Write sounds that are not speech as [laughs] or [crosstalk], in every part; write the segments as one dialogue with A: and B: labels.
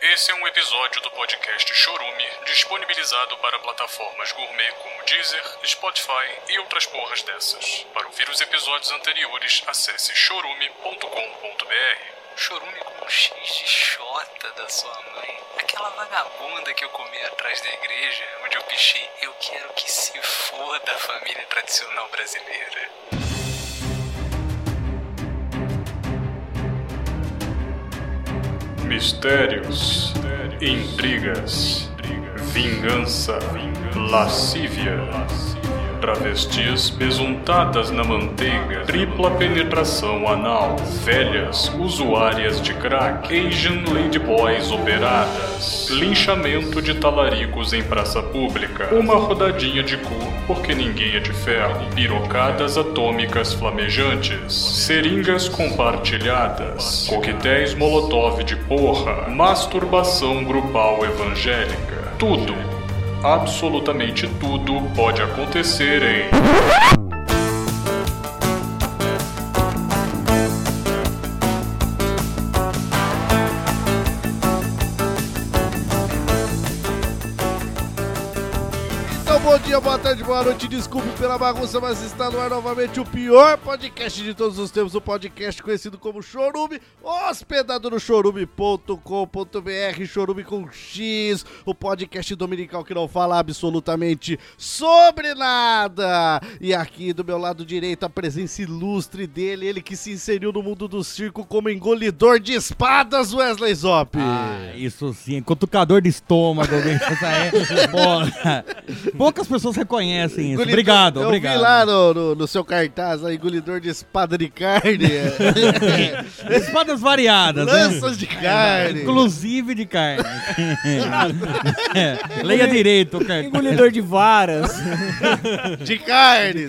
A: Esse é um episódio do podcast Chorume, disponibilizado para plataformas gourmet como Deezer, Spotify e outras porras dessas. Para ouvir os episódios anteriores, acesse chorume.com.br.
B: Chorume com um X de Xota da sua mãe. Aquela vagabunda que eu comi atrás da igreja, onde eu pichei Eu quero que se foda a família tradicional brasileira.
A: Mistérios, intrigas, vingança, lascívia, travestis besuntadas na manteiga, tripla penetração anal, velhas usuárias de crack, Asian ladyboys operadas, linchamento de talaricos em praça pública, uma rodadinha de cu porque ninguém é de ferro, pirocadas atômicas flamejantes, seringas compartilhadas, coquetéis molotov de porra, masturbação grupal evangélica. Tudo, absolutamente tudo, pode acontecer em.
C: Então, bom dia, boa tarde, boa noite. Desculpe pela bagunça, mas está no ar novamente o pior podcast de todos os tempos, o podcast conhecido como Chorume, hospedado no chorume.com.br, chorume com X, o podcast dominical que não fala absolutamente sobre nada. E aqui do meu lado direito, a presença ilustre dele, ele que se inseriu no mundo do circo como engolidor de espadas, Wesley Zop.
D: Ah, isso sim, cutucador de estômago, [laughs] alguém que essa é. Porra. Poucas pessoas reconhecem isso.
C: Engolidor-
D: Obrigado,
C: eu
D: obrigado.
C: vi lá no, no- no seu cartaz, lá, engolidor de espada de
D: [laughs]
C: carne.
D: Espadas variadas, né?
C: lanças de carne.
D: Inclusive
C: [laughs]
D: de carne. É, Leia direito, o cartaz.
E: Engolidor de varas.
C: De carne.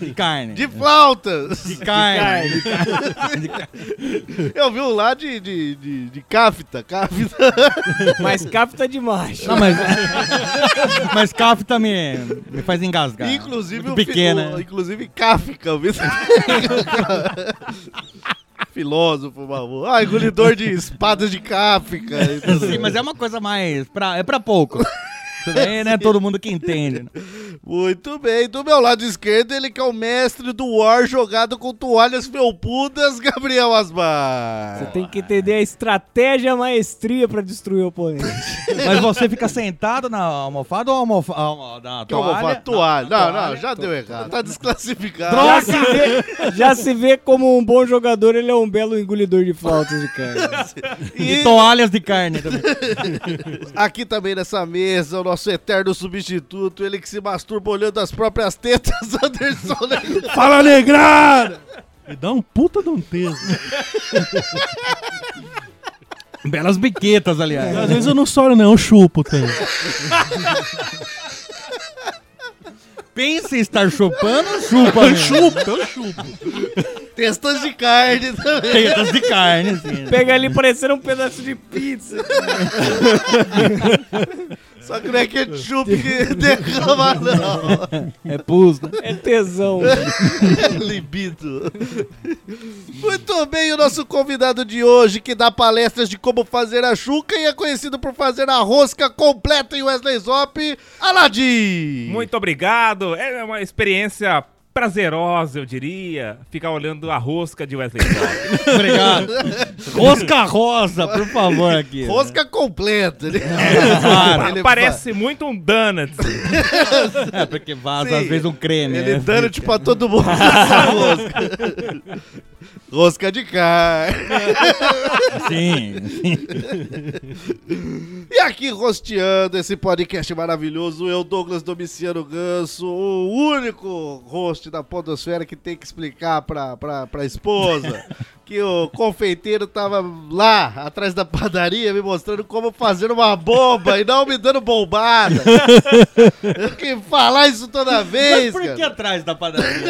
D: De carne.
C: De flautas.
D: De carne.
C: Eu vi um lá de, de, de, de cafta. Cafta.
E: mas capta de macho.
D: Não, mas. Mas CAFTA me, me faz engasgar.
C: Inclusive,
D: Muito
C: o fi-
D: pequena.
C: [laughs]
D: né?
C: o- inclusive Kafka.
D: [laughs]
C: eu vi. Filósofo, por favor. Ah, engolidor de espadas de Kafka.
D: Sim, mas é uma coisa mais. Pra, é
C: [laughs]
D: pra pouco. Isso daí não é todo mundo que entende. né?
C: Muito bem. Do meu lado esquerdo, ele que é o mestre do war jogado com toalhas felpudas, [laughs] Gabriel Asmar.
E: Você tem que entender a estratégia a maestria pra destruir o oponente.
D: Mas você fica sentado na almofada ou almofa, almo- na
C: Que eu vou falar?
D: toalha?
C: Toalha. Não, não,
D: toalha.
C: já deu errado. Tá desclassificado.
E: Já se, vê, já se vê como um bom jogador, ele é um belo engolidor de flautas de carne.
C: E
D: E toalhas de carne também.
C: aqui também nessa mesa, o nosso eterno substituto, ele que se masturba olhando as próprias tetas, [laughs] Anderson Negro.
D: [laughs] Fala, negrada!
F: Me dá um puta de um teso.
D: [laughs] Belas biquetas,
F: Às
D: aliás.
F: vezes eu não soro, não, eu chupo também.
D: Pensa em estar chupando, chupa. né?
F: Eu
D: mesmo.
F: chupo, eu chupo.
C: Testas de carne também.
D: Tetas de carne, assim, né? sim.
E: Pega ali parecendo um pedaço de pizza.
C: Só que não é ketchup que derrama, não.
D: É pus, né?
E: É tesão.
C: [laughs] Libido. Muito bem, o nosso convidado de hoje, que dá palestras de como fazer a chuca e é conhecido por fazer a rosca completa em Wesley Zop, Aladim.
G: Muito obrigado. É uma experiência prazerosa, eu diria, ficar olhando a rosca de Wesley Snipes.
D: [laughs] Obrigado. Rosca rosa, por favor, aqui. né?
C: Rosca completa. né? [laughs]
D: claro.
C: Ele
G: Parece muito um donuts.
D: É, porque vaza
C: Sim.
D: às vezes um creme.
C: Ele
D: né?
C: dando tipo pra todo mundo [laughs] essa rosca. Rosca de carne.
D: Sim, sim.
C: E aqui rosteando esse podcast maravilhoso, eu, Douglas Domiciano Ganso, o único host da podosfera que tem que explicar pra, pra, pra esposa
D: [laughs]
C: que o confeiteiro tava lá, atrás da padaria, me mostrando como fazer uma bomba e não me dando
D: [laughs]
C: bombada. eu que falar É isso toda vez,
D: Mas por que
C: cara.
D: atrás da padaria?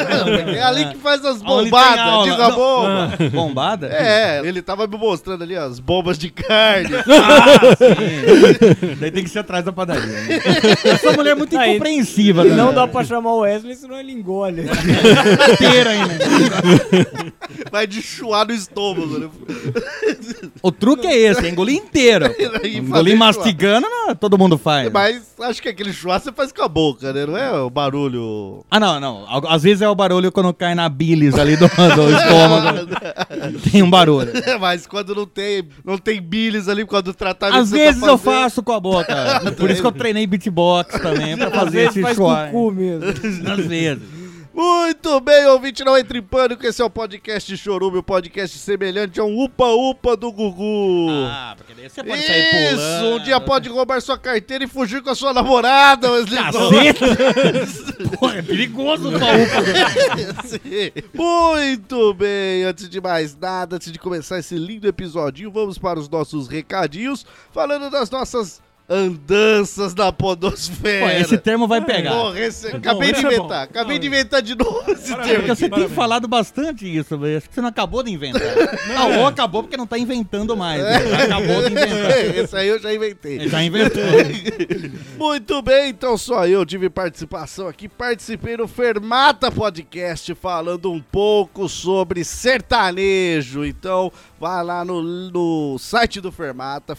C: É ali que faz as
D: Onde tem
C: bombadas,
D: aula.
C: diga
D: Não. Ah.
C: bomba.
D: Bombada?
C: É, ele tava me mostrando ali ó, as bombas de
D: [laughs]
C: carne.
D: Sim. Daí tem que ser atrás da
C: [laughs]
D: padaria. né? Essa mulher é muito
E: Aí,
D: incompreensiva, né?
E: Não dá pra chamar o Wesley, senão ele engole.
D: inteira ainda.
C: Vai de chuar no estômago, né?
D: O truque é esse, é engolir inteiro.
C: E fazer
D: engolir
C: churrasco.
D: mastigando, não, todo mundo faz.
C: Mas acho que aquele churrasco você faz com a boca, né? Não é o barulho. [laughs]
D: Ah, não, não. Al- Às vezes é o barulho quando cai na bilis ali do, do estômago.
C: [laughs]
D: Tem um barulho.
C: Mas quando não tem, não tem bilis ali por causa do tratamento.
D: Às
C: que você
D: vezes
C: tá
D: eu
C: fazendo.
D: faço com a boca. Por isso que eu treinei beatbox também, pra fazer esse
E: faz com o
D: churrasco.
E: cu mesmo.
D: Às vezes.
C: Muito bem, ouvinte, não entre em pânico. Esse é o podcast Chorume, o podcast semelhante a um upa-upa do Gugu.
D: Ah, porque daí você pode sair
C: Isso,
D: pulando.
C: um dia pode roubar sua carteira e fugir com a sua namorada, Wesley Safadão.
D: Caceta! Porra, é perigoso o baú.
C: [laughs] Sim. Muito bem, antes de mais nada, antes de começar esse lindo episodinho, vamos para os nossos recadinhos, falando das nossas andanças na
D: Pô,
C: podosfera.
D: esse termo vai pegar.
C: Porra, esse- Acabei
F: esse
C: de
F: é bom.
C: inventar, acabei de inventar de novo esse termo.
G: Parabéns.
D: É Porque você tem
G: Parabéns.
D: falado bastante isso, velho. Acho que você não acabou de inventar. Não, ou acabou porque não tá inventando mais. né? Acabou de inventar.
C: [laughs] Esse aí eu já inventei.
D: Já inventou.
C: Muito bem, então só eu tive participação aqui. Participei no Fermata Podcast falando um pouco sobre sertanejo. Então vá lá no, no site do Fermata,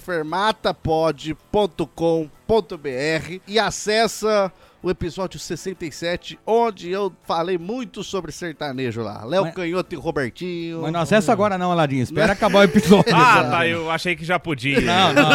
C: fermatapod.com.br e acessa o episódio 67, onde eu falei muito sobre sertanejo lá. Léo
D: Mas-
C: Canhoto e Robertinho.
D: Mas não acessa agora não, Aladinho. Espera acabar o episódio.
G: Ah, tá, eu achei que já podia.
D: Não, não.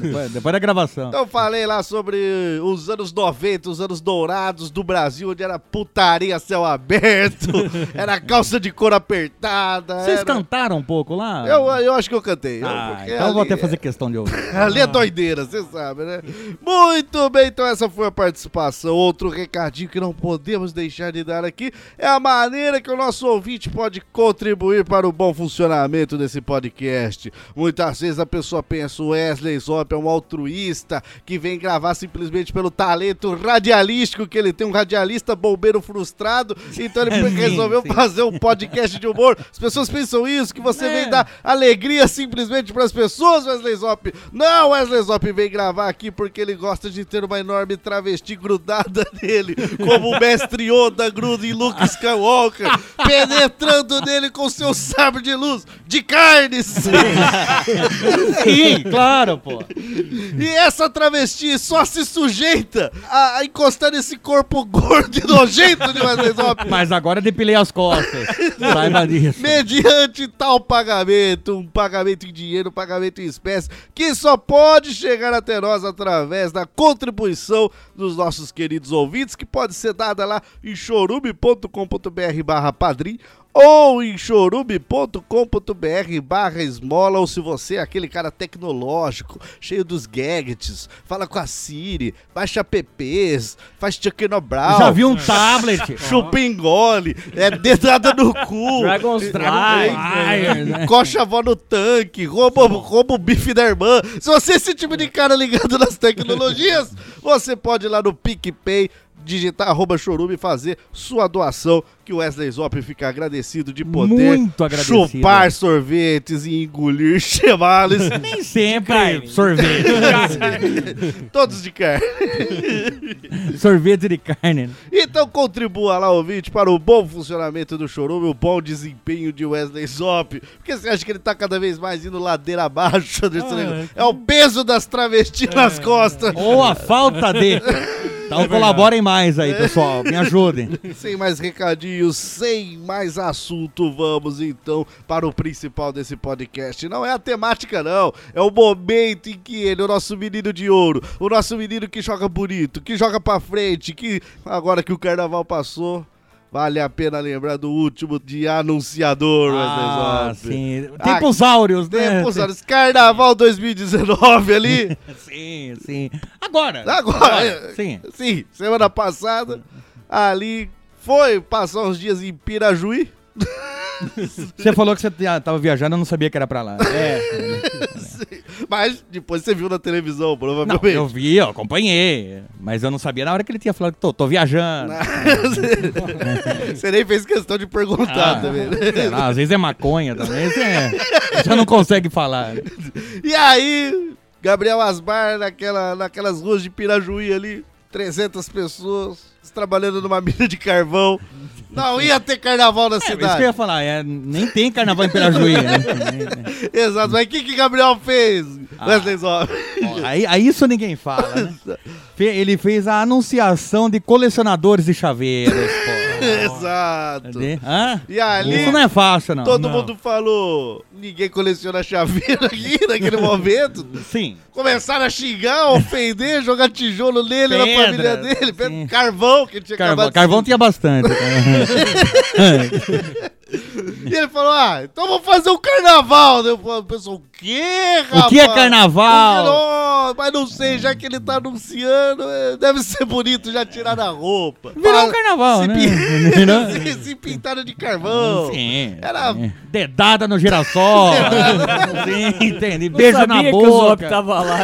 D: Depois, depois da gravação.
C: Então falei lá sobre os anos 90, os anos dourados do Brasil, onde era putaria a céu
D: [laughs]
C: aberto, era calça de cor apertada.
D: Vocês
C: era-
D: cantaram um pouco lá?
C: é, né? Eu, eu acho que eu cantei. eu-
D: Ah,
C: porque
D: então eu vou
C: ali
D: até fazer questão de ouvir.
C: é- [laughs] Ali é doideira, você sabe, né? Muito bem, então essa foi a participação. Outro recadinho que não podemos deixar de dar aqui é a maneira que o nosso ouvinte pode contribuir para o bom funcionamento desse podcast. Muitas vezes a pessoa pensa, o Wesley Zop é um altruísta que vem gravar simplesmente pelo talento radialístico que ele tem, um radialista bombeiro frustrado, então
D: [laughs]
C: ele
D: Sim,
C: resolveu
D: É sim.
C: fazer um podcast de humor. As pessoas pensam isso, que você
D: É.
C: vem dar alegria simplesmente para as pessoas, Wesley Zop. Não, Wesley Zop vem gravar aqui porque ele gosta de ter uma enorme travesti grudada [laughs] nele, como o mestre Yoda gruda em Luke Skywalker, penetrando nele com seu sabre de luz de carnes.
D: Sim, claro, pô.
C: E essa travesti só se sujeita a, a encostar nesse corpo gordo e nojento de Wesley Zop.
D: Mas agora depilei as
C: [laughs]
D: costas. Saiba disso.
C: Mediante tal pagamento, um pagamento em dinheiro, um pagamento em espécie, que só pode chegar até nós através da contribuição dos nossos queridos ouvintes, que pode ser dada lá em chorume.com.br barra padrim ou em chorume.com.br barra esmola, ou se você é aquele cara tecnológico, cheio dos gadgets, fala com a Siri, baixa apps, faz Chuckinobral,
D: Já vi um tablet.
C: chupingole, é dedada no cu,
E: Dragon's
D: Dragonfire, né?
C: Encoxa a avó no tanque, rouba, rouba o bife da irmã. Se você é esse tipo de cara ligado nas tecnologias, você pode ir lá no PicPay, digitar arroba chorume e fazer sua doação, que o Wesley Zop fica agradecido de poder
D: Muito agradecido.
C: chupar sorvetes e engolir [laughs]
D: [laughs]
C: chevales,
D: Nem sempre é
C: [laughs]
D: sorvete.
C: todos de carne.
D: Sorvete de carne. né?
C: Então contribua lá, ouvinte, para o bom funcionamento do Chorume, o bom desempenho de Wesley Zop. Porque você acha que ele tá cada vez mais indo ladeira abaixo, Anderson? Negro? é o peso das travestis nas costas.
D: Ou a falta de.
C: É
D: Então colaborem mais aí, pessoal.
C: [laughs]
D: Me ajudem.
C: Sem mais recadinhos, sem mais assunto, vamos então para o principal desse podcast. Não é a temática, não. É o momento em que ele, o nosso menino de ouro, o nosso menino que joga bonito, que joga pra frente, que agora que o carnaval passou, vale a pena lembrar do último de anunciador,
D: Ah,
C: Wesley Zop.
D: sim. Tempos áureos, né?
C: Tempos, olha, esse Carnaval 2019 ali.
D: [laughs] Sim, sim. Agora.
C: Agora.
D: Sim.
C: Sim, semana passada, ali foi passar uns dias em Pirajuí.
D: Você falou que você tia- tava viajando, eu não sabia que
C: [laughs]
D: era pra lá. É.
C: Mas depois você viu na televisão,
D: Não,
C: provavelmente.
D: eu vi, eu acompanhei. Mas eu não sabia na hora que ele tinha falado que tô, tô viajando.
C: [laughs] você nem fez questão de perguntar
D: Ah,
C: também. né?
D: sei lá, às vezes é maconha também. Você, você não consegue falar. É
C: E aí, Gabriel Asbar naquela, naquelas ruas de Pirajuí ali, 300 pessoas. trabalhando numa mina de carvão. Não ia ter carnaval na
D: É, isso que
C: cidade.
D: eu ia falar, é, nem tem carnaval em Pirajuí.
C: [laughs]
D: né?
C: Exato, mas o que, que Gabriel fez?
D: Ah.
C: Wesley
D: [laughs]
C: Zop.
D: Bom, aí, aí isso ninguém fala, né? Fe- Ele fez a anunciação de colecionadores de chaveiros, pô.
C: Exato.
D: Entendeu? Hã?
C: E ali
D: Isso não é fácil, não.
C: todo
F: Não.
C: mundo falou: ninguém coleciona chaveiro aqui naquele momento.
D: Sim.
C: Começaram a xingar, ofender, [laughs] jogar tijolo nele, na
D: Pedra,
C: família dele, pedra-
D: sim.
C: carvão que ele tinha
D: Carvão,
C: acabado de
D: carvão tinha bastante. né?
C: [laughs] E ele falou: ah, então vou fazer um carnaval. Daí Eu falo, pessoal, o quê, rapaz?
D: O que é carnaval?
C: O que não? mas não sei, já que ele tá anunciando, é, deve ser bonito já tirar a roupa.
D: Virou um
C: Fala-
D: carnaval,
C: se
D: né?
C: pin- [laughs]
D: [laughs] Virou-
C: se, se pintaram de carvão.
D: Sim.
C: Era-
D: Dedada
C: [laughs]
D: no girassol. Sim, entendi. Beijo
E: sabia
D: na
E: que o Zop
D: boca.
E: tava lá.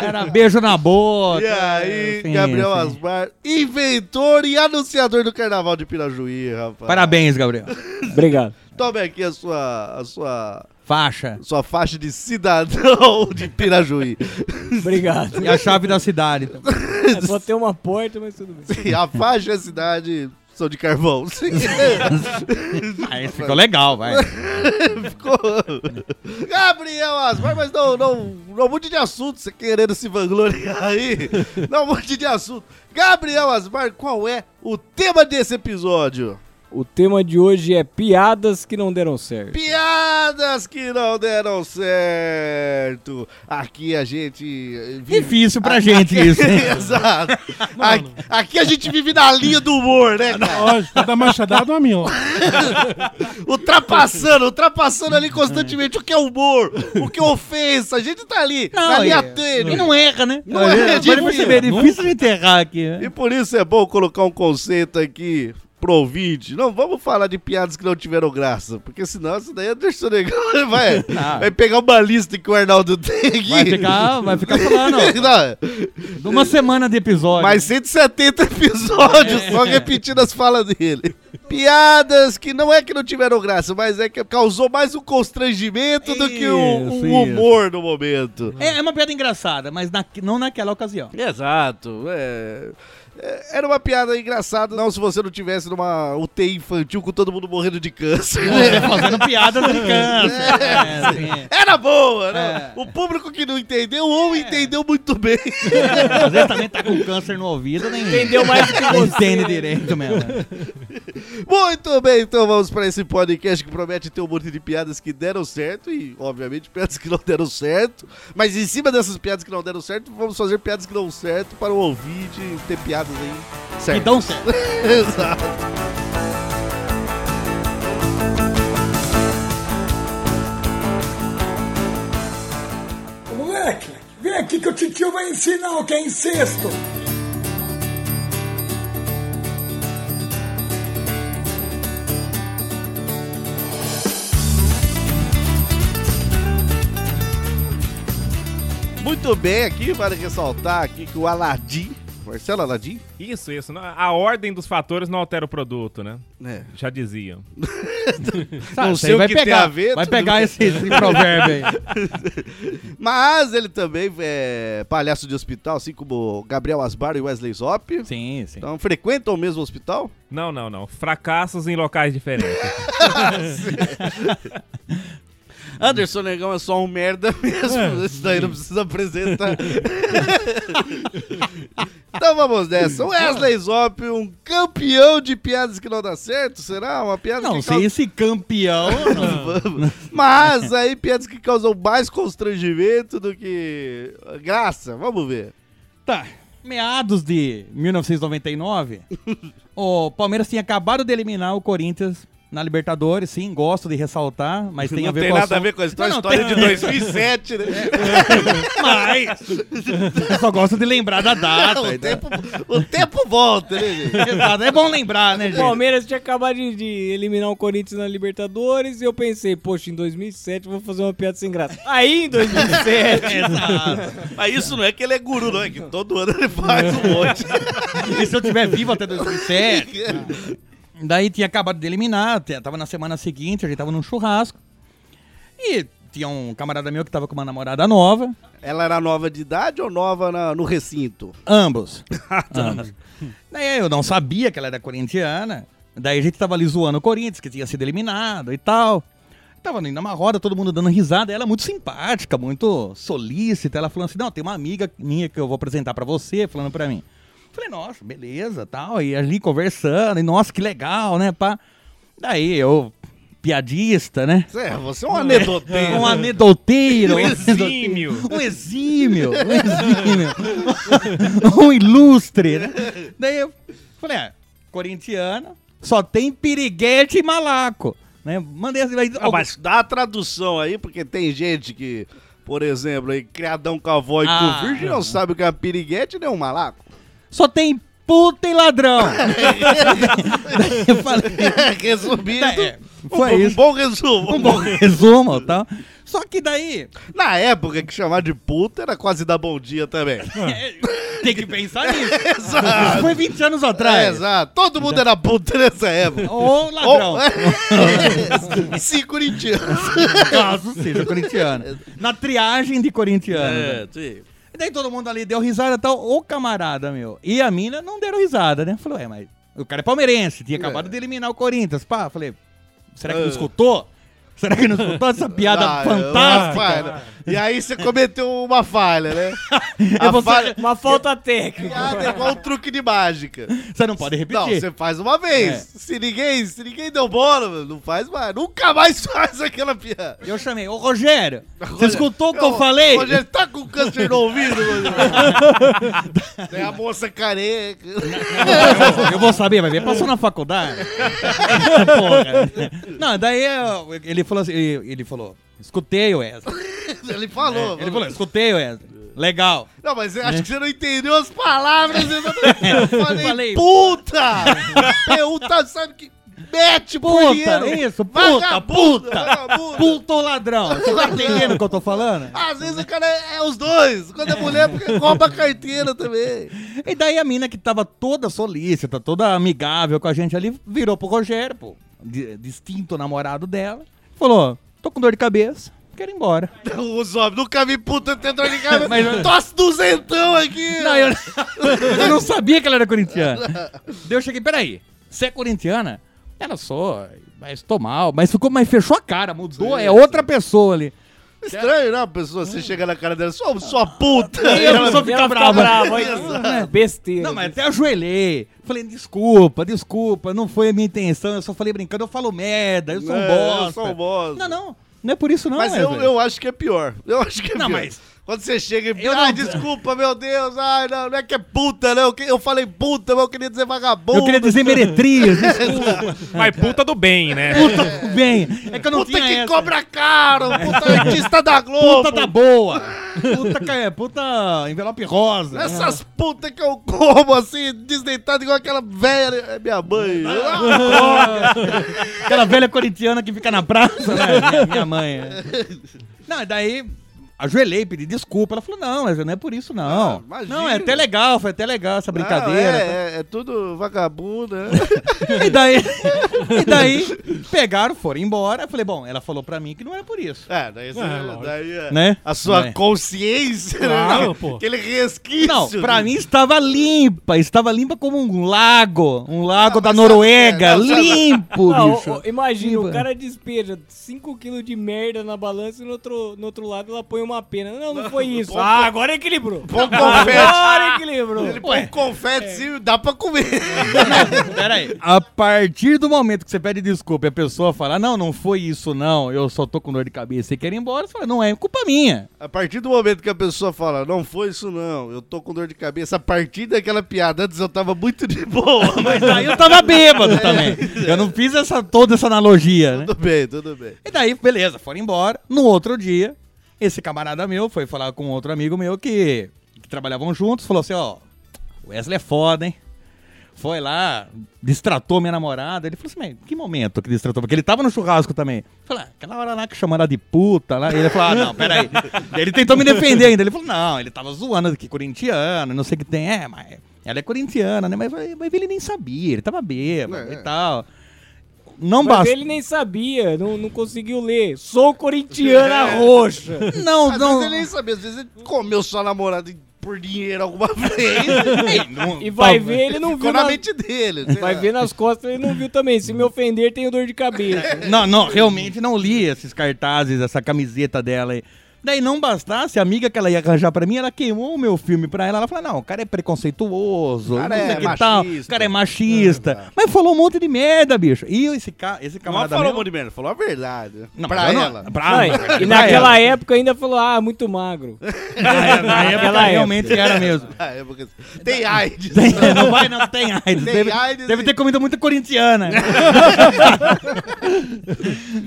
D: Era beijo na boca.
C: E aí,
D: Sim,
C: Gabriel
D: sim.
C: Asmar, inventor e anunciador do carnaval de Pirajuí, rapaz.
D: Parabéns, Gabriel.
E: Obrigado.
C: Tome aqui a sua, a sua,
D: Faixa.
C: sua faixa de cidadão [laughs] de Pirajuí.
E: Obrigado.
G: [laughs]
D: E a chave da cidade. então. também.
E: É, só tem uma porta, mas tudo bem.
C: Sim, a faixa e a cidade são de carvão. [laughs] Sim.
D: Aí ficou legal, vai.
C: Ficou. Gabriel Asmar, mas não, não, não mude de assunto, você querendo se vangloriar aí. Não mude de assunto. Gabriel Asmar, qual é o tema desse episódio?
E: O tema de hoje é piadas que não deram certo.
C: Piadas que não deram certo. Aqui a gente. vive-
D: Difícil pra
C: [laughs]
D: gente isso. hein?
C: Exato. A- Aqui a gente vive na linha do humor, né, cara?
F: Lógico, tá da machadada uma minhoca.
C: Ultrapassando, ultrapassando ali constantemente o que é humor, o que é ofensa. A gente tá ali, na
D: Não,
C: linha
D: é-
C: tênue.
D: E não erra, né?
C: Não erra,
D: Pode
C: difícil.
D: perceber, é difícil de enterrar aqui. né?
C: E por isso é bom colocar um conceito aqui pro ouvinte. Não vamos falar de piadas que não tiveram graça, porque senão isso daí é Anderson Negão [laughs] vai,
D: Não.
C: vai pegar uma lista que o Arnaldo tem aqui.
D: Ah. Vai
C: [laughs]
D: ficar, vai ficar falando. ó,
C: Não,
D: de Uma semana de episódio.
C: mais 170 episódios
D: É.
C: só repetindo as falas dele. Piadas que não é que não tiveram graça, mas é que causou mais um constrangimento do que um,
D: Isso,
C: um humor no momento.
D: É, é uma piada engraçada, mas na- não naquela ocasião.
C: Exato. é. É, Era uma piada engraçada, não se você não tivesse numa UTI infantil com todo mundo morrendo de câncer. né?
D: Você é fazendo piada de câncer. É, sim.
C: Era boa, né?
D: É.
C: O público que não entendeu ou entendeu muito bem.
D: Às vezes também tá com câncer no ouvido, nem entendeu mais do que você. Entende direito mesmo.
C: muito bem, então vamos para esse podcast que promete ter um monte de piadas que deram certo e, obviamente, piadas que não deram certo. Mas em cima dessas piadas que não deram certo, vamos fazer piadas que dão certo para o ouvinte ter piadas aí certas.
D: Então, certo.
C: [laughs] Exato.
H: Moleque, vem aqui que o titio vai ensinar o que é incesto.
C: Muito bem, aqui vale ressaltar aqui que o Aladim, Marcelo Aladim,
G: Isso, isso. Não- A ordem dos fatores não altera o produto, né?
C: né?
G: Já diziam.
D: Sabe,
C: Não
D: isso
C: sei
D: aí
C: o que tem a ver,
D: Vai
C: tudo
D: pegar
C: bem.
D: esse, esse provérbio aí.
C: Mas ele também é palhaço de hospital, assim como Gabriel Asbar e Wesley Zop.
D: Sim, sim.
C: Então frequentam o mesmo hospital?
G: Não, não, não. Fracassos em locais diferentes.
C: Anderson Negão é só um merda [laughs] mesmo.
D: É.
C: Isso daí não precisa apresentar. [laughs] então vamos nessa. Wesley Zop, um campeão de piadas que não dá certo, será? Uma piada
D: Não,
C: que
D: se esse
C: [laughs]
D: campeão. não.
C: Mas aí piadas que causam mais constrangimento do que graça. Vamos ver.
D: Tá. Meados de 1999, o Palmeiras tinha acabado de eliminar o Corinthians na Libertadores, sim, gosto de ressaltar, mas tem a
C: não
D: ver
C: tem
D: com
C: nada a
D: assunto-
C: ver com a história,
D: Não, não,
C: história
D: tem-
C: de 2007,
D: [laughs]
C: né?
D: Mas eu só gosto de lembrar
C: [laughs]
D: da data.
C: o,
D: entendeu?
C: tempo, o tempo volta, né,
D: [laughs]
C: gente?
D: Exato, É bom lembrar, né,
E: O
D: gente?
E: Palmeiras tinha acabado de, de eliminar o Corinthians na Libertadores e eu pensei, poxa, em 2007 eu vou fazer uma piada sem graça. Aí
D: [laughs]
E: em 2007,
D: É, Exato.
C: Mas isso não é que ele é guru, não. É que todo ano ele faz
D: É.
C: um
D: [laughs]
C: monte.
D: E se eu tiver vivo até 2007? Daí tinha acabado de eliminar, te- tava na semana seguinte, a gente tava num churrasco. E tinha um camarada meu que tava com uma namorada nova,
C: Ela era nova de idade ou nova na- no recinto?
D: ambos. [laughs] ambos. Daí eu não sabia que ela era corintiana, daí a gente tava ali zoando o Corinthians, que tinha sido eliminado e tal. Tava indo numa roda, todo mundo dando risada, ela muito simpática, muito solícita, ela falando assim, não, tem uma amiga minha que eu vou apresentar pra você, falando pra mim. Falei, nossa, beleza, tal, e ali conversando, e nossa, que legal, né, pá. Daí eu, piadista, né,
C: É, você é um anedoteiro.
D: um anedoteiro.
G: Um
D: um
G: exímio.
D: anedoteiro, Um exímio. Um exímio. um ilustre. né? Daí eu falei, ah, corintiana, só tem piriguete e malaco. Né? Mandei assim, mas,
C: [laughs] Ah, mas dá a tradução aí, porque tem gente que, por exemplo, aí, criadão com a avó e
D: Ah,
C: com virgem não sabe o que é piriguete nem um [laughs] malaco.
D: só tem puta e ladrão. Daí eu falei,
C: Resumindo,
D: É,
C: um
D: foi
C: bo- um,
D: isso.
C: bom resumo.
D: um bom resumo, tá? Só que daí,
C: Na época que chamar de puta era quase dar bom dia
D: [laughs]
C: também.
D: é, tem que pensar nisso.
C: Exato.
D: Isso foi 20 anos
C: É,
D: atrás.
C: exato. Todo mundo era puta nessa
D: [laughs]
C: época.
D: Ou ladrão.
C: Ou- [laughs] Sim, corintianos.
D: caso seja corintiano. [laughs] Na triagem de corintiano.
C: É,
D: né? E daí todo mundo ali deu risada e tal. O camarada, meu. E a mina não deram risada, né? Falou, é, mas o cara é É. palmeirense, tinha acabado de eliminar o Corinthians. Pá, falei, será que não escutou? Será que não escutou essa [laughs]
C: Ah,
D: piada
C: é uma
D: fantástica? [laughs]
C: falha. E aí você cometeu uma falha, né?
D: Eu
C: A
D: vou-
C: falha
E: Uma falta técnica.
C: piada é igual um truque de mágica.
D: Você não pode repetir.
C: Não, você faz uma vez.
D: É.
C: Se ninguém, se ninguém deu bola, mano, não faz mais. Nunca mais [laughs] faz aquela piada.
D: Eu chamei, ô Rogério, você escutou o que eu,
C: Ô,
D: falei?
C: Rogério, tá com câncer no ouvido,
D: [laughs]
C: mano. Tem a moça careca. [laughs]
D: Eu vou saber, vai ver. Passou na faculdade. Porra. Não, daí eu- ele falou assim, ele ele falou, escutei o Wesley.
C: Ele falou.
D: É, Ele falou, escutei o Wesley. Legal.
C: Não, mas eu
D: Né?
C: acho que você não entendeu as palavras. Eu falei,
D: Falei.
C: puta! Pergunta, sabe que... Mete
D: Puta,
C: punheiro.
D: isso, puta,
C: Vagabundo,
D: puta.
C: vagabundo.
D: Puto ladrão. Você tá entendendo o que eu tô falando?
C: Às vezes o cara é, é os dois. Quando é mulher, porque rouba a carteira também.
D: E daí a mina que tava toda solícita, toda amigável com a gente ali, virou pro Rogério, pô, di- distinto namorado dela, falou: tô com dor de cabeça, quero ir embora.
C: Os homens, nunca vi puta tentando ligar, mas tosse duzentão aqui.
D: Não, eu, eu não [laughs] sabia que ela
C: [laughs]
D: era corintiana. Daí eu cheguei, peraí, você é corintiana? Ela sou, mas tô mal, mas ficou, mas fechou a cara, mudou, é outra pessoa ali.
C: Estranho, não, pessoa, você chega na cara dela, sua, sua puta. É,
D: Eu não sou
E: Ela
D: ficar
E: fica
D: brava.
E: brava. aí- Besteira.
D: Não, mas até ajoelhei. Falei, desculpa, desculpa, não foi a minha intenção, eu só falei brincando, eu falo merda, eu sou um
C: É,
D: bosta.
C: eu sou um bosta.
D: Não, não, não é por isso não,
C: Mas
D: é,
C: eu,
D: velho.
C: eu acho que é pior. Eu acho que é
D: Não,
C: pior.
D: mas-
C: Quando você chega e.
D: Eu
C: ai,
D: não-
C: desculpa, meu Deus. Ai, não, não é que é puta, não. Eu que- Eu falei puta, mas eu queria dizer vagabundo.
D: Eu
C: [laughs]
D: queria dizer meretriz,
C: É,
D: desculpa,
G: Mas puta do bem, né?
D: [laughs] puta, bem. É que eu não
C: Puta
D: tinha
C: que
D: essa.
C: cobra
D: [laughs]
C: caro, puta artista da Globo.
D: Puta da boa. Puta, que é, puta envelope rosa.
C: Essas putas que eu como assim, desdeitado igual aquela velha. É minha mãe.
D: Aquela velha corintiana que fica na praça, né? Minha, minha mãe. é. Não, e daí ajoelhei, pedi desculpa. Ela falou, não, mas não é por isso, não.
C: Ah, imagina.
D: não, é até legal, foi até legal essa brincadeira.
C: Não, é, é, é tudo vagabundo,
D: [laughs]
C: né?
D: E daí, [laughs] e daí pegaram, foram embora. Eu falei, bom, ela falou pra mim que não era por isso.
C: É, daí, você, daí é-
D: Né?
C: a sua
D: Né?
C: consciência,
F: Claro,
C: né?
F: pô.
C: aquele resquício.
D: Não, pra
C: né?
D: mim estava limpa, estava limpa como um lago, um lago
C: Ah,
D: da
C: mas
D: Noruega,
C: sabe- é, não,
D: limpo,
E: Não,
D: bicho.
E: o- o- imagina, o
D: Iba.
E: cara despeja 5kg de merda na balança e no outro, no outro lado ela põe uma pena.
D: [laughs]
E: Não, não foi isso.
C: pô,
E: Ah, agora equilibrou.
C: Pão confete.
E: Agora equilibrou.
C: Ele põe
D: É.
C: confete e dá pra comer.
D: [laughs] Peraí. A partir do momento que você pede desculpa e a pessoa fala, não, não foi isso, não, eu só tô com dor de cabeça e quero ir embora, você fala, não é culpa minha.
C: A partir do momento que a pessoa fala, não foi isso não, eu tô com dor de cabeça, a partir daquela piada, antes eu tava muito de [laughs] boa, mas
E: Né?
D: Mas aí eu tava bêbado também. Eu não fiz essa, toda essa analogia, né?
C: tudo bem, tudo bem.
D: E daí, beleza, foram embora. No outro dia, esse camarada meu foi falar com outro amigo meu que, que trabalhavam juntos, falou assim, ó, o Wesley é foda, hein? Foi lá, distratou minha namorada. Ele falou assim, mas que momento que distratou? Porque ele tava no churrasco também. Falei, ah, aquela hora lá que chamaram ela de puta lá. E ele falou, ah, não, peraí. Daí ele tentou me defender ainda. Ele falou, não, ele tava zoando que corintiano, não sei o que tem. É, mas ela é corintiana, né? Mas, mas ele nem sabia, ele tava bêbado
C: É.
D: e tal. Não
E: Mas
D: basta.
E: ele nem sabia, não, não conseguiu ler. Sou corintiana roxa.
D: Não,
C: Às
D: não.
C: vezes É. Ah, ele nem sabia, às vezes ele comeu sua namorada por dinheiro alguma [laughs] vez.
D: Ei, não-
E: E vai
D: tá-
E: ver, ele não viu.
C: Ficou na
E: na-
C: mente dele. né? sei
E: Vai
C: lá.
E: ver nas costas, ele não viu também. Se me ofender, tenho dor
D: [laughs]
E: de cabeça.
C: é-
D: Não, não, realmente não li esses cartazes, essa camiseta dela aí. Daí não bastasse, a amiga que ela ia arranjar pra mim, ela queimou o meu filme pra ela. Ela falou, não, o cara é preconceituoso,
C: O cara
D: não sei
C: é
D: que tal, o
C: machista. Ah, tá.
D: cara é machista. Mas falou um monte de merda, bicho. E esse, ca esse
C: Não
D: camarada
C: falou um
D: meu-
C: monte de merda, falou a verdade.
D: Não,
C: pra
D: eu não-
C: ela.
D: pra-
E: Ai,
D: pra
E: e
D: ela.
E: naquela época ainda falou, ah, muito magro.
D: Na, na época
E: Naquela
D: realmente era mesmo.
C: Ah, é porque- Tem AIDS.
D: Tem- não vai, não tem AIDS.
C: Tem
D: deve,
C: AIDS
D: deve
C: e-
D: ter comido muita corintiana.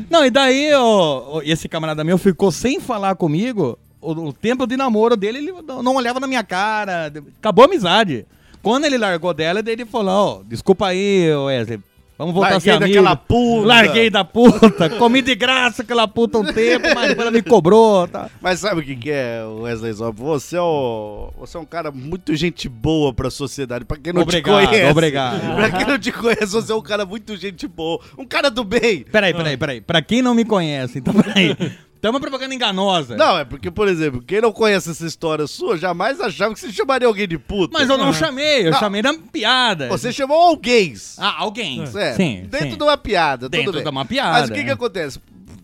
D: não, e daí ó, ó, esse camarada meu ficou sem falar comigo. O, o tempo de namoro dele, ele não não olhava na minha cara. Acabou a amizade. Quando ele largou dela, daí ele falou: ó, desculpa aí, Wesley. Vamos voltar
C: Larguei
D: a ser amigo.
C: daquela puta.
D: Larguei da puta. Comi de graça aquela puta um tempo, mas depois ela me cobrou. Tá.
C: Mas sabe o que, que é, Wesley Zop? Você é, o- você é um cara muito gente boa pra sociedade. Pra quem não
D: Obrigado,
C: te conhece.
D: obrigado.
C: [laughs] Pra quem não te conhece, você é um cara muito gente boa. Um cara do bem.
D: Peraí, peraí, peraí. Pra quem não me conhece, então peraí. Tamo propaganda enganosa.
C: Não, é porque, por exemplo, quem não conhece essa história sua jamais achava que você chamaria alguém de puta.
D: Mas eu não chamei, eu
C: Ah. Não.
D: chamei na piada.
C: Você chamou alguém.
D: Ah, alguém.
C: É,
D: Sim.
C: dentro
D: sim.
C: de uma piada, tudo
D: Dentro
C: bem.
D: de uma piada,
C: Mas o que que
D: é.
C: acontece?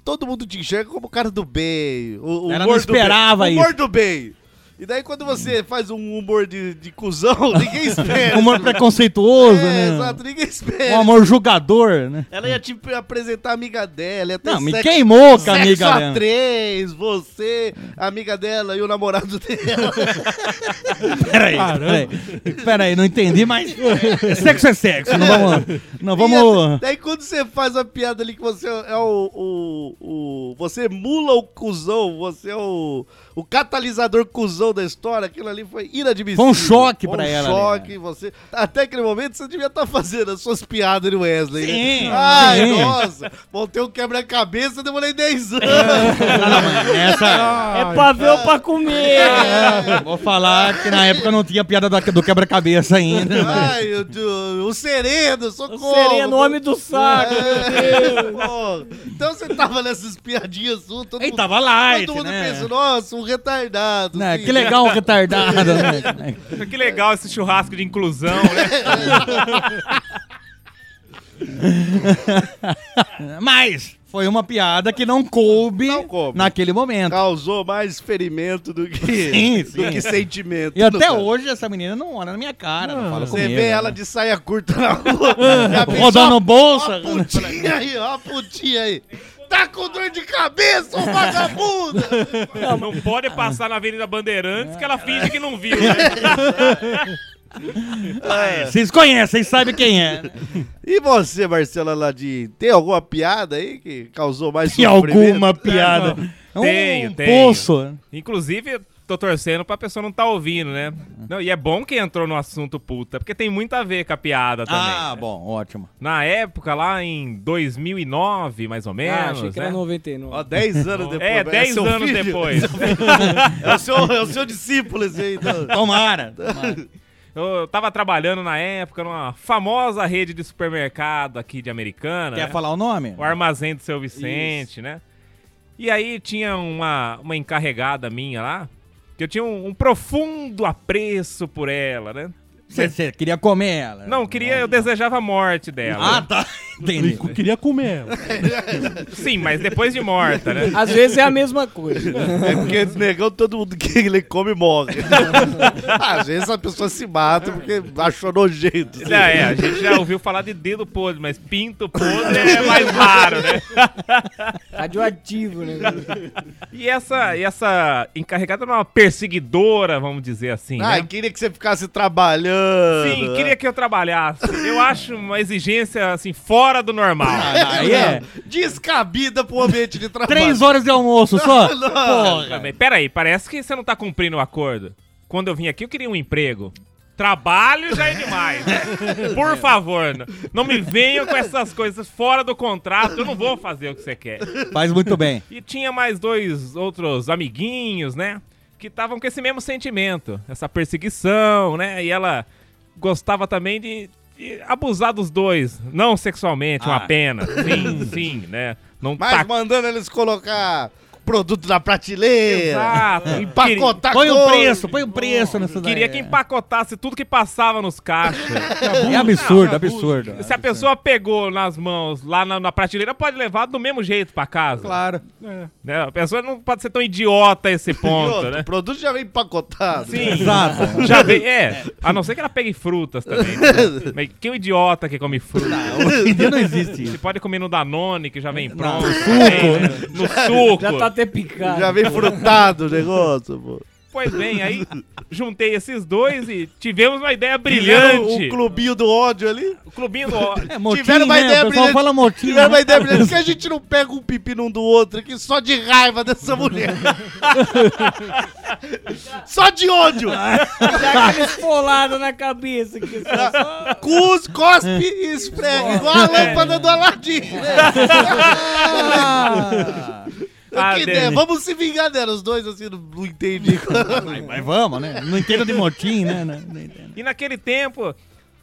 C: Todo mundo te enxerga como o cara do bem. O, o
D: Ela
C: humor
D: não esperava
C: do bem, o humor
D: isso.
C: do bem. E daí quando você faz um humor de, de
D: [laughs]
C: cuzão, ninguém espera.
D: Humor preconceituoso,
C: É,
D: né?
C: exato, ninguém espera.
D: Um amor julgador, né?
C: Ela ia te apresentar a amiga dela, ia ter
D: Não, me
C: sexo-
D: queimou com a
C: sexo
D: amiga
C: a
D: dela.
C: três, você, a amiga dela e o namorado [laughs] dela.
D: Peraí, peraí. Peraí, não entendi, mas. sexo é sexo. Não vamos. Não
C: E
D: vamos.
C: Daí quando você faz a piada ali que você é o. o, o- você emula o cuzão, você é o, o catalisador cuzão da história, aquilo ali foi inadmissível.
D: Foi um choque pra
C: um
D: ela,
C: choque, você. Até aquele momento você devia estar fazendo as suas piadas do Wesley. né?
D: Sim,
C: Ai,
D: sim.
C: nossa, montei um quebra-cabeça, demorei 10 anos.
D: Ah, não,
C: [laughs]
D: mas nessa.
E: É pra ver ou pra comer?
D: É, vou falar que na época não tinha piada da- do quebra-cabeça ainda. mas-
C: Ai, o, o, o sereno, socorro.
E: Seria nome do saco,
C: É.
E: meu Deus.
C: Pô, Então você tava nessas piadinhas suas, todo
D: Ele
C: mundo-
D: tava light,
C: Todo mundo
D: né?
C: pensa, nossa, um retardado.
D: Né,
C: sim.
D: que legal um retardado, né?
G: [laughs] Que legal esse churrasco de inclusão, né?
D: [laughs] Mas foi uma piada que não coube,
C: Não coube.
D: naquele momento.
C: Causou mais ferimento do que,
D: Sim, sim.
C: Do que sentimento.
D: E até
C: Não,
D: hoje essa menina não olha na minha cara, não, fala
C: Ah, Você
D: comigo. né? É,
C: vê ela de saia curta na rua. já pensou,
D: Rodando bolsa.
C: Ó a putinha aí, ó a putinha aí. Tá com dor de cabeça, ô vagabunda!
G: Não pode passar na Avenida Bandeirantes que ela finge que não viu, né?
D: Vocês conhecem, vocês sabem quem é.
C: né? E você, Marcela Ladim, tem alguma piada aí que causou mais
D: Que alguma piada. É um
G: Tenho, tenho.
D: poço.
G: Inclusive, eu tô torcendo pra pessoa não tá ouvindo, né? Não, e é bom que entrou no assunto puta, porque tem muito a ver com a piada também.
D: Ah,
G: né?
D: bom, ótimo.
G: Na época, lá em 2009, mais ou menos,
E: Ah, achei que era
G: né?
E: 99.
C: Ó, 10 anos depois.
G: É,
C: mas
G: 10
C: seu
G: anos
C: filho? [laughs]
G: depois.
C: É o seu, é o seu discípulo esse aí, então. [laughs]
D: Tomara. tomara.
G: Eu tava trabalhando na época numa famosa rede de supermercado aqui de Americana.
D: Quer
G: né?
D: falar o nome?
G: O armazém do seu Vicente, né? E aí tinha uma, uma encarregada minha lá, que eu tinha um, um profundo apreço por ela, né?
D: Você queria comer ela.
G: Não, eu queria, eu desejava a morte dela.
D: Ah, tá. Entendi.
F: Eu queria comer.
G: Sim, mas depois de morta, né?
E: Às vezes é a mesma coisa.
C: É porque esse negão, todo mundo que ele come morre. [laughs] Às vezes a pessoa se mata porque achou nojento. assim.
G: Já é, a gente já ouviu falar de dedo podre, mas pinto podre é mais raro, né?
E: Radioativo, né?
G: E ela e essa encarregada era uma perseguidora, vamos dizer assim, né?
C: Ai, queria que você ficasse trabalhando.
G: Sim, queria que eu trabalhasse. Eu acho uma exigência, assim, fora do normal.
D: Ah, Aí é.
C: Descabida pro ambiente de trabalho.
D: Três horas de almoço só.
C: [laughs] Não.
D: Porra.
G: Também. Pera aí, parece que você não tá cumprindo o acordo. Quando eu vim aqui, eu queria um emprego. Trabalho já é demais. Por favor, n- não me venham com essas coisas fora do contrato. Eu não vou fazer o que você quer.
D: Faz muito bem.
G: E tinha mais dois outros amiguinhos, né? Que estavam com esse mesmo sentimento, essa perseguição, né? E ela gostava também de e abusar dos dois, não sexualmente, uma
D: Ah.
G: pena. Sim, sim, né? Não
C: Mas
G: tacar-
C: mandando eles colocar produto na prateleira,
G: Exato. E queria-
C: É. empacotar
D: Põe o
C: coisa.
D: preço, põe o preço nessa daí.
G: Queria que empacotasse tudo que passava nos caixas.
D: É absurdo, absurdo.
G: Se
C: é
G: a pessoa pegou nas mãos lá na, na prateleira, pode levar do mesmo jeito pra casa.
D: Claro.
G: né? A pessoa não pode ser tão idiota a esse
C: E
G: ponto,
C: outro,
G: né?
C: O produto já vem empacotado.
G: Sim.
D: Exato.
G: Já vem, é. A não ser que ela pegue frutas também. né? Mas que idiota que come fruta.
D: Hoje em dia não existe
G: Você
D: isso.
G: pode comer no Danone, que já vem pronto.
D: no
G: também, né? No suco.
E: Já tá até picado.
C: [laughs] Já vem frutado o negócio, pô.
G: Pois bem, aí juntei esses dois e tivemos uma ideia
C: Fizeram
G: brilhante.
C: O clubinho do ódio ali.
G: O clubinho do ódio.
D: É, motim,
C: Tiveram uma
D: né?
C: ideia
D: o pessoal
C: brilhante.
D: fala motim.
C: Tiveram uma
D: né?
C: ideia brilhante. Por que a gente não pega um pepino um do outro aqui só de raiva dessa
D: [laughs]
C: mulher? só de ódio.
E: Dá aquela esfolada na cabeça. Que só, só...
C: Cus, cospe e esfrega. Igual a
D: É.
C: lâmpada do Aladim. né?
D: Ah!
G: Ah,
C: que ideia.
G: Denis.
C: Vamos se vingar dela. Os dois assim, não, não
D: [laughs]
C: entendi.
D: Mas vamos, né? Não entendo de motim, né? Não- não entendo.
G: E naquele tempo,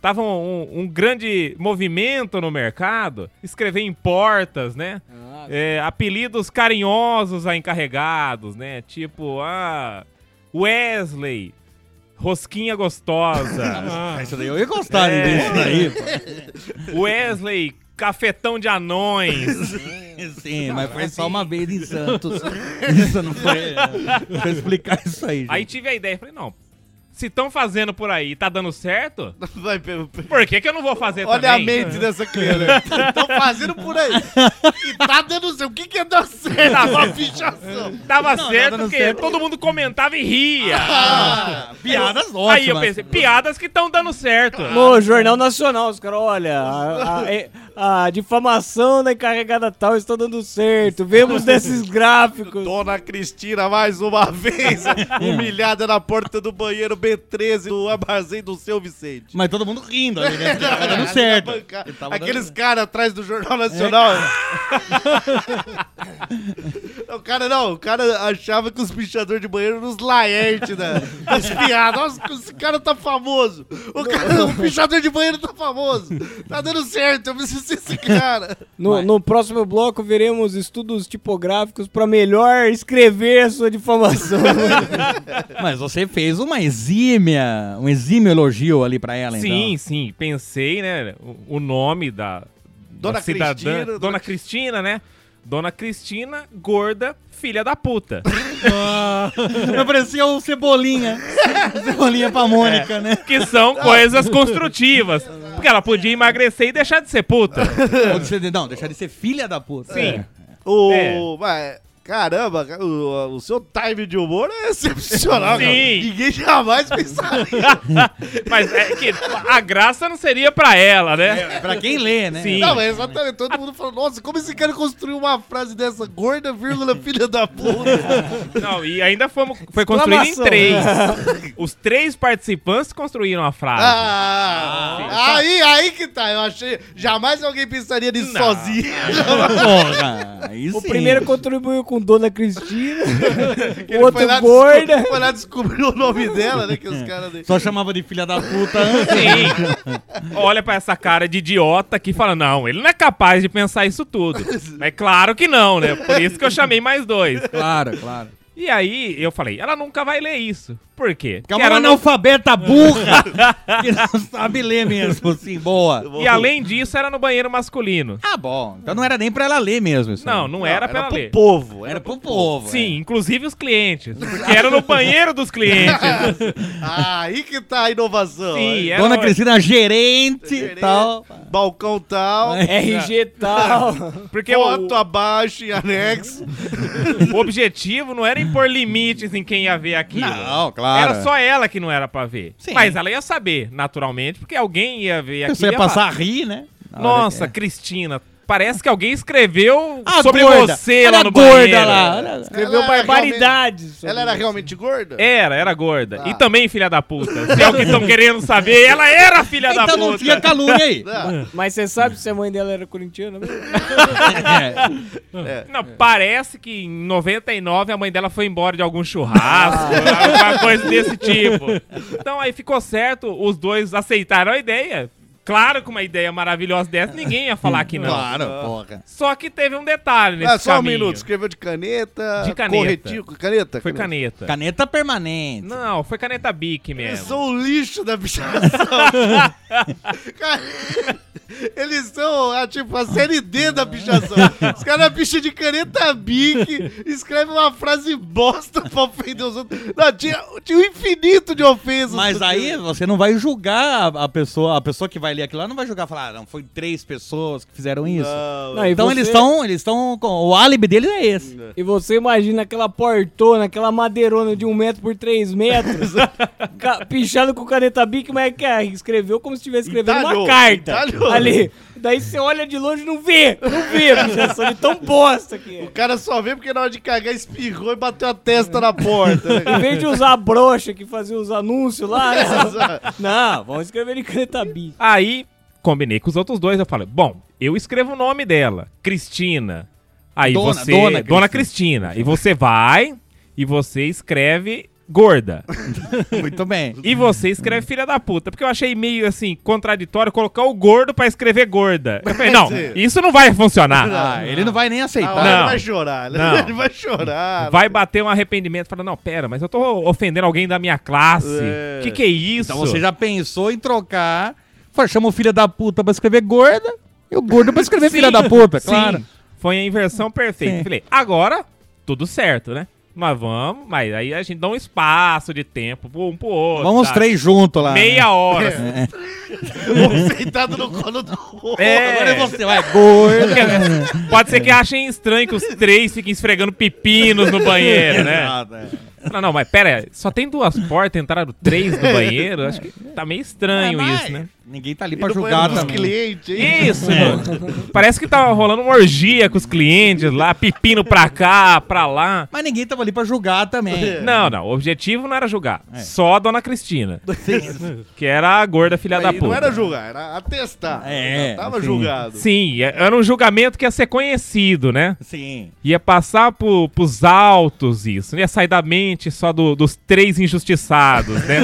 G: tava um, um grande movimento no mercado, escrever em portas, né?
D: Ah,
G: É, apelidos carinhosos a encarregados, né? Tipo, ah, Wesley, Rosquinha Gostosa,
D: [laughs] Ah, isso daí eu ia gostar
C: É.
D: disso daí. pô.
G: Wesley, Cafetão de Anões.
D: Sim, mas foi só uma vez em
C: [laughs]
D: Santos. Isso não foi. é. Deixa eu explicar isso aí. gente.
G: Aí tive a ideia, falei, não, se estão fazendo por aí e tá dando certo,
C: Vai, pe- pe-
G: por que que eu não vou fazer
C: Olha a
G: também?
D: É.
C: mente dessa criança. Estão fazendo por aí. E tá dando certo. O que que é dar certo?
G: Tá
C: Uma [laughs]
G: certo.
C: fichação.
G: Tava
D: Não,
G: certo
D: tá dando
G: porque
D: certo.
G: todo mundo comentava e ria.
D: [laughs] Ah, piadas ótimas.
G: Aí eu pensei, piadas que estão dando certo.
E: No Jornal Nacional, os caras, olha, a, a- é- a difamação da encarregada tal está dando certo. Vemos nesses gráficos.
C: Dona Cristina, mais uma [laughs] vez,
D: [laughs] É.
C: humilhada na porta do banheiro B13 do armazém do seu Vicente. tá
D: Mas todo mundo rindo ali, né? Porque Tava dando certo.
C: [laughs] Na banca-
D: Porque tava dando- É.
C: Aqueles caras atrás do Jornal Nacional. o cara [laughs] não, o cara achava que os pichadores de banheiro eram os laerte da, dos piados. Nossa, esse cara tá famoso. O, cara, o pichador de banheiro tá famoso. Tá dando certo, eu preciso ser esse cara.
E: No, no próximo bloco veremos estudos tipográficos para melhor escrever a
C: [laughs]
E: sua difamação.
D: Mas você fez uma exímia, um exímio elogio ali pra ela,
G: Sim,
D: então.
G: sim, pensei, né? o- O nome da, da
C: Dona
G: cidadã,
C: Cristina,
G: Dona,
C: Dona
G: Cristina, né? Dona Cristina, gorda, filha da puta. [laughs]
D: [laughs] Eu parecia o Cebolinha. Cebolinha pra Mônica, né?
G: Que são coisas construtivas. Porque ela podia emagrecer e deixar de ser puta.
D: Ou de ser- Não, deixar de ser filha da puta.
G: Sim.
C: O,
G: É.
C: mas, caramba, ca- o, o seu time de humor é
G: [laughs]
C: excepcional, cara.
G: Sim.
C: Ninguém jamais
G: [laughs]
C: pensaria.
G: Mas é que a graça não seria pra ela, né?
D: Pra quem lê, né?
G: Sim.
C: Não, é exatamente. Todo mundo falou, nossa, como esse cara construiu uma frase dessa gorda,
G: [laughs]
C: vírgula, filha da puta?
G: Não, e ainda fomos, foi construído em
E: Exclamação.
G: três. Os três participantes construíram a frase.
C: Ah, aí, aí que tá. Eu achei. Jamais alguém pensaria nisso
G: Não. [laughs]
C: sozinho.
D: Porra, aí
E: o
D: sim.
E: primeiro contribuiu com Dona
C: [laughs]
E: Cristina, o
C: Ele
E: outro
C: lá,
E: gorda.
C: descobriu- Foi lá descobrir o nome dela, né? Que
D: [laughs]
C: os caras.
D: Só chamava de filha da puta antes.
G: Sim. Olha pra essa cara de idiota aqui e fala: Não, ele não é capaz de pensar isso tudo. Mas claro que não, né? Por isso que eu chamei mais dois.
D: Claro, claro.
G: E aí eu falei: Ela nunca vai ler isso. Por quê?
D: Que é
G: ela
D: uma analfabeta burra [laughs] que não sabe ler mesmo, assim, boa.
G: E além disso, era no banheiro masculino.
D: Ah, bom. Então não era nem pra ela ler mesmo isso.
G: Não,
D: aí.
G: não era pra ela
C: pro
G: ler.
C: povo. Era
D: Era pro povo.
G: Sim, inclusive os clientes. Porque era no banheiro
D: [laughs]
G: dos clientes.
C: Ah, aí que tá a inovação.
G: Sim,
C: Aí,
D: é.
G: era
D: Dona Cristina, gerente e
C: Gerente.
D: tal.
C: Balcão tal.
D: É.
E: RG tal.
G: Porque o,
C: Foto é abaixo em anexo.
G: o objetivo não era impor limites em quem ia ver aquilo.
D: [laughs] Não, claro.
G: Era só ela que não era pra ver.
D: Sim.
G: Mas ela ia saber, naturalmente, porque alguém ia ver
D: [laughs]
G: aquilo.
D: Você
G: e
D: ia passar a rir, né? Na hora
G: é Nossa,
D: que-
G: Cristina, parece que alguém escreveu
D: A
G: sobre
D: Ah, gorda.
G: você
D: Olha
G: lá
D: a
G: no
D: gorda
G: banheiro.
D: lá. olha-
E: Escreveu
C: Ela era
E: barbaridades.
C: Ela era realmente gorda?
G: Era, era gorda.
C: Ah.
G: E também filha da
D: [laughs]
G: puta. Se é o que estão querendo saber, ela era filha da
D: Então
G: puta.
D: não tinha calúnia
G: [laughs]
D: aí.
C: Ah,
E: Mas você sabe se a mãe dela era corintiana mesmo? [laughs]
D: É.
G: Não, parece que em 99 a mãe dela foi embora de algum churrasco,
D: Ah.
G: [laughs] alguma coisa desse tipo. Então aí ficou certo, os dois aceitaram a ideia. Claro que uma ideia maravilhosa dessa ninguém ia falar que não.
D: Claro, É, porra.
G: Só que teve um detalhe nesse
C: Ah, só
G: caminho.
C: um minuto. Escreveu de caneta.
G: De caneta.
C: Corretivo. Caneta?
G: Foi caneta.
D: Caneta permanente.
G: Não, foi caneta Bic
C: Eles
G: mesmo.
C: são o lixo da
G: [laughs]
C: bichação. Cara, Eles são, ah, tipo, a série D da bichação. Os caras bicham de caneta bic, escrevem uma frase bosta pra ofender os outros. Não, tinha, tinha um infinito de ofensas.
D: Mas aí você não vai julgar a a pessoa, a pessoa que vai ler aquilo lá não vai julgar falar, ah, não, foi três pessoas que fizeram isso.
E: Não, e
D: Então
E: você-
D: eles estão, eles estão, o álibi deles é esse.
E: E você imagina aquela portona, aquela madeirona de um metro por três metros, ca- pichado com caneta bic, mas que ah, escreveu como se estivesse escrevendo
C: Entalhou,
E: uma carta.
C: entalhou.
E: Ali. Daí você olha de longe e não vê. Não vê a pichação de tão bosta que
C: [laughs]
E: é.
C: O cara só vê porque na hora de cagar espirrou e bateu a testa na porta.
E: Em
G: [laughs]
C: né?
E: vez de usar a brocha que fazia os anúncios lá, né? Não, vamos escrever em caneta bic.
G: Aí, combinei com os outros dois, eu falei, bom, eu escrevo o nome dela, Cristina. Aí
D: Dona-
G: você,
D: Dona
G: Dona, Cristina. E você vai e você escreve gorda.
D: Muito
G: [laughs]
D: bem.
G: E você escreve filha da puta, porque eu achei meio assim contraditório colocar o gordo pra escrever gorda. Eu falei, não,
C: Mas, é.
G: isso não vai funcionar.
D: Ah, ele não vai nem
C: Na hora
D: aceitar.
C: ele
G: Não.
C: vai chorar, né?
G: Não.
C: Ele vai chorar.
G: Vai bater um arrependimento, falando, não, pera, mas eu tô ofendendo alguém da minha classe.
C: É.
G: Que que é isso?
D: Então você já pensou em trocar, Fala, chama o filho da puta pra escrever gorda e o gordo pra escrever filha da puta,
G: [laughs] Sim,
D: claro.
G: Foi a inversão perfeita.
D: Sim.
G: Falei, agora, tudo certo, né? Nós vamos, mas aí a gente dá um espaço de tempo pro- um pro outro.
D: Vamos os
G: sabe?
D: três juntos lá.
G: Meia
D: né?
G: hora.
C: Um
G: [laughs]
C: sentado no colo do outro.
G: É.
D: Agora é você vai gorda.
G: Quer dizer, Pode ser que achem estranho que os três fiquem esfregando pepinos no banheiro, né?
D: Exato, é.
G: Não, não, mas pera, aí, só tem duas portas, entraram três no banheiro. Acho que tá meio estranho
D: É,
G: isso,
D: mas
G: né?
D: Ninguém tá ali
C: E
D: pra
C: no
D: julgar
C: banheiro dos
D: também.
C: clientes, hein?
G: Isso,
D: É.
G: mano. Parece que tava rolando uma orgia com os clientes lá, pepino pra cá, pra lá.
D: Mas ninguém tava ali pra julgar também.
C: É.
G: Não, não. O objetivo não era julgar. Só a
C: [laughs]
G: dona Cristina. que era a gorda filha da
C: Mas
G: puta. assim.
C: não era julgar, era atestar.
D: É,
C: Já tava
D: sim.
C: julgado.
G: Sim, é- era um julgamento que ia ser conhecido, né?
D: Sim. [laughs]
G: Ia passar pro, pros altos isso. Não ia sair da mente só do- dos três injustiçados,
C: [laughs]
G: né?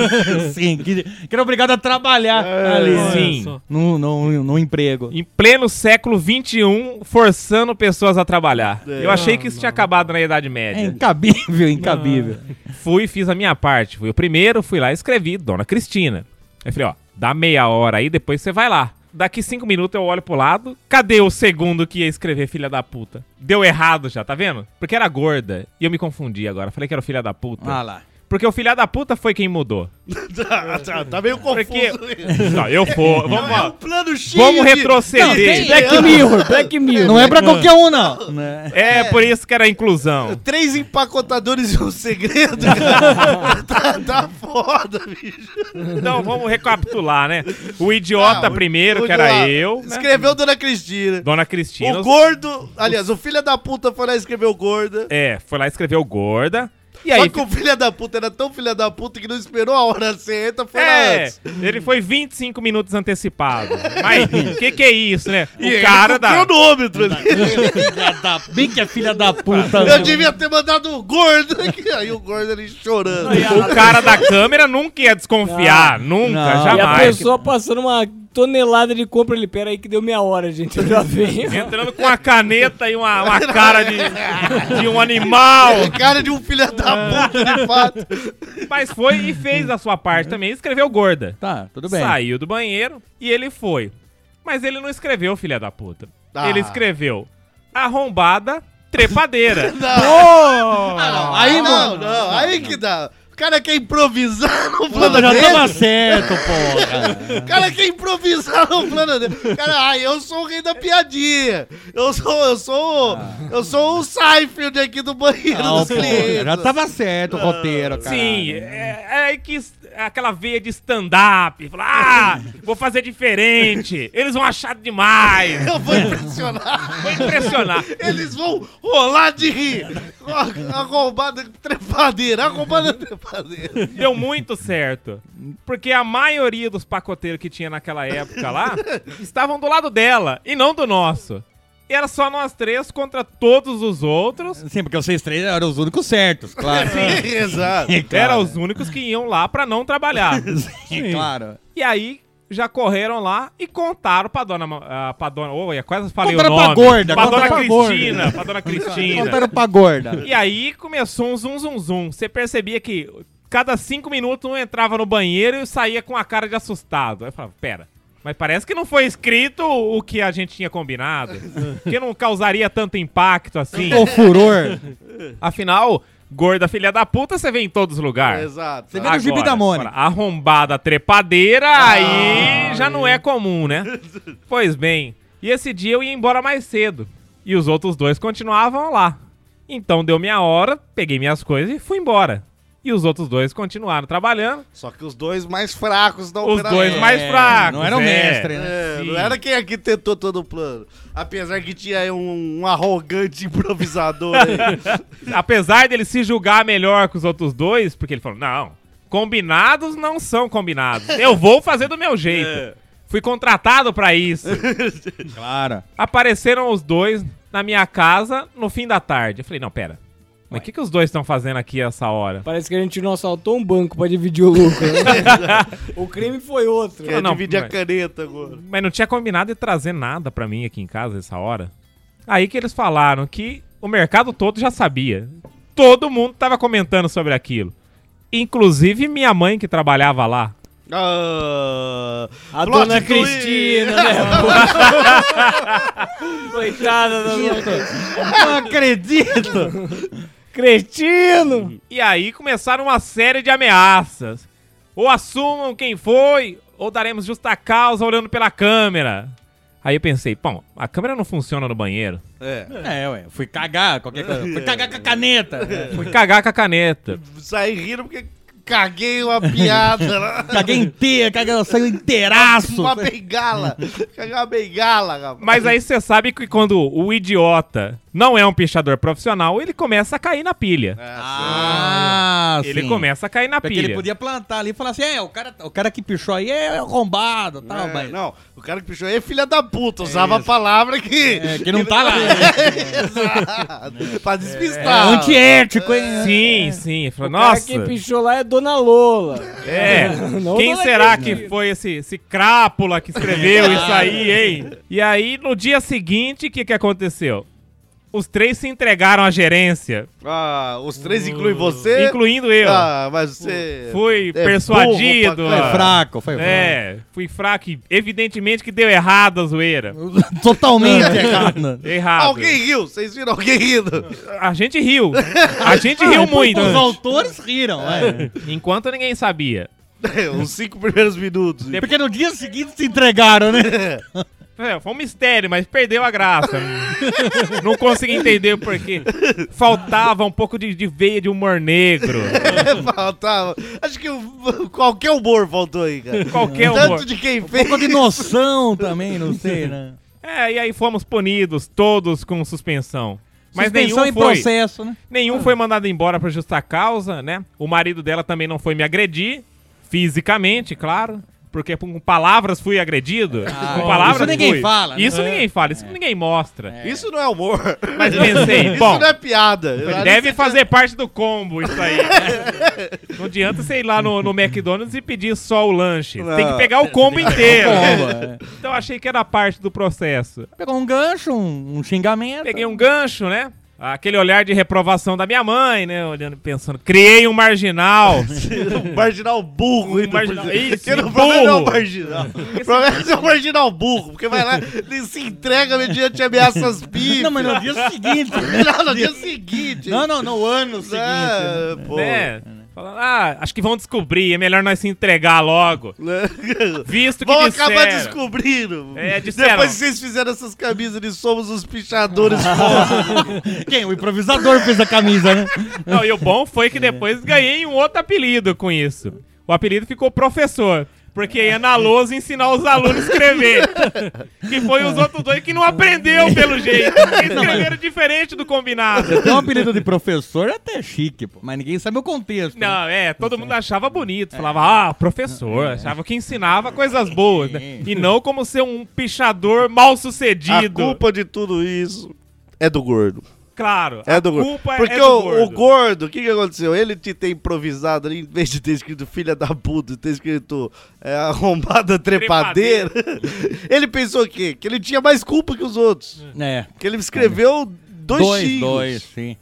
D: Sim, que, que era obrigado a trabalhar ali.
G: Sim.
D: No, no, no emprego.
G: Em pleno século XXI, forçando pessoas a trabalhar.
C: É. tá.
G: Eu achei que isso tinha acabado na Idade
D: É
G: Média.
D: incabível, incabível.
G: Fui, fiz a minha parte. Fui o primeiro, fui lá e escrevi, Dona Cristina. Aí falei, ó, dá meia hora aí, depois você vai lá. Daqui cinco minutos eu olho pro lado. Cadê o segundo que ia escrever filha da puta? Deu errado já, tá vendo? Porque era gorda. E eu me confundi agora. Falei que era o filha da puta.
D: Ah lá.
G: Porque o filha da puta foi quem mudou.
C: [laughs] tá, tá, tá meio confuso.
G: Porque-
C: mesmo.
G: Não,
C: [laughs]
G: eu for. Vamos,
C: É um
G: lá.
C: plano cheio
G: Vamos
C: de-
D: Não, tem-
G: retroceder.
E: Black Mirror, Black Mirror.
D: Não é pra qualquer um, não. Né?
G: É por isso que era a inclusão.
C: Três empacotadores e um
G: [laughs]
C: segredo, cara. tá, tá foda, bicho.
G: Então vamos recapitular, né? O idiota
C: Não,
G: primeiro,
C: Ah, o-
G: que era
C: o-
G: eu. né?
C: Escreveu Dona Cristina.
G: Dona Cristina.
C: O gordo. Aliás, o filho da puta foi lá e escreveu gorda.
G: É, foi lá e escreveu gorda. E
C: Só
G: aí.
C: que o filho da puta era tão filho da puta que não esperou a hora certa, foi lá
G: É,
C: antes.
G: ele foi 25 minutos antecipado. Mas o que, que é isso, né? O
C: E
G: cara
C: ele com
G: da.
C: cronômetro.
D: Filha da- Bem que é filha da puta.
C: tá Eu devia ter mandado o gordo aqui. Aí o gordo ali chorando.
G: O cara da câmera nunca ia desconfiar. nunca,
D: Não.
E: E a
G: jamais.
E: pessoa passando uma tonelada de compra ali. Pera aí que deu meia hora, gente. Eu já venho.
G: Entrando com uma caneta e uma, uma cara de, de um animal.
C: Cara de um filho
G: É.
C: da puta, de fato.
G: Mas foi e fez a sua parte também. Escreveu gorda.
D: Tá, tudo bem.
G: Saiu do banheiro e ele foi. Mas ele não escreveu, filha da puta.
C: Ah.
G: Ele escreveu arrombada trepadeira.
C: Aí não, não, aí que dá. O cara quer improvisar [laughs] no plano
D: já
C: dele.
D: tava certo,
G: [laughs] um
D: porra.
C: O cara quer improvisar [laughs] no plano dele. O Cara, ai, eu sou o rei da piadinha. Eu sou, eu sou, eu sou o Seinfeld aqui do banheiro
G: Ah,
D: Não,
C: dos
D: porra.
C: clientes.
D: Já
G: tá
D: tava certo o roteiro, cara.
G: Sim,
D: né?
G: é, é aí que s- aquela veia de stand-up. Fala, ah,
D: [laughs]
G: vou fazer diferente. Eles vão achar
C: [laughs]
G: demais.
C: Eu vou impressionar.
G: É. Vou impressionar.
C: Eles vão rolar de rir. Arrombada trepadeira, arrombada trepadeira.
G: Deu muito certo. Porque a maioria dos pacoteiros que tinha naquela
D: [laughs]
G: época lá estavam do lado dela e não do nosso. E era só nós três contra todos os outros.
D: Sim, porque vocês três eram os únicos certos, claro. [laughs]
C: Exato.
D: Sim, claro. [laughs]
G: Eram os únicos que iam lá pra não trabalhar.
D: Sim, claro.
G: E aí já correram lá e contaram pra dona. ah, pra dona olha, quase falei
D: Contaram
G: o
D: pra
G: nome.
D: gorda,
G: Pra
D: contaram
G: dona
D: pra gorda.
G: Cristina. Pra dona Cristina.
D: Contaram Então, pra gorda.
G: E aí começou um zum, zum, zum. Você percebia que cada cinco minutos um entrava no banheiro e saía com a cara de assustado. Aí eu falava, pera. Mas parece que não foi escrito o que a gente tinha combinado. que não causaria tanto impacto assim.
D: O furor.
G: Afinal, gorda filha da puta, você vê em todos os lugares.
C: Exato.
D: Você vê no gibi da Mônica. Ah.
G: agora, arrombada trepadeira, aí já não é
D: [laughs]
G: comum, né? pois bem, e esse dia eu ia embora mais cedo. E os outros dois continuavam lá. Então deu minha hora, peguei minhas coisas e fui embora. E os outros dois continuaram trabalhando.
C: Só que os dois mais fracos da
G: Os dois
C: operação.
G: mais fracos.
D: É, Não era o
G: é.
D: mestre, né?
C: É, não
G: Sim.
C: era quem aqui tentou todo o plano. Apesar que tinha aí um, um arrogante improvisador
G: [laughs]
C: aí.
G: Apesar dele se julgar melhor que os outros dois, porque ele falou: não, combinados não são combinados. Eu vou fazer do
D: [laughs]
G: meu jeito.
D: É.
G: Fui contratado pra isso.
D: Claro.
G: Apareceram os dois na minha casa no fim da tarde. Eu falei: não, pera. Mas o que, que os dois estão fazendo aqui essa hora?
E: Parece que a gente não assaltou um banco pra dividir o lucro. né? o crime foi outro.
C: Quer
G: Ah, não,
C: dividir a
G: mas-
C: caneta agora.
G: Mas não tinha combinado de trazer nada pra mim aqui em casa essa hora. Aí que eles falaram que o mercado todo já sabia. Todo mundo tava comentando sobre aquilo. Inclusive minha mãe que trabalhava lá.
C: Ah,
E: A
C: plot
E: dona
C: twist.
E: Cristina, né? Coitada da dona Cristina.
D: Não acredito.
E: [laughs] Cretino!
G: E aí começaram uma série de ameaças. Ou assumam quem foi, ou daremos justa causa olhando pela câmera. Aí eu pensei, bom, a câmera não funciona no banheiro.
C: [laughs] É.
D: É, ué. Fui cagar, qualquer coisa. Fui cagar com a caneta.
G: Fui
E: [laughs]
G: cagar com a caneta.
C: Saí rindo porque caguei uma piada. né?
D: [laughs] Caguei inteira, caguei, saiu inteiraço.
C: uma bengala. Caguei uma bengala, rapaz.
G: Mas aí você sabe que quando o idiota não é um pichador profissional, ele começa a cair na pilha.
D: Ah,
G: ele
D: sim.
G: começa a cair na
D: Porque
G: pilha.
D: ele podia plantar ali e falar assim, é, o cara, o cara que pichou aí é arrombado e tal,
C: É,
D: mas...
C: Não, o cara que pichou aí é filha da puta. Usava a palavra que.
D: É, que não tá lá.
C: Exato. [laughs] pra
D: É,
C: despistar.
D: antiético, hein?
G: Ah. Sim, sim. Ele falou,
E: O cara
G: nossa.
E: que pichou lá é Dona Lola.
G: É.
E: Não
G: Quem
E: dona
G: será que
E: Cristina.
G: foi esse, esse crápula que escreveu isso
C: [laughs]
G: aí, hein? E aí, no dia seguinte, o que, que aconteceu? Os três se entregaram à gerência,
C: Ah, os três
D: Uh,
C: incluem você.
G: incluindo eu.
C: Ah, mas você. é
G: Fui
C: burro
G: persuadido.
C: pra
D: Foi
C: caralho.
D: fraco, foi fraco.
G: É, fui fraco e evidentemente que deu errado a zoeira. [laughs]
D: Totalmente
G: É.
D: errado.
G: Errado.
C: Alguém riu, vocês viram alguém rindo? [laughs]
G: A gente riu. A gente
C: Ah,
G: riu muito. né?
D: Os autores riram, é.
G: Enquanto ninguém sabia.
C: É, Os cinco primeiros minutos.
D: Porque no dia seguinte se entregaram, né?
G: É, foi um mistério, mas perdeu a graça. Não consegui entender o porquê. Faltava um pouco de, de veia de humor negro.
C: É, Faltava. Acho que o- qualquer humor faltou aí, cara.
G: Qualquer
C: Um
G: um.
C: Tanto
G: humor.
C: de quem fez.
D: pouco de noção também, não sei, né?
G: É, e aí fomos punidos, todos com suspensão. Mas
D: Suspensão
G: nenhum
D: em
G: foi.
D: processo, né?
G: Nenhum foi mandado embora por justa causa, né? O marido dela também não foi me agredir, fisicamente, claro. Porque com palavras fui agredido. com
D: bom,
G: palavras
D: Ah, isso ninguém
G: fui.
D: fala, né?
G: Isso ninguém fala, isso ninguém mostra.
C: Isso não é humor.
G: Mas pensei,
C: Isso
G: bom,
C: não é piada.
G: deve
D: tá-
G: fazer parte do combo isso aí. não adianta você ir lá no, no McDonald's e pedir só o lanche. Você Tem que
C: Não.
G: pegar o combo inteiro.
D: Bomba. é.
G: Então eu achei que era parte do processo.
D: Pegou um gancho, um, um xingamento.
G: Peguei um gancho, né? Aquele olhar de reprovação da minha mãe, né? Olhando, e pensando, criei
C: [laughs]
G: um marginal.
C: um marginal burro. ainda por
G: Um marginal-
C: cima.
G: Isso, um
C: Porque
G: burro.
C: o problema não é o marginal. O problema é o marginal burro. Porque vai lá e se entrega mediante ameaças bíblicas.
D: Não, mas no dia seguinte. né?
C: Não, no dia seguinte.
D: Não, não, no ano seguinte. né?
C: É, pô.
G: né? Falando, ah, acho que vão descobrir, é melhor nós se entregar logo.
C: Né?
G: Visto que
C: Vão
G: disseram.
C: acabar descobrindo.
G: É, disseram.
C: Depois que vocês fizeram essas camisas de somos os pichadores.
G: [laughs]
C: Pô,
D: Quem? O improvisador fez a camisa, né?
G: Não, e o bom foi
C: É.
G: que depois ganhei um outro apelido com isso. O apelido ficou professor. Porque ia na lousa ensinar os alunos a escrever. que foi os outros dois que não aprendeu
C: [laughs]
G: pelo jeito. que Escreveram diferente do combinado.
D: Tem um apelido de professor é até chique, pô. Mas ninguém sabe o contexto. né?
G: Não, é, todo mundo achava
C: É.
G: bonito, falava, ah, professor, achava que ensinava coisas boas, né? E não como ser um pichador mal
C: a
G: sucedido.
C: culpa de tudo isso é do gordo.
G: claro.
C: É
G: a
C: do gordo.
G: culpa
C: Porque
G: é
C: o,
G: do gordo.
C: o gordo, o que, que aconteceu? Ele te ter improvisado ali, em vez de ter escrito filha da puta, ter escrito é, arrombada trepadeira. [laughs] ele pensou o quê? Que ele tinha mais culpa que os outros.
D: É.
C: Que ele escreveu dois,
D: dois,
C: xingos.
D: dois, sim.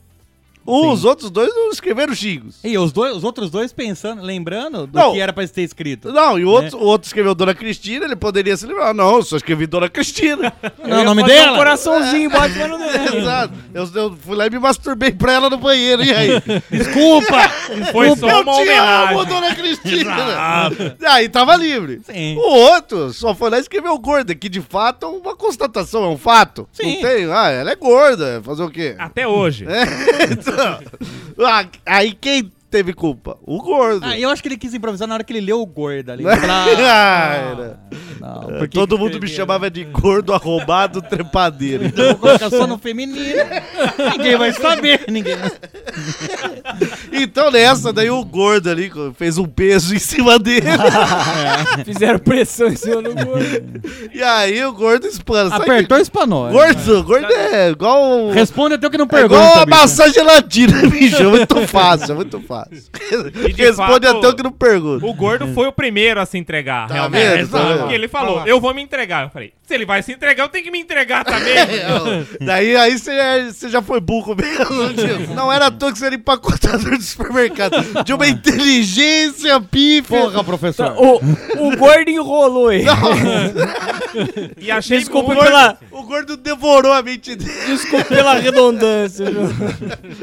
C: Um, os outros dois não escreveram xingos.
D: E os, dois, os outros dois pensando, lembrando do
C: Não.
D: que era pra ter escrito.
C: Não, e o outro, o outro escreveu Dona Cristina, ele poderia se lembrar. Não, eu só escrevi Dona
G: [laughs]
C: Cristina.
D: Não, o nome
E: Bota
D: dela? [laughs]
E: Um coraçãozinho, bate mas não deu.
C: Exato. Eu, eu fui lá e me masturbei pra ela no banheiro, e aí?
D: Desculpa!
G: Foi só
C: eu
G: uma
C: te amo,
G: homenagem.
C: Dona Cristina. né? [laughs] aí tava livre.
D: Sim.
C: O outro só foi lá e escreveu gorda, que de fato é uma constatação, é um fato.
D: Sim. Ah.
C: Não tem? Ah, ela é gorda. Fazer o quê? [laughs]
G: Até hoje.
C: É. Então, ah, aí quem teve culpa? O gordo. [laughs]
D: [laughs] Ah, eu acho que ele quis improvisar na hora que ele leu o gordo ali.
C: Né?
D: Pra...
C: Ah, era.
D: Não, por que
C: Todo
D: que
C: mundo me
D: escreveram?
C: chamava de gordo arrombado trepadeiro.
D: Então eu vou colocar só
C: [laughs]
D: no feminino. Ninguém vai saber. Ninguém vai...
C: Então nessa, daí o gordo ali co- fez um peso em cima
D: [laughs]
C: dele.
E: Fizeram pressão em cima do gordo.
C: e aí o gordo espana. Sabe
D: Apertou e espanou.
C: que- Gordo, gordo é igual.
D: Responde até o que não
C: É
D: pergunta.
C: igual
D: bicho.
C: amassar gelatina, [laughs] bicho. É muito fácil, é muito
G: [laughs]
C: fácil.
G: de
C: Responde
G: fato,
C: até o que não pergunta. [laughs]
G: O gordo foi o primeiro a se entregar,
C: Tá
G: realmente.
C: vendo?
G: É,
C: Tá
G: exato.
C: vendo?
G: Porque ele falou, eu vou me entregar. Eu falei, se ele vai se entregar, eu tenho que me entregar
C: [laughs]
G: também.
C: É, ó, Daí aí você é- você já foi burro mesmo.
G: tipo,
C: tio. [laughs] Não era à toa que você era empacotador do supermercado. De uma inteligência pífia. [laughs]
D: Porra, professor.
E: O, o gordo enrolou ele. [laughs]
G: e achei
E: Desculpa
G: muito-
E: pela,
C: O gordo devorou a mente dele.
E: desculpa pela redundância. viu?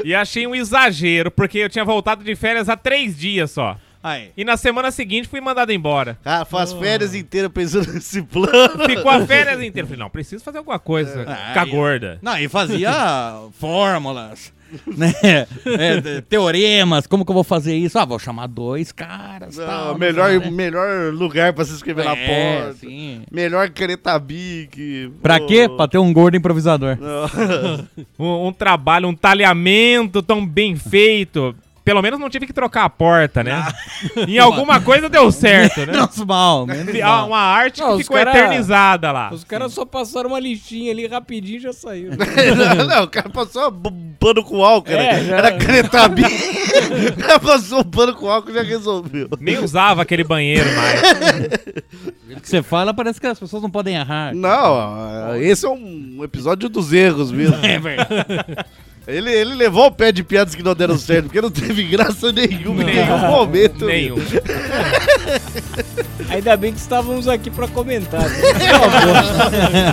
G: E achei um exagero, porque eu tinha voltado de férias há três dias só.
D: Aí.
G: E na semana seguinte fui mandado embora.
C: Ah, faz férias inteiras pensando nesse plano.
D: [laughs]
G: Ficou a férias inteira. Falei, não, preciso fazer alguma coisa com a
D: Aí,
G: gorda.
D: Não, e fazia [laughs] fórmulas, né? É, de- teoremas, como que eu vou fazer isso? Ah, vou chamar dois caras.
C: Não,
D: tal, não
C: melhor,
D: sei, né?
C: melhor lugar pra se inscrever na
D: É,
C: porta.
D: sim.
C: Melhor caneta Bic.
D: Pra
C: Pô.
D: quê? Pra ter um gordo [laughs] improvisador.
G: Um, um trabalho, um talhamento tão bem feito. Pelo menos não tive que trocar a porta, né? Em alguma coisa deu certo, né?
D: Menos mal, menos
G: Ah,
D: mal.
G: Uma arte
E: Não,
G: que
E: os
G: ficou
E: cara-
G: eternizada lá.
E: Os caras só passaram uma listinha ali rapidinho e já saiu.
C: não, não, o cara passou um pano com álcool, né?
E: É, já-
C: Era caneta Bic. o cara passou um pano com álcool e já resolveu.
G: Nem usava aquele banheiro mais.
D: O que você fala parece que as pessoas não podem errar.
C: Não, esse é um episódio dos erros mesmo.
D: É verdade.
C: Ele, ele levou o pé de piadas que não deram certo, porque não teve graça nenhuma em nenhum momento.
G: Nenhum.
E: Ainda bem que estávamos aqui pra comentar. né?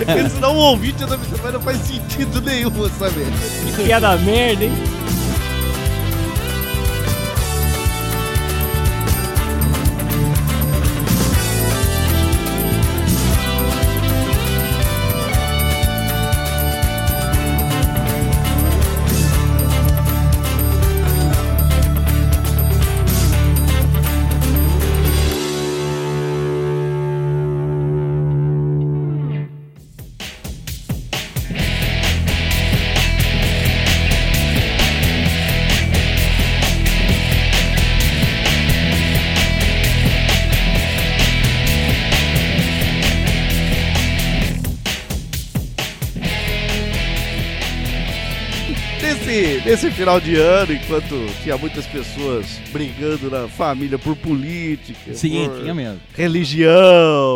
C: É, Porque senão o ouvinte da semana não faz sentido nenhum essa merda.
E: Que piada merda, hein?
C: Nesse, nesse final de ano, enquanto tinha muitas pessoas brigando na família por política,
D: Sim,
C: por
D: tinha mesmo.
C: religião,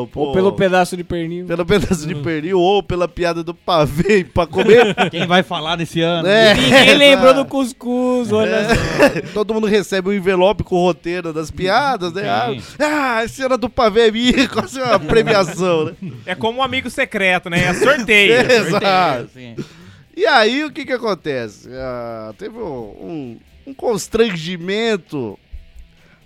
E: Ou
C: por-
E: pelo Hum. pedaço de pernil.
C: pelo pedaço de pernil ou pela piada do pavê [laughs] pra
E: [laughs]
C: comer.
D: Quem vai falar desse ano?
C: né?
E: Ninguém lembrou do cuscuz, olha só.
C: Todo mundo recebe um envelope com o roteiro das piadas, né? Ah, Ah, esse era do pavê minha, [laughs] quase é uma premiação,
E: [laughs]
C: né?
G: É como um amigo secreto, né? É sorteio.
C: Exato.
D: Sim.
C: E aí, o que que acontece? Ah, teve um, um- um constrangimento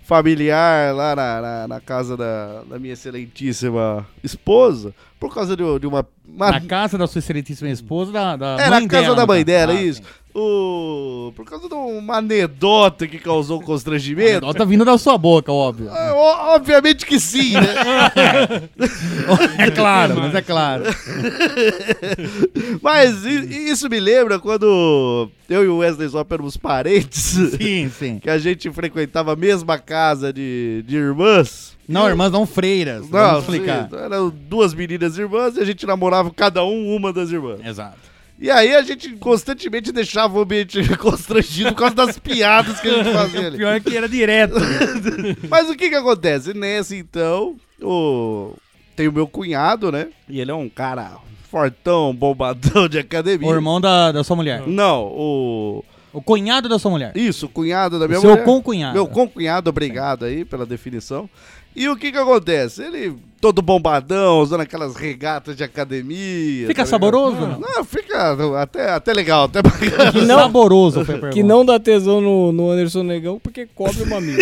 C: familiar lá na, na- na casa da, da minha excelentíssima esposa, por causa de, de uma... uma-
D: Na casa da sua excelentíssima esposa, da, da
C: é, na
D: mãe
C: casa
D: dela,
C: da
D: no
C: mãe
D: caso.
C: dela,
D: Ah,
C: isso.
D: sim.
C: O, por causa de uma anedota que causou um constrangimento.
D: Anedota tá vindo da sua boca, óbvio.
C: Ah, o- Obviamente que sim, né?
D: [laughs] É claro, mas é claro.
C: Mas i- i- isso me lembra quando eu e o Wesley Zop éramos parentes,
D: Sim,
C: [laughs]
D: sim.
C: que a gente frequentava a mesma casa de, de irmãs.
D: Não, irmãs, não freiras.
C: Não, tá.
D: vamos explicar.
C: sim, eram duas meninas irmãs e a gente namorava cada um uma das irmãs.
D: Exato.
C: E aí a gente constantemente deixava o ambiente [laughs] constrangido por causa das piadas que a gente fazia
D: [laughs]
C: ali.
I: Pior que era direto.
C: Mas o que que acontece? Nesse, então, o... tem o meu cunhado, né? E ele é um cara fortão, bombadão de academia.
D: O irmão da, da sua mulher.
C: Não, o...
D: O cunhado da sua mulher.
C: Isso, o cunhado da minha
D: Seu
C: mulher.
D: concunhado.
C: Meu concunhado, obrigado aí pela definição. E o que que acontece? Ele todo bombadão, usando aquelas regatas de academia.
D: Fica
C: tá ligado?
D: saboroso ou não?
C: Não, fica até, até legal, até bacana.
E: Que não-
D: Saboroso foi a pergunta.
E: Que não dá tesão no, no Anderson Negão porque cobre o mamilo.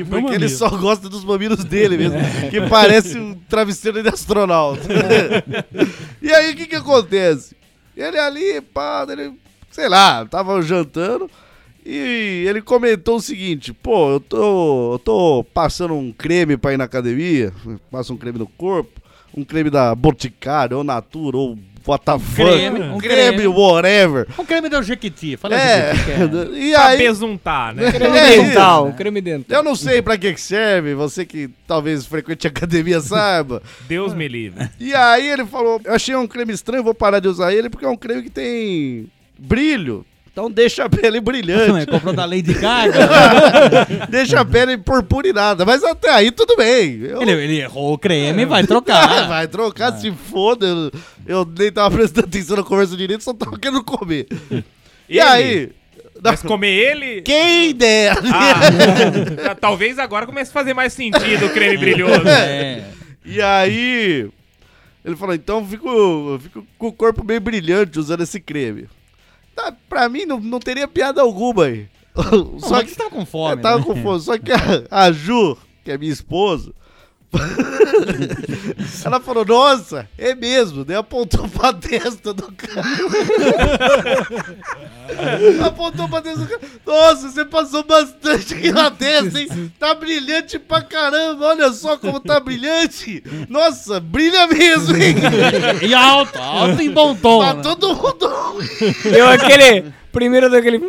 C: E porque ele só gosta dos mamilos dele mesmo,
D: É.
C: que parece um travesseiro de
D: [laughs]
C: astronauta. e aí o que que acontece? Ele ali, pá, ele, sei lá, tava jantando e ele comentou o seguinte: pô, eu tô, eu tô passando um creme pra ir na academia, passa um creme no corpo, um creme da Boticário, ou Natura, ou Botafogo.
D: creme, um
C: Um creme,
D: creme.
C: whatever.
D: O creme do Jequiti. Fala
C: É,
D: Jequiti, que é.
C: e
G: Pra
C: aí.
G: besuntar, né?
E: creme
C: É isso.
E: dental, creme dental.
C: Eu não sei pra que que serve, você que talvez frequente a academia [laughs] saiba.
G: Deus me livre.
C: E aí ele falou: Eu achei um creme estranho, vou parar de usar ele porque é um creme que tem brilho. Então deixa a pele
D: [laughs] Não, é,
C: brilhante,
D: comprou da Lady Gaga.
C: deixa a pele purpurinada. Mas até aí tudo bem. Eu-
D: ele, ele errou o creme,
C: [laughs]
D: vai
C: Ah,
D: trocar.
C: [laughs] vai trocar, se foda. Eu, eu nem tava prestando atenção na conversa direito, só tava querendo comer. E
G: Ele?
C: aí?
G: Mas comer ele.
C: Quem dera!
G: Ah, talvez agora comece a fazer mais sentido o creme brilhoso.
D: [laughs] É.
C: E aí, ele falou, então eu fico, eu fico com o corpo meio brilhante usando esse creme. Tá, pra mim, não, não teria piada alguma aí.
D: Não,
C: Só
D: mas
C: que,
D: você tava com
C: eu
D: fome.
C: tava
D: né?
C: com fome. Só
D: [laughs]
C: que a, a Ju, que é minha esposa, ela falou, nossa, é mesmo. Daí apontou pra testa do
D: [laughs]
C: cara. apontou pra testa do cara. Nossa, você passou bastante aqui na testa,
D: [laughs]
C: hein? Tá brilhante pra caramba. Olha só como tá brilhante. Nossa, brilha mesmo, hein?
D: E alto, alto em [laughs] bom tom.
C: Pra
D: né?
C: todo mundo.
E: Deu aquele. Primeiro daquele.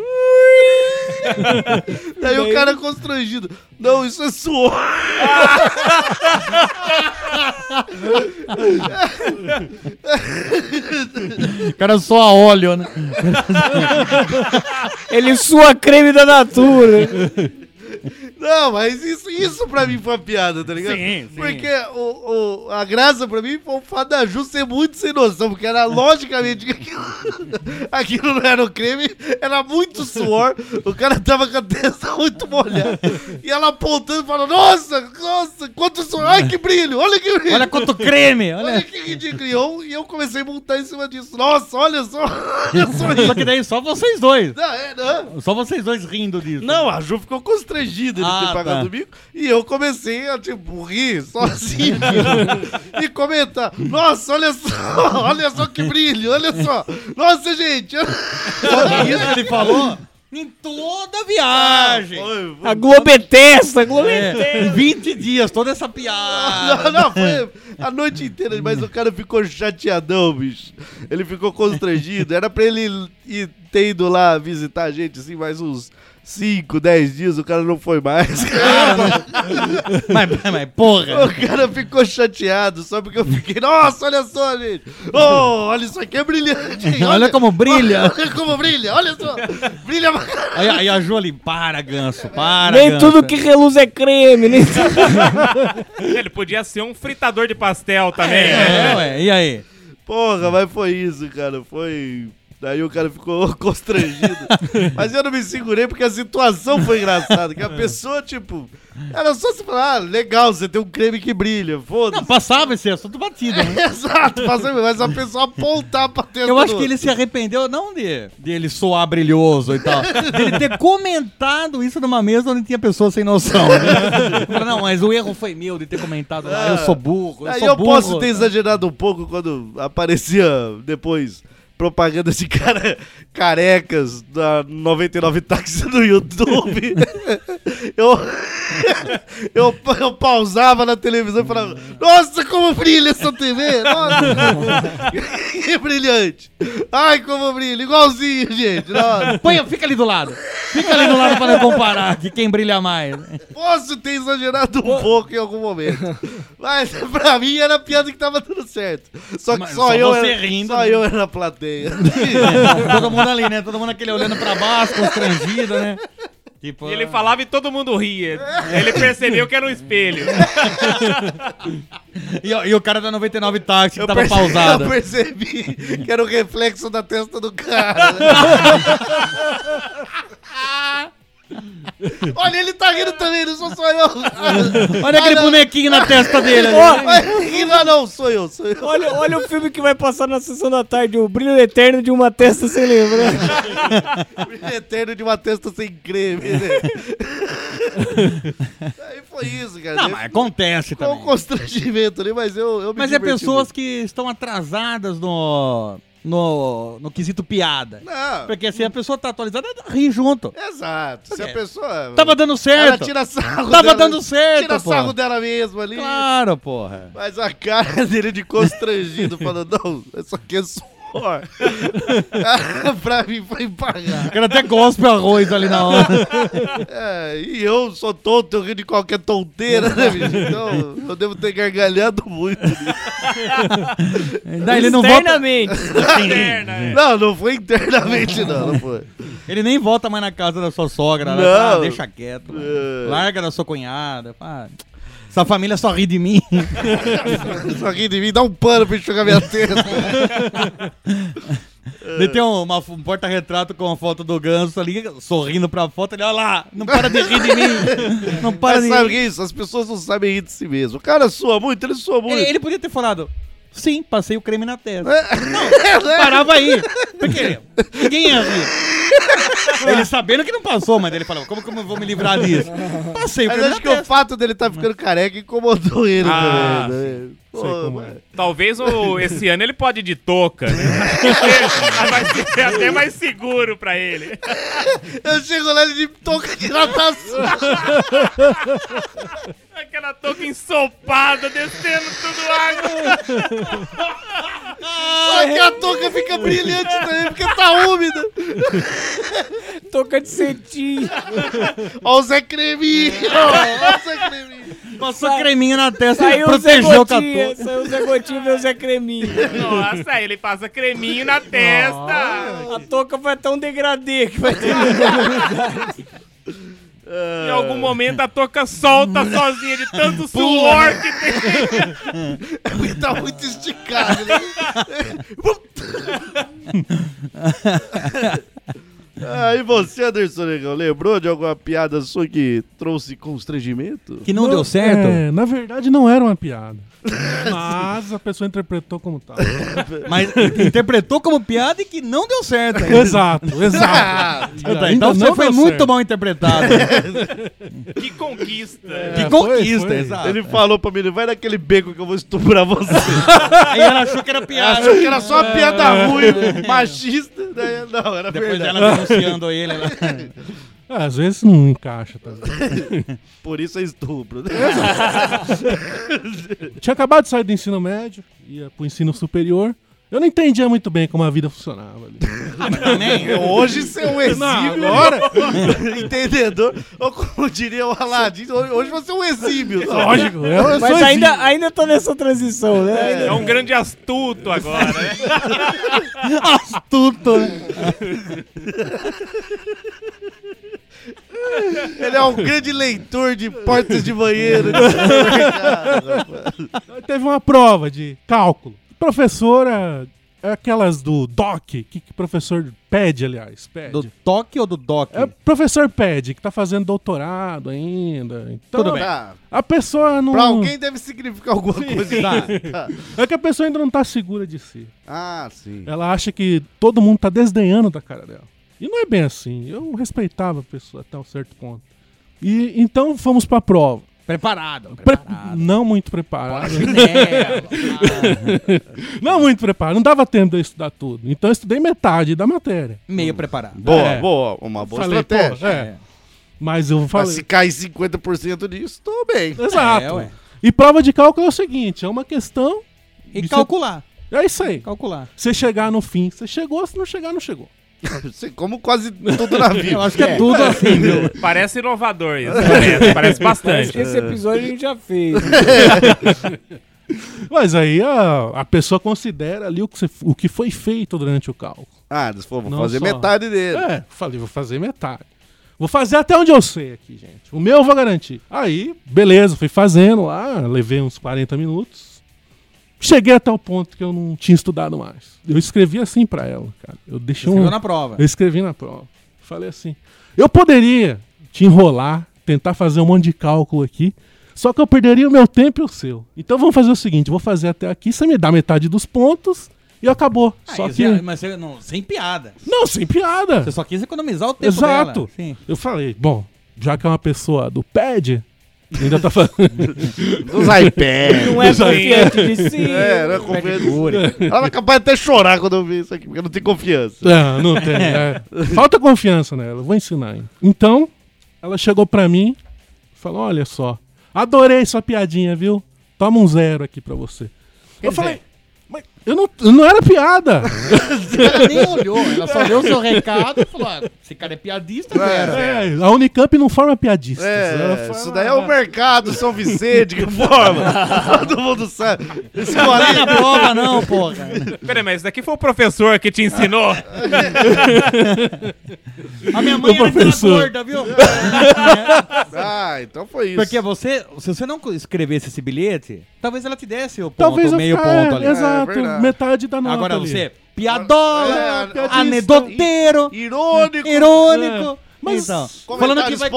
C: Daí o cara constrangido. Não, isso é suor.
D: O cara só óleo, né?
E: Ele sua creme da Natura.
C: Não, mas isso, isso pra mim foi uma piada, tá ligado?
I: Sim, sim.
C: Porque o, o- a graça pra mim foi o fato da Ju ser muito sem noção, porque era logicamente que aquilo, [laughs] aquilo não era um creme, era muito suor, o cara tava com a testa muito molhada. E ela apontando e falando, nossa, nossa, quanto suor, ai que brilho, olha que brilho.
D: Olha quanto creme,
C: Olha
D: olha.
C: que ridículo. E eu- E eu comecei a montar em cima disso. Nossa, olha só. [laughs] Olha só
D: Só
C: isso.
D: que daí só vocês dois.
C: Não, é, não.
D: Só vocês dois rindo disso.
C: Não, a Ju ficou constrangida de
D: Ah,
C: ter pagado
D: tá.
C: o bico. E eu comecei a, tipo, rir
D: [laughs]
C: sozinho. e comentar. Nossa, olha só. Olha só que brilho. Olha só. Nossa, gente.
D: isso que ele falou em toda a viagem.
C: Foi-
E: A Globetesta, a Globetesta.
D: É, em 20 dias, toda essa
C: [laughs] Não,
D: piada.
C: não, foi a noite inteira, mas o cara ficou chateadão, bicho. Ele ficou constrangido. Era pra ele ir ter ido lá visitar a gente, assim, mais uns 5, 10 dias. O cara não foi mais. [laughs]
D: Mas, mas- mas, porra.
C: O cara ficou chateado só porque eu fiquei. Nossa, olha só, gente. Oh, olha isso aqui é brilhante. hein?
D: [laughs] Olha como brilha.
C: [laughs] Olha como brilha, olha só. Brilha pra caralho.
D: Aí, aí a Ju ali, para, ganso, para.
E: Nem
D: ganso.
E: tudo que reluz é creme. Nem tudo.
G: Ele podia ser um fritador de pastel também.
D: É, ué, e aí?
C: Porra, mas foi isso, cara. Foi. Daí o cara ficou [laughs] constrangido. Mas eu não me segurei porque a situação foi engraçada.
D: [laughs] É.
C: Que a pessoa, tipo, era só se falar, ah, legal, você tem um creme que brilha,
D: Não,
C: foda-se.
D: passava esse assunto batido, né?
C: [laughs] Exato, passou- mas a pessoa apontar pra testa
D: Eu acho
C: do
D: que ele se arrependeu não de dele soar brilhoso e [laughs] tal, dele ter comentado isso numa mesa onde tinha pessoas sem noção. né? [laughs] Falou, não, mas o erro foi meu de ter comentado lá, eu sou burro, eu
C: Aí
D: sou
C: eu
D: burro.
C: posso ter exagerado um pouco quando aparecia depois propaganda de cara [laughs] carecas [laughs] da 99 táxi no YouTube. eu [laughs] Eu, eu pausava na televisão e falava: Nossa, como brilha essa TV! Nossa! [laughs] que brilhante! Ai, como brilha! Igualzinho, gente! Nossa.
D: Põe, fica ali do lado. Fica ali do lado pra não comparar de quem brilha mais.
C: Posso ter exagerado um pouco em algum
D: [laughs]
C: momento. Mas pra mim era a piada que tava dando certo. Só que
D: Mas
C: só,
D: só
C: eu,
D: você
C: era,
D: rindo,
C: só
D: né?
C: eu era na
D: [laughs]
C: plateia.
D: [laughs] Todo mundo ali, né? Todo mundo aquele olhando pra baixo, constrangido, né? Tipo,
G: E ele falava e todo mundo ria. Ele percebeu que era um espelho.
D: E, e o cara da 99 táxi que
C: Eu
D: tava
C: perce-
D: pausado.
C: Eu percebi que era o reflexo da testa do
D: [laughs]
C: cara. Olha, ele tá rindo também, não sou só eu.
D: Olha aquele
C: Ah, não.
D: bonequinho na testa dele. ali.
E: Ó,
C: Mas rir lá tá Ah, não, sou eu, sou eu.
E: Olha, olha o filme que vai passar na sessão da tarde, o brilho eterno de uma testa sem lembrar.
C: Eterno de uma testa sem creme,
D: [laughs]
C: né? Aí foi isso, cara.
D: Não, mas é acontece
C: Foi um
D: também.
C: constrangimento ali, mas eu, eu me
D: Mas é
C: diverti
D: pessoas
C: muito.
D: que estão atrasadas no, no, no quesito piada.
C: Não,
D: Porque assim, a pessoa tá atualizada, ri junto.
C: exato. Se a
D: É.
C: pessoa...
D: Tava dando
C: ela
D: certo.
C: tira sarro
D: Tava
C: dela-
D: dando certo,
C: Tira
D: pô.
C: sarro dela mesmo ali.
D: Claro, porra.
C: Mas a cara dele de constrangido, falando, não, isso aqui é suor. [laughs] pra mim foi
D: O
C: pagar.
D: cara até gospe o arroz ali na hora.
C: É, e eu sou tonto, eu ri de qualquer tonteira, né, bicho? Então, eu devo ter gargalhado muito.
D: Daí ele não volta,
G: Externa, é.
C: Não, não foi internamente, não, não foi.
D: ele nem volta mais na casa da sua sogra. né?
C: Não.
D: Ah, deixa quieto.
C: É.
D: Larga da sua cunhada. pá. Essa família só ri de mim.
C: Só ri de mim, dá um pano pra enxugar minha testa. É.
D: Ele tem um, uma- um porta-retrato com a foto do ganso ali, sorrindo pra foto. Ele, olha lá, não para de rir de mim. Não para
C: Mas
D: de
C: sabe o
D: rir.
C: que é isso? As pessoas não sabem rir de si mesmo. O cara sua muito, ele sua muito.
D: Ele, ele podia ter falado, sim, passei o creme na testa.
C: É, [laughs] né?
D: Parava aí. Porque ninguém ia rir. Ele sabendo que não passou, mas ele falou, como que eu vou me livrar disso? Passei o
C: Mas
D: creme
C: acho
D: na
C: que o
D: testa.
C: fato dele tá ficando careca incomodou ele
G: Ah,
C: também. Né? Pô,
F: como é.
C: mano.
G: Talvez o, esse ano ele pode ir de touca, né? Vai ser até mais seguro pra ele.
D: é.
C: Eu chego lá e ele me toca de natação.
G: Aquela touca ensopada, descendo tudo água.
D: Ah,
C: Só que
D: é.
C: a touca fica brilhante também, porque tá úmida.
E: Toca de cetim.
C: Ó o Zé Creminho.
D: É.
C: [laughs] Ó o Zé Creminho.
D: Passou creminho na testa e
E: Saiu o Zé
D: protegeu o
E: Gotinha,
D: catu.
E: saiu o Zé Gotinha e veio o Zé Creminho.
G: Nossa, aí ele passa creminho na testa.
E: A touca foi até um degradê que vai ter.
G: Em algum momento a touca solta sozinha de tanto suor que tem.
C: Porque tá muito esticado, né? [laughs] Ah, e você, Anderson Negão, lembrou de alguma piada sua que trouxe constrangimento?
D: Que não deu certo,
F: É, na verdade não era uma
D: [laughs]
F: piada. Mas a pessoa interpretou como tal.
D: mas interpretou como piada e que não deu certo.
F: exato, exato.
C: Ah,
D: Então,
F: Ainda
D: você
F: não
D: foi
F: deu
D: muito
F: certo.
D: mal interpretado.
G: Que conquista.
D: Que
F: É, foi,
D: conquista,
F: foi.
D: exato.
C: [laughs] ele falou pra mim, vai naquele beco que eu vou estuprar você. É.
D: Aí ela achou que era
C: [laughs]
D: piada.
C: Achou que era só uma piada ruim, machista. né? Não, era
D: Depois
C: verdade.
D: ela denunciando ele. [laughs] Ela...
F: Ah, Às vezes não encaixa tá também.
C: Por isso é estupro. né?
F: Tinha acabado de sair do ensino médio, ia pro ensino superior. Eu não entendia muito bem como a vida funcionava ali.
D: Também.
C: Hoje você é um exímio. Agora, entendedor. Ou como diria o Aladim, hoje você é um exímio.
F: Lógico, eu, eu
E: Mas
F: sou
E: ainda, ainda tô nessa transição, né?
G: É
E: Ainda-
G: um grande astuto agora, né?
D: Astuto. né?
C: Ele é um grande leitor de portas de banheiro. né?
F: Teve uma prova de cálculo. Professora. É aquelas do DOC, que, que professor pede, aliás. Pede.
D: Do toque ou do doc?
F: É professor pede, que tá fazendo doutorado ainda. Então,
D: Tudo bem.
C: Tá.
F: A pessoa não.
C: Pra alguém deve significar alguma coisa.
D: né?
C: Tá.
F: É que a pessoa ainda não tá segura de si.
C: Ah, sim.
F: Ela acha que todo mundo tá desdenhando da cara dela. E não é bem assim. Eu respeitava a pessoa até um certo ponto. E então fomos pra prova.
D: Preparado.
F: Pre-
D: Preparado.
F: Não muito preparado.
D: É,
F: [laughs] Não muito preparado. Não dava tempo de eu estudar tudo. Então eu estudei metade da matéria.
D: [laughs] meio preparado.
C: Boa,
F: É.
C: boa. Uma boa
F: Falei, pô,
C: estratégia.
F: é. Mas eu
C: Mas
F: falei.
C: se cai 50% disso, tô bem.
F: Exato.
D: É, ué.
F: e prova de cálculo é o seguinte: é uma questão.
D: E
F: Isso é-
D: calcular,
F: É isso aí.
D: calcular.
F: Você chegar no fim, você chegou, se não chegar, não chegou.
C: Você como quase tudo na vida.
D: Eu acho que é, tudo assim, viu?
G: Parece inovador isso. Parece, parece
E: Acho que
G: bastante.
E: esse episódio a gente já fez.
F: Mas aí a, a pessoa considera ali o que, você- o que foi feito durante o cálculo.
C: Ah, eles foram
F: Não
C: fazer
F: só.
C: metade dele.
F: É, falei, vou fazer metade. Vou fazer até onde eu sei aqui, gente. O meu eu vou garantir. Aí, beleza, fui fazendo lá, levei uns 40 minutos. Cheguei até o ponto que eu não tinha estudado mais. Eu escrevi assim pra ela, cara. Eu deixei um.
D: Escreveu na prova.
F: Eu escrevi na prova. Falei assim: eu poderia te enrolar, tentar fazer um monte de cálculo aqui, só que eu perderia o meu tempo e o seu. Então vamos fazer o seguinte: vou fazer até aqui, você me dá metade dos pontos e acabou.
D: Ah,
F: só
D: isso
F: que.
D: é- mas você não, sem piada.
F: Não, sem piada.
D: Você só quis economizar o tempo
F: Exato.
D: dela. Sim.
F: Eu falei: bom, já que é uma pessoa do pad, ainda tá [laughs] falando.
C: Dos iPads.
E: [laughs] Não é confiante [laughs] de si.
C: É, não é confiança. Ela vai capaz até chorar quando eu ver isso aqui, porque eu não tenho confiança.
F: não, não tem. é. Falta confiança nela, eu vou ensinar. hein. Então, ela chegou pra mim e falou: olha só, adorei sua piadinha, viu? Toma um zero aqui pra você. eu falei, mas eu não, eu não
D: [laughs]
F: era piada.
I: Ela nem olhou, ela só deu o seu recado e falou: ah, esse cara é piadista,
C: É.
F: É, a Unicamp não forma piadistas. Ela
C: É,
F: fala-
C: isso daí é o mercado, São Vicente, que forma. Todo mundo sabe. Esse bolinho,
D: Na prova, não, porra.
G: Peraí, mas isso daqui foi o professor que te ensinou?
D: A minha mãe
F: Ô,
D: era
F: professor.
D: gorda, viu?
C: Ah, então foi isso.
D: Porque é você, se você não escrevesse esse bilhete, talvez ela te desse o ponto,
F: Talvez eu
D: meio
F: ficar,
D: ponto ali.
F: Exato,
C: É, verdade.
F: metade da nota.
D: Agora
F: ali. É
D: você, piadola,
C: É, piadista.
D: anedoteiro,
C: Irônico.
D: irônico.
F: Mas
D: Mas então, falando que
C: é. Comentários
D: vai.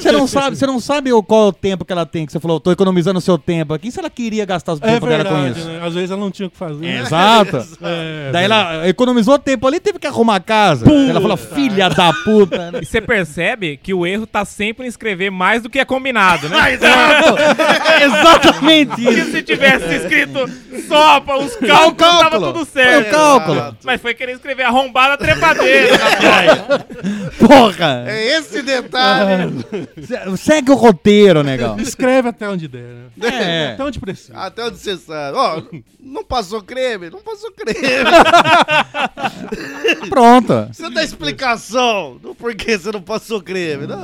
E: [laughs]
C: pontuais.
D: Você não sabe, você não sabe o- qual é o tempo que ela tem, que você falou, tô economizando seu tempo aqui. E se ela queria gastar o
F: É
D: tempo dela com
F: verdade,
D: isso?
F: né? Às vezes ela não tinha o que fazer.
D: [laughs] Exato.
F: É,
D: Daí ela economizou tempo ali, teve que arrumar a casa. Ela falou, filha da puta.
C: [laughs]
D: né?
G: E você percebe que o erro tá sempre em escrever mais do que é combinado, né?
D: É Exatamente
G: Porque
D: isso.
G: se tivesse escrito só para os cálculos, tava
D: Um cálculo.
G: tudo
D: Foi o
G: certo.
D: cálculo.
G: Mas foi querer escrever arrombada trepadeira.
D: Porra.
C: É esse detalhe.
D: Se- Segue o roteiro,
C: [laughs]
D: negão.
F: Escreve até onde der, né?
D: É.
F: Até onde precisa.
C: Até onde você sabe. Ó, não passou creme? Não passou creme.
E: [laughs]
D: Pronto.
C: Você dá explicação do porquê você não passou creme. Não.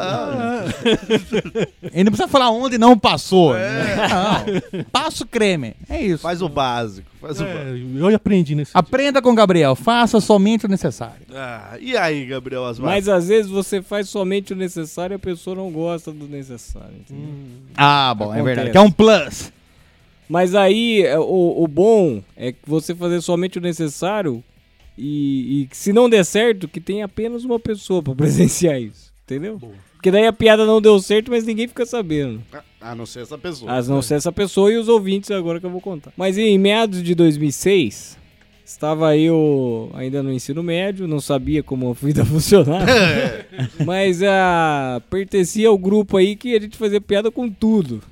D: Ele não precisa falar onde não passou. Não. Passa o creme. É isso.
C: Faz o básico. Faz o básico.
F: É, eu aprendi nesse
D: Aprenda com o Gabriel. Faça somente o necessário.
C: Ah, e aí, Gabriel Asmar?
E: Mas às vezes você faz somente o necessário e a pessoa não gosta do necessário. entendeu?
D: Ah, bom, é
E: Acontece.
D: verdade. Que é um plus.
E: Mas aí é, o, o bom é que você fazer somente o necessário e, e que se não der certo, que tem apenas uma pessoa pra [laughs] presenciar isso. Entendeu? Porque daí a piada não deu certo, mas ninguém fica sabendo.
C: A Ah, não ser essa pessoa.
E: As não ser essa pessoa e os ouvintes agora que eu vou contar. Mas em meados de 2006, estava eu ainda no ensino médio, não sabia como a vida [laughs] funcionava. mas ah, pertencia ao grupo aí que a gente fazia piada com tudo,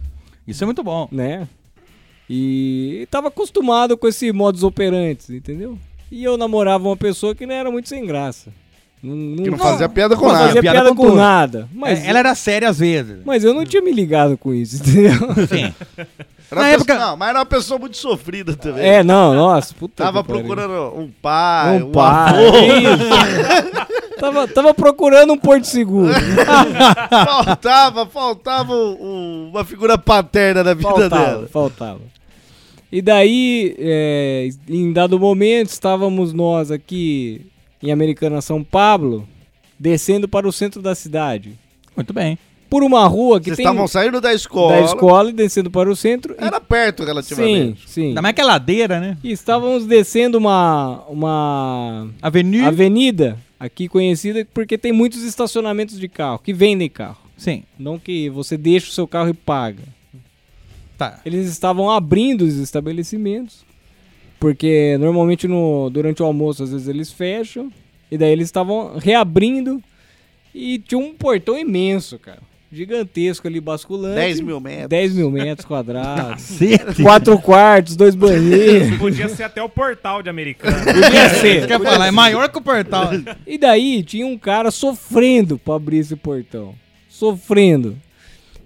D: Isso é muito bom.
E: né? E estava acostumado com esse modus operandi, entendeu? E eu namorava uma pessoa que não era muito sem graça.
C: Que não fazia piada com
E: não
C: nada.
E: fazia
D: Piada
E: piada,
D: com
E: com,
D: tudo.
E: nada. Mas,
D: É, ela era séria às vezes.
E: mas eu não tinha me ligado com isso, [laughs] entendeu?
D: Sim.
C: Era uma
D: Na
C: pessoa-
D: época-
C: Não, mas era uma pessoa muito sofrida também.
E: É, não, nossa, puta.
C: Tava
E: que pariu.
C: procurando um pai,
E: Um pai. Isso. [laughs] tava, tava procurando um porto
C: [laughs]
E: seguro.
C: avô. [laughs] Faltava, faltava um- um- uma figura paterna na vida
E: faltava,
C: dela.
E: faltava. E daí, é, em dado momento, estávamos nós aqui em Americana, São Pablo, descendo para o centro da cidade.
D: Muito bem.
E: Por uma rua que
C: Vocês
E: tem
C: estavam saindo da escola.
E: da escola e descendo para o centro. e-
C: Era perto
E: sim,
C: relativamente.
E: sim.
D: Ainda mais que é ladeira, né?
E: E estávamos descendo uma, uma
D: Avenida.
E: avenida aqui conhecida porque tem muitos estacionamentos de carro, que vendem carro.
D: Sim.
E: Não que você deixa o seu carro e paga.
D: Tá.
E: Eles estavam abrindo os estabelecimentos, porque normalmente no, durante o almoço às vezes eles fecham, e daí eles estavam reabrindo e tinha um portão imenso, cara. Gigantesco ali, basculante.
C: 10 mil metros.
E: 10 mil metros quadrados.
D: Cacete.
E: quatro quartos, dois banheiros.
G: Podia ser até o portal de americano.
E: Podia ser.
D: Quer falar? É maior que o portal.
E: E daí tinha um cara sofrendo pra abrir esse portão. sofrendo.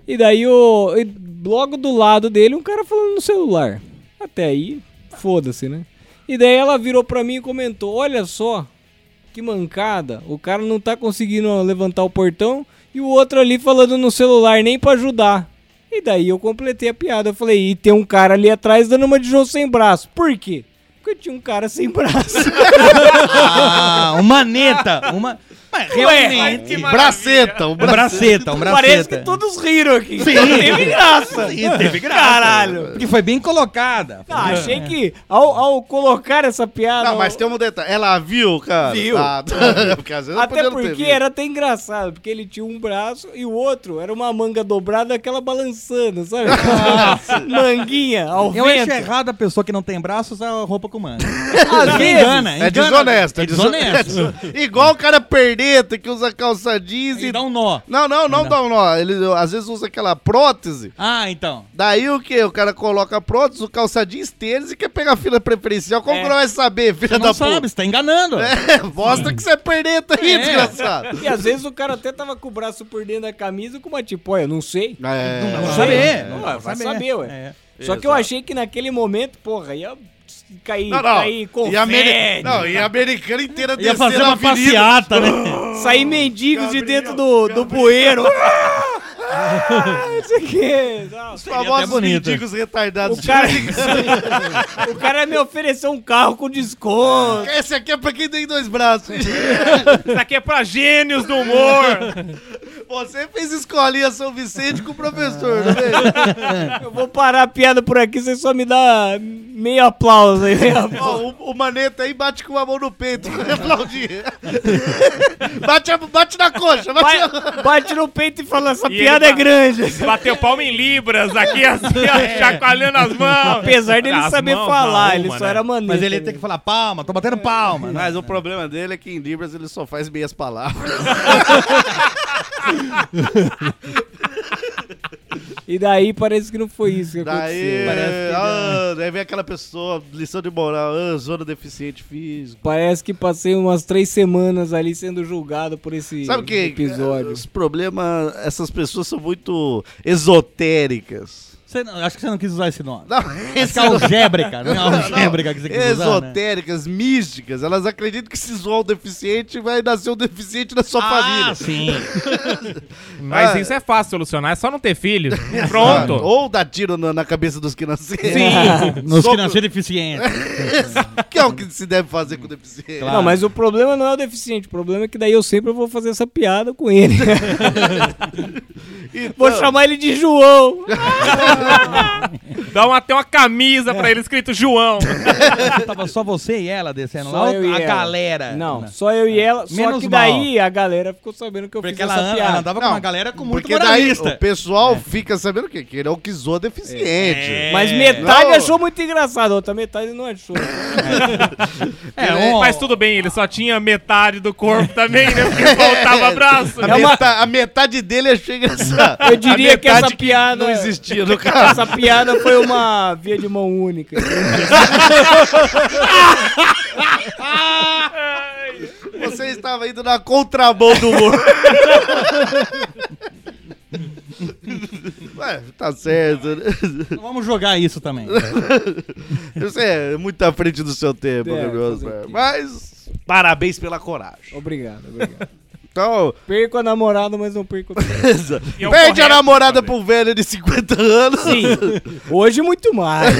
E: E daí, o, e logo do lado dele, um cara falando no celular. Até aí, foda-se, né? E daí ela virou pra mim e comentou: Olha só, que mancada. O cara não tá conseguindo levantar o portão e o outro ali falando no celular, nem pra ajudar. E daí eu completei a piada. Eu falei: E tem um cara ali atrás dando uma de João sem braço. Por quê? Porque tinha um cara sem braço. [laughs]
D: Ah, uma neta. Uma. Mas realmente.
G: que
D: um
G: maravilha.
C: Braceta, o
D: braceta, um braceta, um braceta.
E: Parece que todos riram aqui. Teve graça.
D: Ih, teve graça. Caralho. Porque foi bem colocada.
E: Ah, achei que ao, ao colocar essa piada.
C: Não, mas tem um detalhe. Ela viu, cara?
E: Viu.
C: Ah, tá. porque às vezes eu
E: Até
C: podia não ter
E: porque
C: visto.
E: era até engraçado, porque ele tinha um braço e o outro era uma manga dobrada, aquela balançando, sabe? [laughs] Manguinha ao
D: Eu acho
E: vento.
D: errado a pessoa que não tem braço usar roupa com manga.
E: Às vezes,
D: engana,
C: É desonesto, é
D: desonesto.
C: desonesto. Igual o cara perneta que usa calça jeans e.
D: E dá um nó.
C: Não, não, não dá um nó. Ele às vezes usa aquela prótese.
D: Ah, então.
C: Daí o que? O cara coloca prótese, o calça jeans, tênis e quer pegar a fila preferencial. Como
E: É.
C: que não vai saber, filha da
D: Não sabe,
C: puta?
D: você tá enganando.
C: É, mostra que você é perneta aí,
D: É.
C: desgraçado.
E: E às vezes o cara até tava com o braço por dentro da camisa com uma tipo, olha, não sei.
C: É.
D: Não
E: vai
D: vai saber.
E: saber.
D: Não
E: Vai saber, ué.
D: É.
E: Só que eu achei que naquele momento, porra, ia cair,
C: Não, não.
E: cair confete,
C: E a, ameri... não, e a americana inteira
D: Ia
C: descendo
D: fazer
C: a
D: uma
C: avenida.
D: passeata, né?
E: sair mendigos de
C: Gabriel,
E: dentro do, do bueiro. [laughs] Ah, Isso aqui, sabe?
C: Os famosos
D: bonito.
C: mendigos retardados.
E: O cara, o cara me ofereceu um carro com
C: [laughs]
E: desconto.
C: Esse aqui é pra quem tem dois braços.
G: Isso aqui é pra gênios do humor.
C: Você fez escolinha São Vicente com o professor, não é?
E: Eu vou parar a piada por aqui, você só me dá meio aplauso
G: [laughs]
E: aí. meio aplauso.
C: Ó, o, o maneta aí bate com a mão no peito [laughs] pra aplaudir. bate, a- bate na coxa, bate na...
E: Vai- bate no peito e fala, essa
G: E
E: piada é
G: ele ba-
E: grande.
G: Bateu palma em libras aqui, assim,
D: É.
G: ó, chacoalhando as mãos.
E: Apesar dele
G: As
E: saber
G: mãos,
E: falar,
G: não,
E: ele
G: uma,
E: só
G: né?
E: era um maneiro.
D: Mas ele ia ter que falar palma, tô batendo palma. né?
C: Mas o problema dele é que em Libras ele só faz meias palavras.
E: E daí parece que não foi isso que
C: Daí,
E: aconteceu. Parece que,
C: ah, daí vem aquela pessoa, lição de moral, ah, zona deficiente físico.
E: parece que passei umas três semanas ali sendo julgado por esse
C: Sabe o que? é,
E: episódio.
C: Os problemas, essas pessoas são muito esotéricas.
D: Você não- acho que você não quis usar esse nome.
C: Não,
D: Acho que é algébrica, não é algébrica que você quis usar, né?
C: Esotéricas, místicas, elas acreditam que se zoar o deficiente vai nascer um deficiente na sua família.
D: Ah, sim.
G: Mas
C: Ah.
G: isso é fácil solucionar, é só não ter filhos. Pronto.
C: Ou dá tiro na, na cabeça dos que nasceram. [laughs]
G: Sim.
D: Nos
C: Soco-
D: que nasceram deficientes.
C: [laughs] que é o que se deve fazer com o deficiente.
D: Claro.
E: Não, mas o problema não é o deficiente, o problema é que daí eu sempre vou fazer essa piada com ele. [laughs]
C: Então,
E: Vou chamar ele de João.
G: Dá uma- até uma camisa
D: É.
G: pra ele escrito João.
D: Tava só você e ela descendo
E: é Só
D: lá,
E: eu
D: é
E: e
D: a
E: ela.
D: galera. Né?
E: Não, É. só eu e ela. só
D: Menos
E: que daí a galera ficou sabendo que eu
D: Porque
E: fiz
D: ela,
E: essa
D: an- ela
E: piada.
D: andava com
C: Não,
D: uma galera com muito
C: Porque daí
D: moralista.
C: o pessoal fica sabendo o quê? Que ele é o que zoa deficiente. [laughs]
E: Mas metade
C: Não.
E: achou muito engraçado, a outra metade não achou. [laughs]
D: É,
C: né?
D: um-
G: Mas tudo bem, ele só tinha metade do corpo também, né?
D: [laughs]
G: Porque
D: É.
G: faltava braço.
C: A, meta- a metade dele é achei engraçado.
E: Eu diria que essa
C: metade
E: piada.
C: Não existia no caso.
E: Essa piada foi uma via de mão única.
G: É.
C: Você estava indo na contramão do humor. [laughs] Ué, tá certo. né?
D: Então Vamos jogar isso
E: [laughs]
D: também.
C: Você é muito à frente do seu tempo,
E: É,
C: Gabriel
E: fazer
C: Osmar.
E: o quê?
C: Mas parabéns pela coragem.
E: Obrigado, obrigado.
C: Então,
E: Perco a namorada, mas não perco a piada.
G: E é o
C: perde a
G: correto
C: namorada
G: fazer.
C: pro velho de 50 anos.
E: Sim. Hoje muito mais.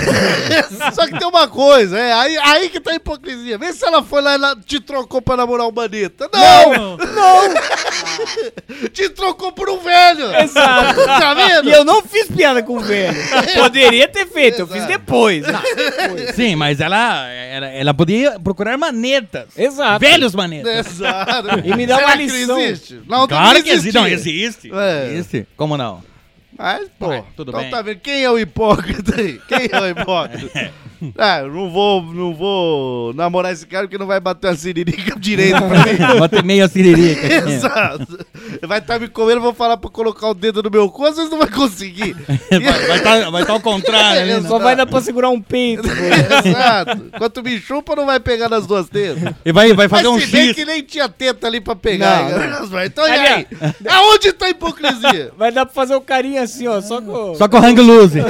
C: [laughs] Só que tem uma coisa, é aí, aí que tá a hipocrisia. Vê se ela foi lá e ela te trocou pra namorar o Maneta. Não! Não! [laughs] te trocou por um velho!
E: Exato.
C: Tá vendo?
E: E eu não fiz piada com o [laughs] velho. Poderia ter feito, eu fiz
C: Exato.
E: depois. é.
D: Sim, mas ela, ela, ela podia procurar manetas.
E: Exato.
D: Velhos manetas.
C: [laughs] Exato.
E: E me dá
C: Será
E: uma
C: que não
E: lição.
C: existe? Não,
D: Claro que
C: existe.
D: existe. Não, existe.
C: É.
D: Existe. Como não?
C: Mas, pô,
D: Vai, tudo
C: então
D: bem. [laughs]
C: tá vendo? Quem é o hipócrita aí? Quem é o hipócrita? Ah, eu não vou, não vou namorar esse cara porque não vai bater uma siririca direito [laughs] pra
D: [laughs]
C: mim.
D: Bota meia siririca.
C: Exato. Vai estar me comendo, vou falar pra colocar o dedo no meu cu, às vezes não vai conseguir.
D: [laughs] Vai- Vai estar vai tá ao contrário ali, né?
E: Só vai dar pra segurar um peito.
C: [laughs]
D: tá
C: Exato. Enquanto me chupa, não vai pegar nas duas tetas.
D: E vai, vai [laughs] fazer
C: Mas
D: um
C: se bem
D: X.
C: que nem tinha teta ali pra pegar.
E: Não,
C: Então e aí? Aonde tá a hipocrisia?
E: Vai dar pra fazer o carinha assim, ó, só com, só...
D: Só com o hang
C: [laughs]
D: loose.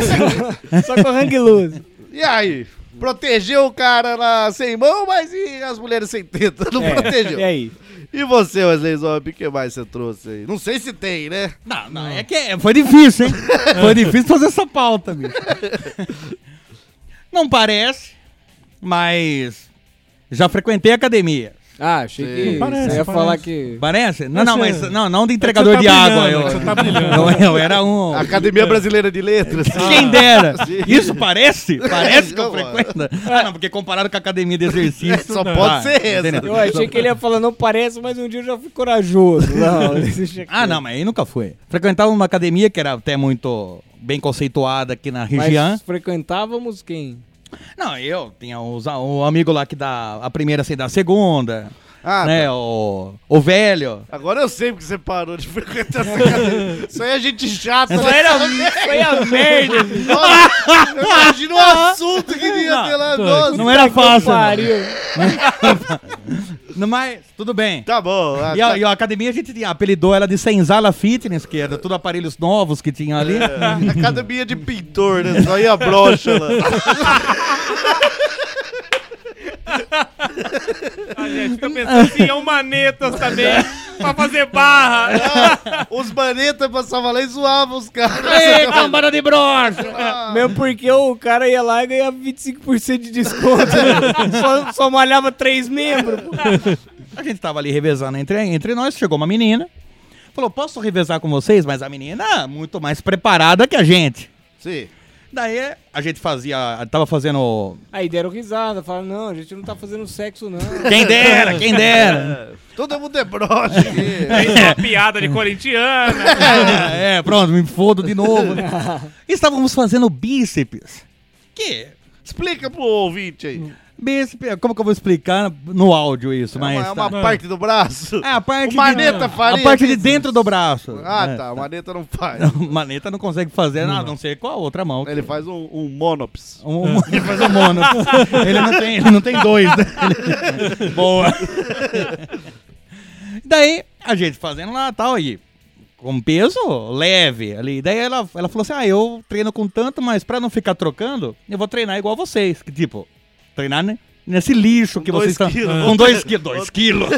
E: com
D: [laughs]
E: hang loose.
C: E aí? Protegeu o cara lá sem mão, mas e as mulheres sem teta?
D: É.
C: Não protegeu.
E: É. E aí?
C: E você, Wesley Zop, o que mais você trouxe aí? Não sei se tem, né?
D: Não, não, é que é-
C: [laughs]
D: foi difícil, hein? Foi difícil fazer essa pauta, bicho. Não parece, mas já frequentei academia.
E: Ah, achei que
F: Parece,
E: você ia
F: parece.
E: falar que...
D: Parece? Não, não, mas
F: Parece-
D: não, não de
C: é
D: entregador
F: tá
D: de água.
F: brilhando,
D: Eu,
F: é
D: [laughs]
F: que você tá brilhando.
D: Não, eu era um.
C: Academia Brasileira de Letras.
D: É. Quem dera!
C: Ah, [laughs] Sim.
D: Isso parece? Parece que eu
C: Não, É,
D: frequento. Ah, não, porque comparado
C: [laughs]
D: com a academia de exercício.
C: Só
D: não.
C: pode
D: Ah,
C: ser essa.
D: entendeu?
E: Eu achei que ele ia falar, não parece, mas um dia eu já fui corajoso. [laughs] Não, deixa aqui.
D: Ah, não, mas aí nunca foi. Frequentava uma academia que era até muito bem conceituada aqui na
E: Mas
D: região.
E: frequentávamos quem?
D: Não, eu tinha uns, um amigo lá que dá a primeira sem dar a segunda.
C: Ah,
D: né? O, o velho.
C: Agora eu sei porque você parou de frequentar essa academia. Isso aí é gente chata. Isso
E: Foi a merda.
C: Eu imagino o assunto que ia ter lá. Nossa.
D: Não é. era fácil.
E: Pariu.
D: Não, mas tudo bem.
C: Tá bom. ah,
D: E a,
C: tá-
D: e a academia a gente tinha- apelidou ela de Senzala Fitness, que era tudo aparelhos novos que tinha ali.
C: É. Academia de pintor, né? Só ia brocha lá.
G: A gente tá pensando assim, é um manetas também, pra fazer
D: É.
G: barra.
C: Os manetas passavam lá e zoavam os caras.
D: Ei, cambada de brocha!
E: Ah. Mesmo porque o cara ia lá e ganhava 25% de desconto. [laughs] só, só malhava três membros. pô.
D: A gente tava ali revezando entre, entre nós, chegou uma menina. Falou, posso revezar com vocês? Mas a menina, muito mais preparada que a gente.
C: Sim.
D: Daí a gente fazia, tava fazendo...
E: Aí deram risada, falaram, não, a gente não tá fazendo sexo, não.
D: [laughs] Quem dera, quem dera.
C: Todo mundo é brocha aqui.
G: Fez uma é piada de corintiana.
D: é, pronto, me fodo de [laughs] novo. né? Estávamos fazendo bíceps. Que?
C: Explica pro ouvinte aí.
D: Bíceps, como que eu vou explicar no áudio isso?
C: É uma,
D: mas
C: é
D: tá.
C: uma parte do braço.
D: É, a parte
C: O maneta
D: de,
C: faria
D: A parte de
C: bíceps?
D: dentro do braço.
C: Ah,
D: É.
C: tá. O maneta não faz.
D: [laughs] Maneta não consegue fazer nada, a não ser com a outra mão.
C: Ele faz um, um monops.
D: Um- ele faz um [laughs] mono. ele, não tem, ele não tem dois, né? Ele- [laughs] Boa. Daí, a gente fazendo lá tal, e com peso leve ali. Daí ela, ela falou assim: ah, eu treino com tanto, mas pra não ficar trocando, eu vou treinar igual vocês. Que tipo, treinar né? nesse lixo que
C: dois
D: vocês estão.
C: quilos.
D: Com dois quilos. [laughs] Dois quilos.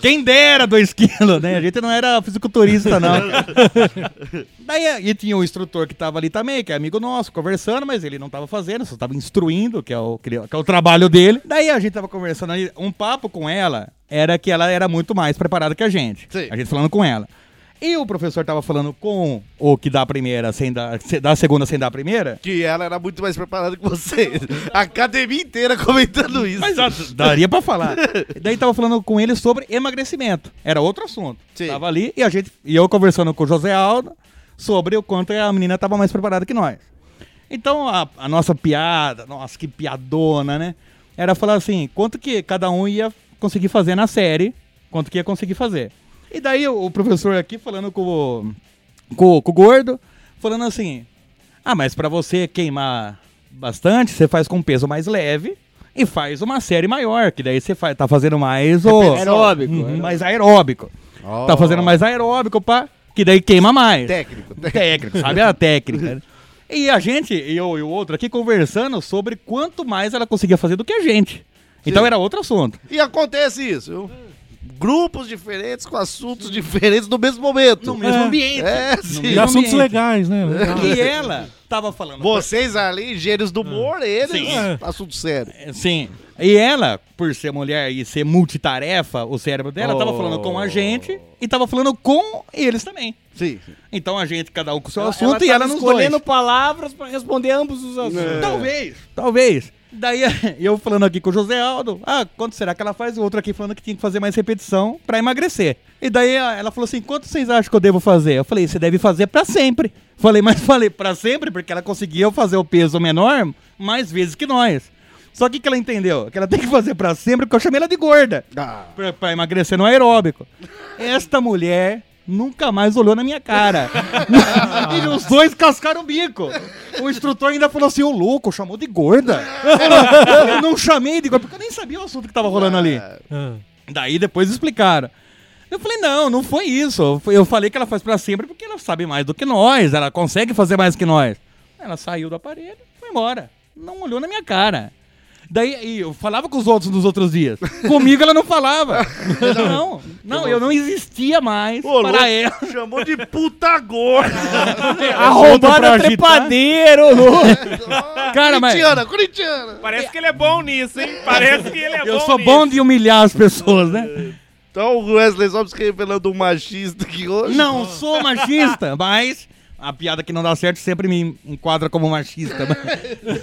D: Quem dera dois quilos, né? A gente não era fisiculturista, não. [laughs] Daí eh, e tinha o instrutor que tava ali também, que é amigo nosso, conversando, mas ele não tava fazendo, só tava instruindo, que é o, que ele- que é o trabalho dele. Daí a gente tava conversando ali, um papo com ela era que ela era muito mais preparada que a gente.
C: Sim.
D: A gente falando com ela. E o professor tava falando com o que dá a primeira sem dar, se- da segunda sem dar a primeira.
C: Que ela era muito mais preparada que vocês. A academia inteira comentando isso. [laughs]
D: Mas ó, daria pra falar. Daí tava falando com ele sobre emagrecimento. Era outro assunto.
C: Sim.
D: Tava ali e a gente e eu conversando com o José Aldo sobre o quanto a menina tava mais preparada que nós. Então a, a nossa piada, nossa que piadona, né? Era falar assim, quanto que cada um ia conseguir fazer na série, quanto que ia conseguir fazer. E daí o, o professor aqui falando com o, com, o- com o gordo, falando assim: "Ah, mas pra você queimar bastante, você faz com um peso mais leve." E faz uma série maior, que daí você fa tá fazendo mais o. Uhum,
E: Aeróbico, aeróbico.
D: mais aeróbico. Tá fazendo mais aeróbico, pá, que daí queima mais.
C: Técnico.
D: é.
C: técnico.
D: Técnico, sabe a técnica. né? E a gente, eu e o outro aqui, conversando sobre quanto mais ela conseguia fazer do que a gente. Então era outro assunto.
C: E acontece isso. viu? Grupos diferentes com assuntos diferentes no mesmo momento. No
D: mesmo ambiente.
C: É, sim.
F: E assuntos
D: ambiente.
F: legais, né?
C: É. [laughs]
D: E ela tava falando.
C: Vocês ali, gênios do humor, eles. Assunto sério.
D: Sim. E ela, por ser mulher e ser multitarefa, o cérebro dela tava falando com
E: Oh.
D: a gente e tava falando com eles também.
C: Sim.
D: Então a gente, cada um com o seu assunto, e
E: tava
D: ela nos dois.
E: escolhendo palavras pra responder ambos os assuntos.
D: Talvez, talvez. É. Daí [laughs] eu falando aqui com o José Aldo, ah, quanto será que ela faz? O outro aqui falando que tinha que fazer mais repetição pra emagrecer. E daí a- ela falou assim: quanto vocês acham que eu devo fazer? Eu falei: você deve fazer pra sempre. [laughs] Falei, mas falei pra sempre porque ela conseguia fazer o peso menor mais vezes que nós. Só que o que ela entendeu? Que ela tem que fazer pra sempre, porque eu chamei ela de gorda. Pra, pra emagrecer no aeróbico. Esta mulher nunca mais olhou na minha cara. e os dois cascaram o bico. O instrutor ainda falou assim, ô louco, chamou de gorda. eu não chamei de gorda, porque eu nem sabia o assunto que tava rolando ali.
F: Ah.
D: Daí depois explicaram. Eu falei, não, não foi isso. Eu fui- Eu falei que ela faz pra sempre porque ela sabe mais do que nós, ela consegue fazer mais que nós. Ela saiu do aparelho, foi embora. Não olhou na minha cara. Daí e eu falava com os outros nos
C: [laughs]
D: outros dias. Comigo ela não falava. não, não, eu não existia mais
C: Ô,
D: para
C: louco,
D: ela.
C: Chamou de puta gorda.
E: Arrombado a
C: [laughs]
E: trepadeiro, louco.
D: Cara, mas
C: corintiana, corintiana.
G: Parece que ele é bom nisso, hein? Parece que ele é bom
D: eu sou
G: nisso.
D: bom de humilhar as pessoas, né?
C: Então o Wesley Zobis revelando um machista que hoje.
D: Não sou machista, mas a piada que não dá certo sempre me enquadra
C: [laughs]
D: como machista. mas-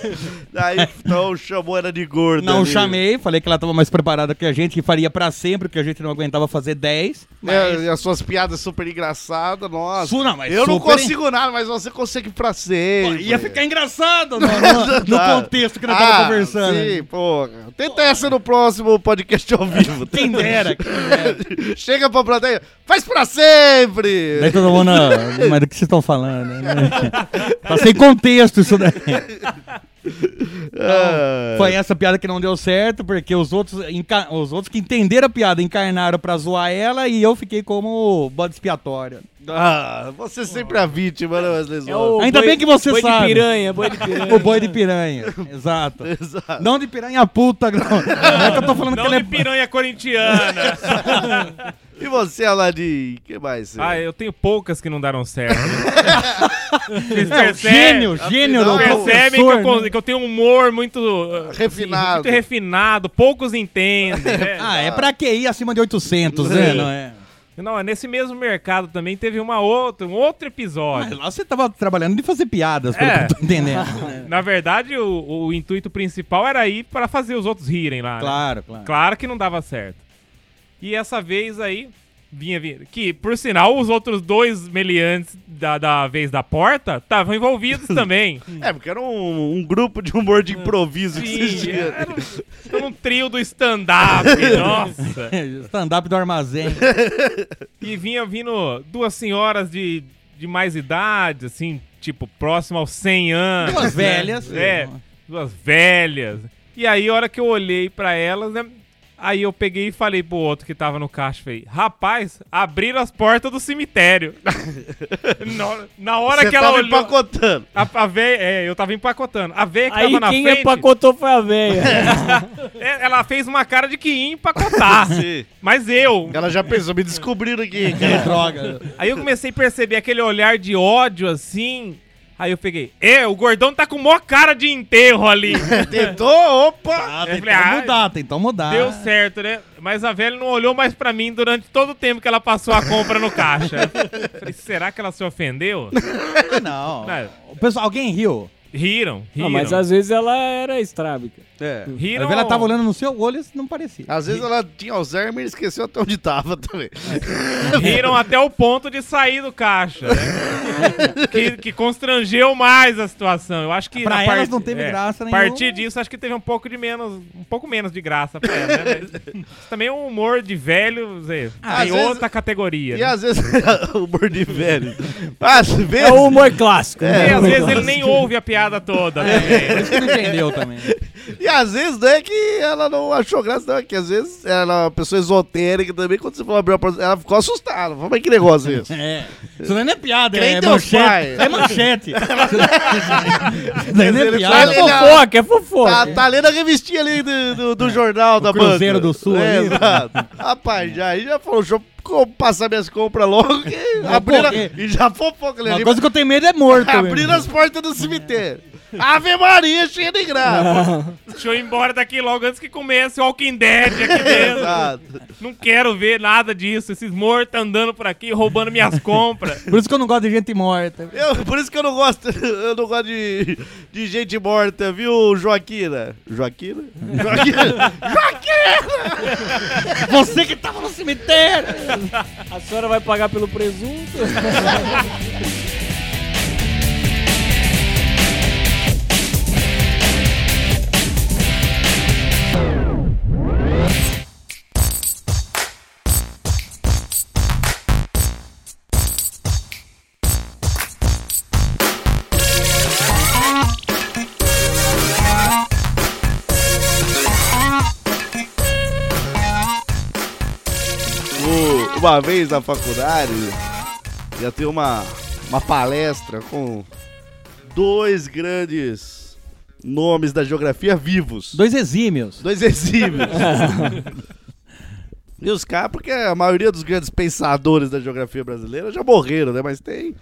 C: Aí, então chamou ela de gorda.
D: Não
C: ali.
D: chamei, falei que ela tava mais preparada que a gente, que faria pra sempre, que a gente não aguentava fazer 10.
C: É, e as suas piadas super engraçadas, nossa.
D: Su- não, mas
C: eu não
D: super-
C: consigo nada, mas você consegue pra
D: Pô,
C: sempre.
D: ia ficar
C: [laughs]
D: engraçado no, no- no
C: Tá.
D: contexto que nós tava
C: Ah,
D: conversando.
C: Sim, porra. Tenta essa no próximo podcast ao vivo.
D: [laughs] Quem dera. quem dera.
C: [laughs] Chega pra plateia, faz pra sempre!
D: Daí todo mundo, "Não, mas do que vocês estão falando? né?" tá sem contexto isso daí.
C: Ah,
D: Então, Foi essa piada que não deu certo, porque os outros, enca- os outros que entenderam a piada encarnaram pra zoar ela e eu fiquei como bode expiatório.
C: ah, você sempre é a vítima, né, Wesley Zobis?
D: Ainda bem que você
E: boi
D: sabe.
E: de piranha, boi de piranha.
D: O boi de piranha, exato.
C: [laughs] Exato.
D: Não de piranha puta, não. Não é que eu tô falando
G: Não
D: que ela é
G: de piranha corintiana.
D: [laughs]
C: E você, Aladim? que mais? você-
G: ah, eu tenho poucas que não
D: [laughs]
G: daram certo. Vocês
D: É, o gênio, gênio do
C: Afinal,
G: Percebem é que eu,
D: professor,
G: con-
D: né?
G: que eu tenho um humor muito uh,
C: Refinado.
G: muito refinado, poucos entendem.
D: [laughs]
G: né?
D: Ah, é pra QI acima de 800, né? Não é?
G: Não, é nesse mesmo mercado também teve uma outra, um outro
D: Mas
G: episódio.
D: lá você tava trabalhando de fazer piadas, pelo que
G: É.
D: eu tô entendendo.
G: Na verdade, o, o intuito principal era ir para fazer os outros rirem lá. né?
D: Claro, claro.
G: [laughs] Claro que não dava certo. E essa vez aí, vinha, vinha. Que, por sinal, os outros dois meliantes da, da vez da porta estavam
D: [laughs]
G: envolvidos também.
C: É, porque era um, um grupo de humor de improviso que
G: É. Sim, é.
C: existia.
D: [laughs]
G: era um, era um trio do stand-up, [laughs] nossa.
D: Stand-up do armazém. [laughs]
G: E vinha vindo duas senhoras de, de mais idade, assim, tipo, próximo aos 100 anos.
D: Duas
G: né?
D: velhas.
G: É, duas velhas. E aí, a hora que eu olhei pra elas, né? Aí eu peguei e falei pro outro que tava no caixa, falei, rapaz, abriram as portas do cemitério. [laughs] na, hora- na hora
C: Você
G: que ela
C: tava
G: olhou...
C: empacotando.
G: A, a véia, é, eu tava empacotando. A véia que
E: Aí
G: tava na
E: quem
G: frente,
E: empacotou foi a [laughs] velha.
G: é, ela fez uma cara de que ia
C: [laughs]
G: empacotar.
C: Sim.
G: Mas eu,
C: Ela já pensou, me descobriram
G: [laughs]
C: aqui, cara.
D: Droga.
G: Aí eu comecei a perceber aquele olhar de ódio assim. Aí eu peguei, é, o gordão tá com mó cara de enterro ali.
C: Tentou, opa!
D: [laughs] Ah,
G: Eu
D: tem
G: falei, ah,
D: que mudar, tem que mudar.
G: Deu certo, né? Mas a velha não olhou mais pra mim durante todo o tempo que ela passou a compra no caixa. Eu Falei, será que ela se ofendeu?
D: Ah, Não.
G: [laughs] Não.
D: O pessoal, alguém riu?
G: Riram,
E: Não,
G: riram.
E: mas às vezes ela era estrábica.
D: A
C: É.
G: riram.
D: velha tava olhando no seu olho e não parecia.
C: Às vezes ela tinha Alzheimer e esqueceu até onde tava também.
G: Ah, [laughs] Riram até o ponto de sair do caixa, né? que, que constrangeu mais a situação. Eu acho que
D: Pra
G: a
D: elas não teve graça
G: A
D: nenhuma.
G: partir disso, acho que teve um pouco de menos, um pouco menos de graça pra elas, né? Mas também o humor de velho, Zé,
C: Às
G: tem
C: vezes-
G: outra categoria.
C: E
G: né?
C: às vezes [laughs] o humor de velho. Às vezes.
E: É
G: um-
E: o humor clássico.
G: E
E: né?
G: às vezes ele nem ouve a piada toda. né?
D: Por isso que não [laughs] entendeu também.
C: E às vezes não é que ela não achou graça, não. É que às vezes ela é uma pessoa esotérica também. Quando você falou abrir a porta, ela ficou assustada. Fala, mas que negócio é esse?
D: É. Isso daí não é piada,
C: Crê em
D: é
C: Deus, pai.
D: manchete.
C: [laughs]
D: É manchete. Isso daí não é
C: Ele fala-
D: piada.
E: É fofoca, é fofoca.
C: Tá, tá lendo a revistinha ali do, do, do jornal da banca.
D: É. Cruzeiro do Sul ali, né?
C: Exato. Rapaz, já, aí já falou, deixa eu co- passar minhas compras logo que abriram,
D: porque-
C: e já fofoca ali.
D: Uma coisa que eu tenho medo é
C: [laughs]
D: morto.
C: Abriram as portas do cemitério. Ave Maria, cheia de
D: [laughs]
C: graça.
G: Deixa eu ir embora daqui logo antes que comece o Walking Dead aqui
D: É.
G: dentro.
C: Exato.
G: Não quero ver nada disso. Esses mortos andando por aqui, roubando minhas compras.
D: Por isso que eu não gosto de gente morta.
C: Eu- por isso que eu não gosto, eu não gosto de, de gente morta, viu, Joaquina?
D: [laughs]
C: Joaquina? Joaquina!
D: Você que tava no cemitério!
E: A senhora vai pagar pelo [laughs] presunto?
C: uma vez na faculdade, ia ter uma, uma palestra com dois grandes nomes da geografia vivos.
D: Dois exímios.
C: Dois exímios. e os caras, porque a maioria dos grandes pensadores da geografia brasileira já morreram, né? Mas tem,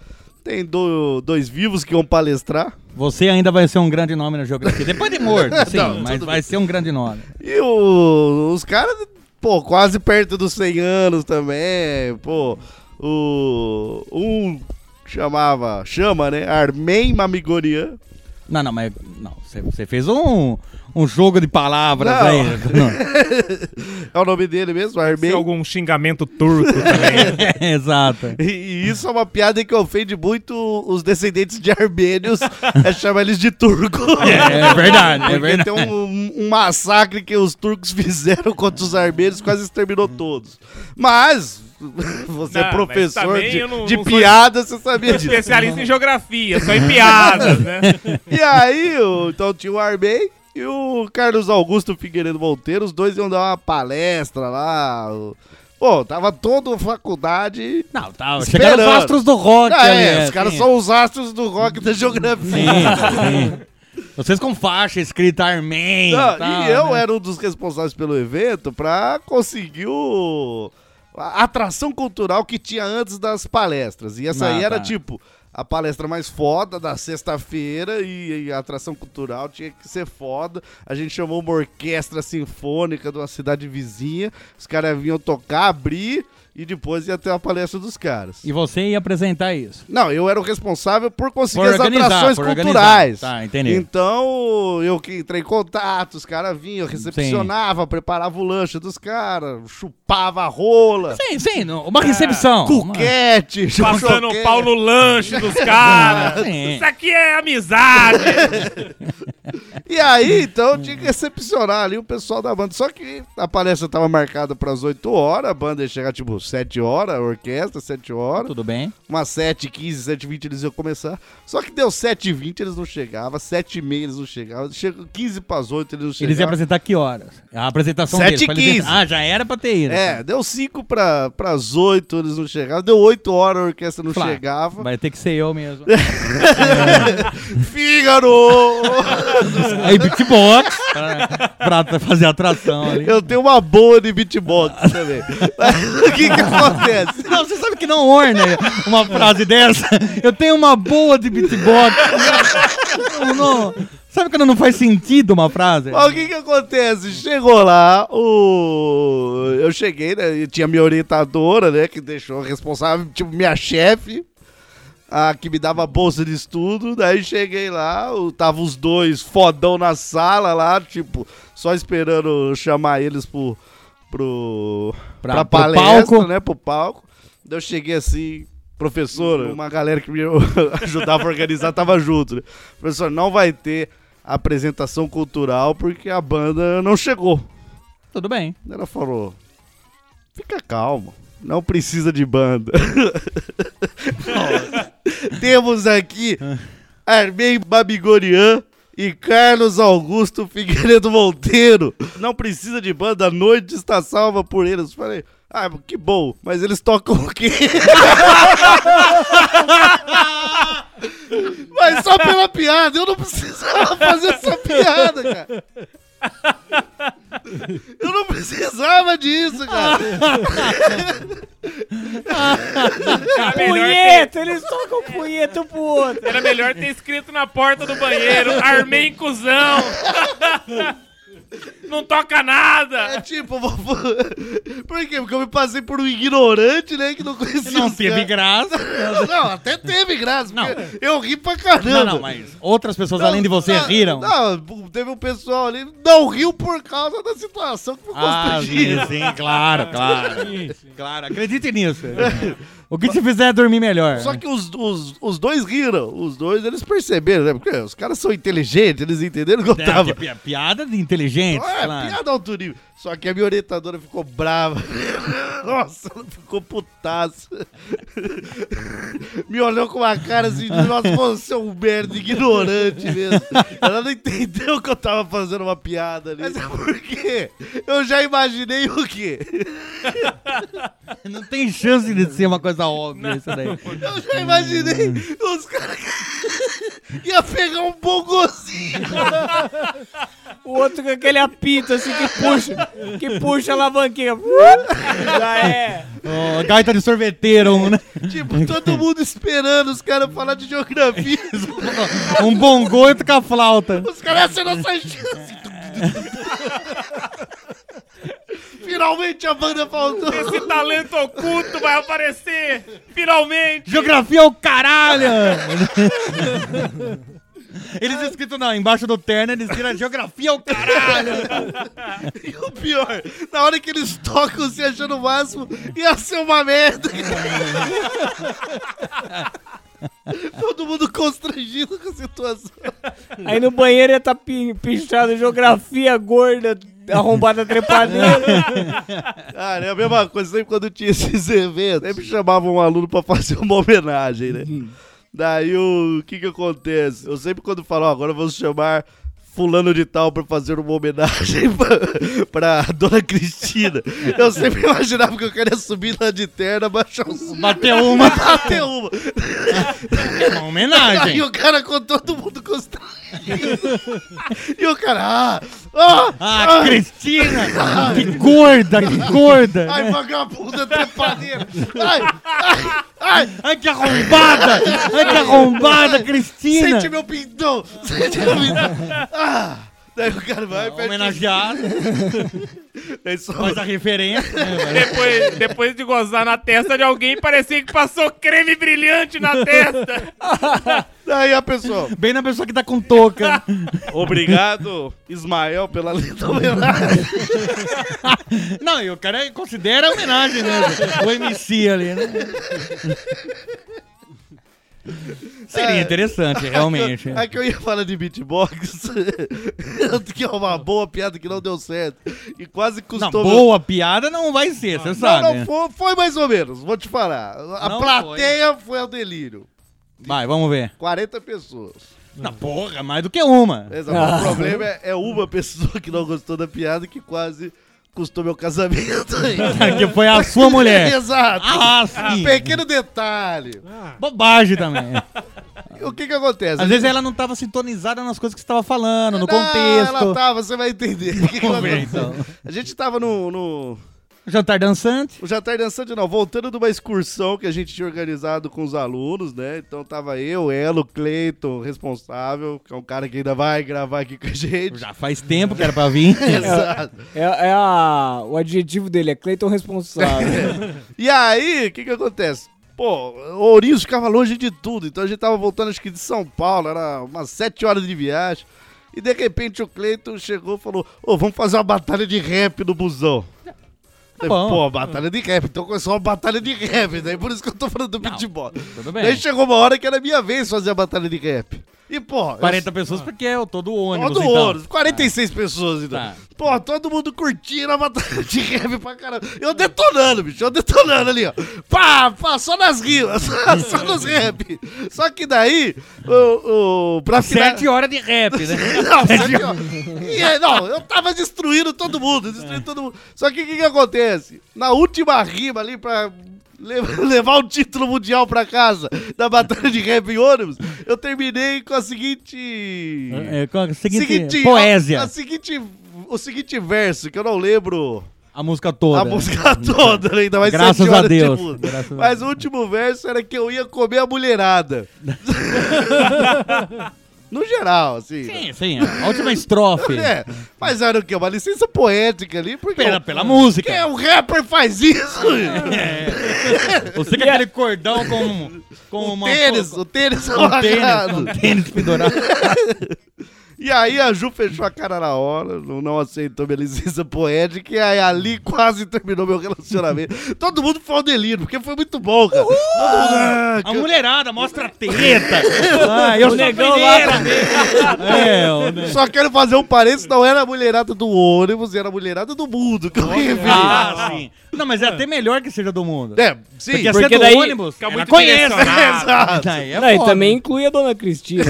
C: tem do- dois vivos que vão palestrar.
D: Você ainda vai ser um grande nome na geografia. Depois de
C: [laughs]
D: morto, sim,
C: Não, tudo
D: mas
C: bem.
D: vai ser um grande nome.
C: E o- os caras, pô, quase perto dos 100 anos também, pô. O, um chamava, chama, né? Armen Mamigorian. [laughs]
D: Não, não, mas não, você- você fez um, um jogo de palavras
C: Não.
D: aí.
C: É o nome dele mesmo,
G: Tem
C: Armen.
G: algum xingamento turco também.
D: É,
C: [laughs]
D: [laughs] Exato.
C: E, e isso é uma piada que ofende muito os descendentes de armênios, [laughs] é chamar eles de turco.
D: É verdade, é
C: Porque
D: verdade.
C: tem um, um massacre que os turcos [laughs] fizeram contra os armênios, quase exterminou todos. Mas, [laughs] você
G: Não,
C: é
G: mas
C: professor
G: também
C: de,
G: eu não-
C: de
G: não sou
C: piada, você sabia disso.
G: Especialista em geografia, só em piadas, né?
C: E aí, o- então tinha o Armei e o Carlos Augusto Figueiredo Monteiro, os dois iam dar uma palestra lá. o- Pô, tava toda a faculdade.
D: Não, tá,
C: Esperando.
D: chegaram os astros do rock
C: Ah,
D: ali,
C: é, os
D: assim.
C: caras são os astros do rock e da geografia.
D: Sim, sim. Vocês com faixa escrita Armen.
C: Não,
D: tal,
C: e eu
D: né?
C: era um dos responsáveis pelo evento pra conseguir o... a atração cultural que tinha antes das palestras. E essa
D: Ah,
C: aí era
D: tá.
C: tipo a palestra mais foda da sexta-feira e, e a atração cultural tinha que ser foda. A gente chamou uma orquestra sinfônica de uma cidade vizinha. Os caras vinham tocar, abrir e depois ia ter a palestra dos caras.
D: E você ia apresentar isso.
C: Não, eu era o responsável por conseguir
D: Por
C: as
D: organizar,
C: atrações
D: por organizar.
C: culturais.
D: Tá, entendi.
C: Então, eu que entrei em contato, os caras vinham, recepcionava, preparava o lanche dos caras, chupava a rola,
D: Sim, sim, no- uma recepção. [laughs]
C: cuquete,
G: Passando
C: choquete.
G: o pau no lanche dos caras.
D: Sim.
G: Isso aqui é amizade.
C: E
D: Hum.
C: aí, então, eu tinha que recepcionar ali o pessoal da banda. Só que a palestra tava marcada para as 8 horas, a banda ia chegar tipo 7 horas, a orquestra, 7
D: Uma-
C: horas.
D: Tudo bem.
C: Umas 7h15, 7h20 eles iam começar. Só que deu 7h20 eles não chegavam, 7h30 eles não chegavam, chegou 15 para as 8 eles não chegavam.
D: Eles iam apresentar que horas? A apresentação
C: Sete
D: deles. pra eles
C: e quinze.
D: entrar- Ah, já era pra ter ido.
C: É, deu 5 para as 8, eles não chegavam. Deu 8 horas, a orquestra não
D: Claro,
C: chegava.
D: Vai ter que ser eu mesmo. [laughs]
C: Fígaro!
D: Aí beatbox pra, pra fazer atração ali.
C: eu tenho uma boa de beatbox
D: [laughs]
C: também. o que que acontece?
D: Não, você sabe que não orna uma frase dessa. Eu tenho uma boa de beatbox. Não, não. Sabe quando não faz sentido uma frase?
C: Mas o que que acontece? Chegou lá, o... eu cheguei, né? e Tinha minha orientadora, né? Que deixou responsável, tipo, minha chefe, a que me dava bolsa de estudo. Daí cheguei lá, o- tava os dois fodão na sala lá, tipo, só esperando chamar eles pro, pro, pra,
D: Pra- pro
C: palestra,
D: palco.
C: né? Pro palco. Daí eu cheguei assim, professora, uma galera que me [laughs] ajudava a organizar tava junto, né? Professor, não vai ter apresentação cultural porque a banda não chegou.
D: Tudo bem.
C: Ela falou: fica calmo, não precisa de
D: [laughs]
C: banda. Temos aqui Armei Babigorian e Carlos Augusto Figueiredo Monteiro. Não precisa de banda, a noite está salva por eles. Falei. Ah, que bom, mas eles tocam o quê? [laughs] mas só pela piada, eu não precisava fazer essa piada, cara. Eu não precisava disso, cara.
G: Era melhor, ter,
E: Punheta, eles tocam punheta um pro outro.
G: era melhor ter escrito na porta do banheiro, armei cuzão. [laughs] Não toca
C: É
G: nada.
C: tipo, vou- vou- por quê? Porque eu me passei por um ignorante, né, que não conhecia
D: Não
C: os
D: teve
C: caras.
D: graça.
C: Não, até teve graça,
D: Não.
C: porque eu ri pra caramba.
D: Não, não, mas outras pessoas além de você
C: não,
D: riram.
C: Não, teve um pessoal ali, não riu por causa da situação que eu
D: Ah,
C: constrangi.
D: sim, sim, claro, claro. Claro, acredite nisso. O que te fizer é dormir melhor.
C: Só que os, os, os dois riram, os dois eles perceberam, né, porque os caras são inteligentes, eles entenderam o que eu
D: É,
C: tava.
D: pi- pi- piada de inteligente.
C: Ah, é,
D: claro.
C: piada alto nível. Só que a minha orientadora ficou brava. [laughs] Nossa, ela ficou putaça. Me olhou com uma cara assim de, nossa, você é um merda ignorante mesmo. Ela não entendeu que eu tava fazendo uma piada ali. Mas [laughs] é porque eu já imaginei o quê?
D: Não tem chance de ser uma coisa óbvia isso daí.
C: Eu já imaginei os caras que [laughs] ia pegar um bongozinho.
E: O outro com aquele apito assim que puxa, que puxa a alavanquinha. Já é.
D: Ó, gaita de sorveteiro, um, né?
C: Tipo, todo mundo esperando os caras falar de geografia. [laughs]
D: Um bongô e com a flauta.
C: Os caras essa é a nossa chance. Finalmente a banda faltou.
G: Esse talento oculto vai aparecer! Finalmente!
D: Geografia é o caralho! Eles escrito não, embaixo do terno eles tiram geografia é o caralho!
C: E é o pior, na hora que eles tocam se achando o máximo, ia ser uma merda. Todo mundo constrangido com a situação.
E: Aí no banheiro ia estar tá pi- pichado geografia gorda, arrombada trepadeira.
C: Cara, é a mesma coisa, sempre quando tinha [laughs] esses eventos, sempre chamavam um aluno pra fazer uma homenagem, né? Daí o que que acontece? Eu sempre quando falo, ó, agora vamos chamar fulano de tal pra fazer uma homenagem [laughs] pra, pra Dona Cristina. Eu sempre imaginava que eu queria subir lá de terna, baixar os... [laughs]
D: Bateu uma,
C: Bater uma.
D: uma homenagem.
C: Aí o cara com todo mundo constrangido. [laughs] E o cara, ah, ah,
D: Ah, Cristina! Que gorda, que gorda! né?
C: ai, vagabunda trepadeira. Ai, ai, ai.
D: Ai, que arrombada! Ai, que arrombada, Cristina!
C: Sente meu pintão! Sente meu pintão!
D: [laughs]
C: Ah! Daí o cara vai e perde.
D: Homenageado,
C: Daí só-
D: faz a referência. né?
G: Depois, depois de gozar na testa de alguém, parecia que passou creme brilhante na testa.
C: Daí a pessoa.
D: Bem na pessoa que tá com touca.
C: [laughs] Obrigado, Ismael, pela linda homenagem.
D: Não, e o cara considera homenagem, né? O MC ali, né? Seria interessante, realmente.
C: É que eu ia falar de beatbox. [laughs] que é uma boa piada que não deu certo. E quase
D: Não,
C: custou. meu-
D: boa piada não vai ser, você
C: Não,
D: sabe.
C: não,
D: né?
C: foi, foi mais ou menos, vou te falar. A
D: Não
C: plateia foi. ao delírio.
D: Vai, vamos ver.
C: 40 pessoas.
D: Na porra, mais do que uma.
C: Exato.
D: Ah.
C: O problema é, é uma pessoa que não gostou da piada que quase custou meu
D: [laughs]
C: casamento.
D: [laughs] que foi É a sua
C: [laughs]
D: mulher.
C: Exato. Um
D: Ah, sim.
C: Pequeno detalhe.
D: Bobagem também.
C: O que que acontece?
D: Às vezes ela não tava sintonizada nas coisas que você tava falando, no
C: Não, Ela
D: contexto.
C: tava, você vai entender. O que que
D: Vamos ver, então.
C: aconteceu? A gente tava no, no,
D: Jantar dançante.
C: no Jantar Dançante, não, voltando de uma excursão que a gente tinha organizado com os alunos, né? Então tava eu, ela, o Cleiton, responsável, que é um cara que ainda vai gravar aqui com a gente.
D: Já faz tempo que era pra vir.
C: Exato.
E: É, é a, o adjetivo dele, é Cleiton
G: [laughs]
E: responsável.
C: [laughs] E aí, o que que acontece? Pô, Ourinhos ficava longe de tudo, então a gente tava voltando acho que de São Paulo, era umas sete horas de viagem. E de repente o Cleiton chegou e falou: Ô, vamos fazer uma batalha de rap no busão. Falei,
D: Tá bom.
C: Pô, batalha de rap. Então começou uma batalha de rap, daí por isso que eu tô falando do beatbox.
D: Tudo
C: Daí chegou uma hora que era minha vez fazer a batalha de rap. E, pô, eu
D: 40 pessoas porque é o todo ônibus,
C: Todo
D: então.
C: ônibus, 46 pessoas então.
D: Tá.
C: Pô, todo mundo curtindo a batalha de rap pra caramba. Eu detonando, bicho, eu detonando ali, ó. Pá, pá, só nas rimas, [laughs] só, só nos rap. Só que daí, o. o pra final-
D: Sete horas de rap, né?
C: [laughs] não, sete horas. E aí, não, eu tava destruindo todo mundo, destruindo todo mundo. Só que o que, que acontece? Na última rima ali pra le- [laughs] levar o título mundial pra casa da batalha de rap em ônibus, eu terminei com a seguinte.
D: É, com a seguinte,
C: Seguinte,
D: poésia.
C: a- a seguinte- o seguinte verso, que eu não lembro
D: A música toda.
C: a música [laughs] toda, né? ainda mais
D: Graças
C: sete
D: a
C: horas de
D: Deus.
C: música.
D: Graças a
C: Mas o último verso era que eu ia comer a
D: [laughs]
C: mulherada. no geral, assim. né?
D: Sim, sim. A última estrofe.
C: É, mas era o quê? Uma licença poética ali, porque...
D: Pela, pela música.
C: Quem é um rapper faz isso?
D: É, Você com aquele cordão com, com uma.
C: tênis, o tênis
D: com tênis,
C: amarrado. [laughs]
D: com tênis pendurado.
C: E aí a Ju fechou a cara na hora, não, não aceitou minha licença poética, e aí ali quase terminou meu
D: [laughs]
C: relacionamento. Todo mundo foi ao delírio, porque foi muito bom, cara. Todo mundo, ah,
D: A
C: que-
D: mulherada mostra a teta. Ah, eu sou negão É, o ne-
C: Só quero fazer um parênteses, não era a mulherada do ônibus, era a mulherada do mundo que eu me referi.
D: Ah, sim. Não, mas é até melhor que seja do mundo.
C: É, sim. [laughs]
D: Porque,
E: Porque
D: porque do
E: daí
D: ônibus,
G: fica
D: ela
G: muito
D: conhece. [laughs]
G: direcionado.
C: Exato.
D: Daí é
E: Não, e
D: foda.
E: também inclui a dona Cristina.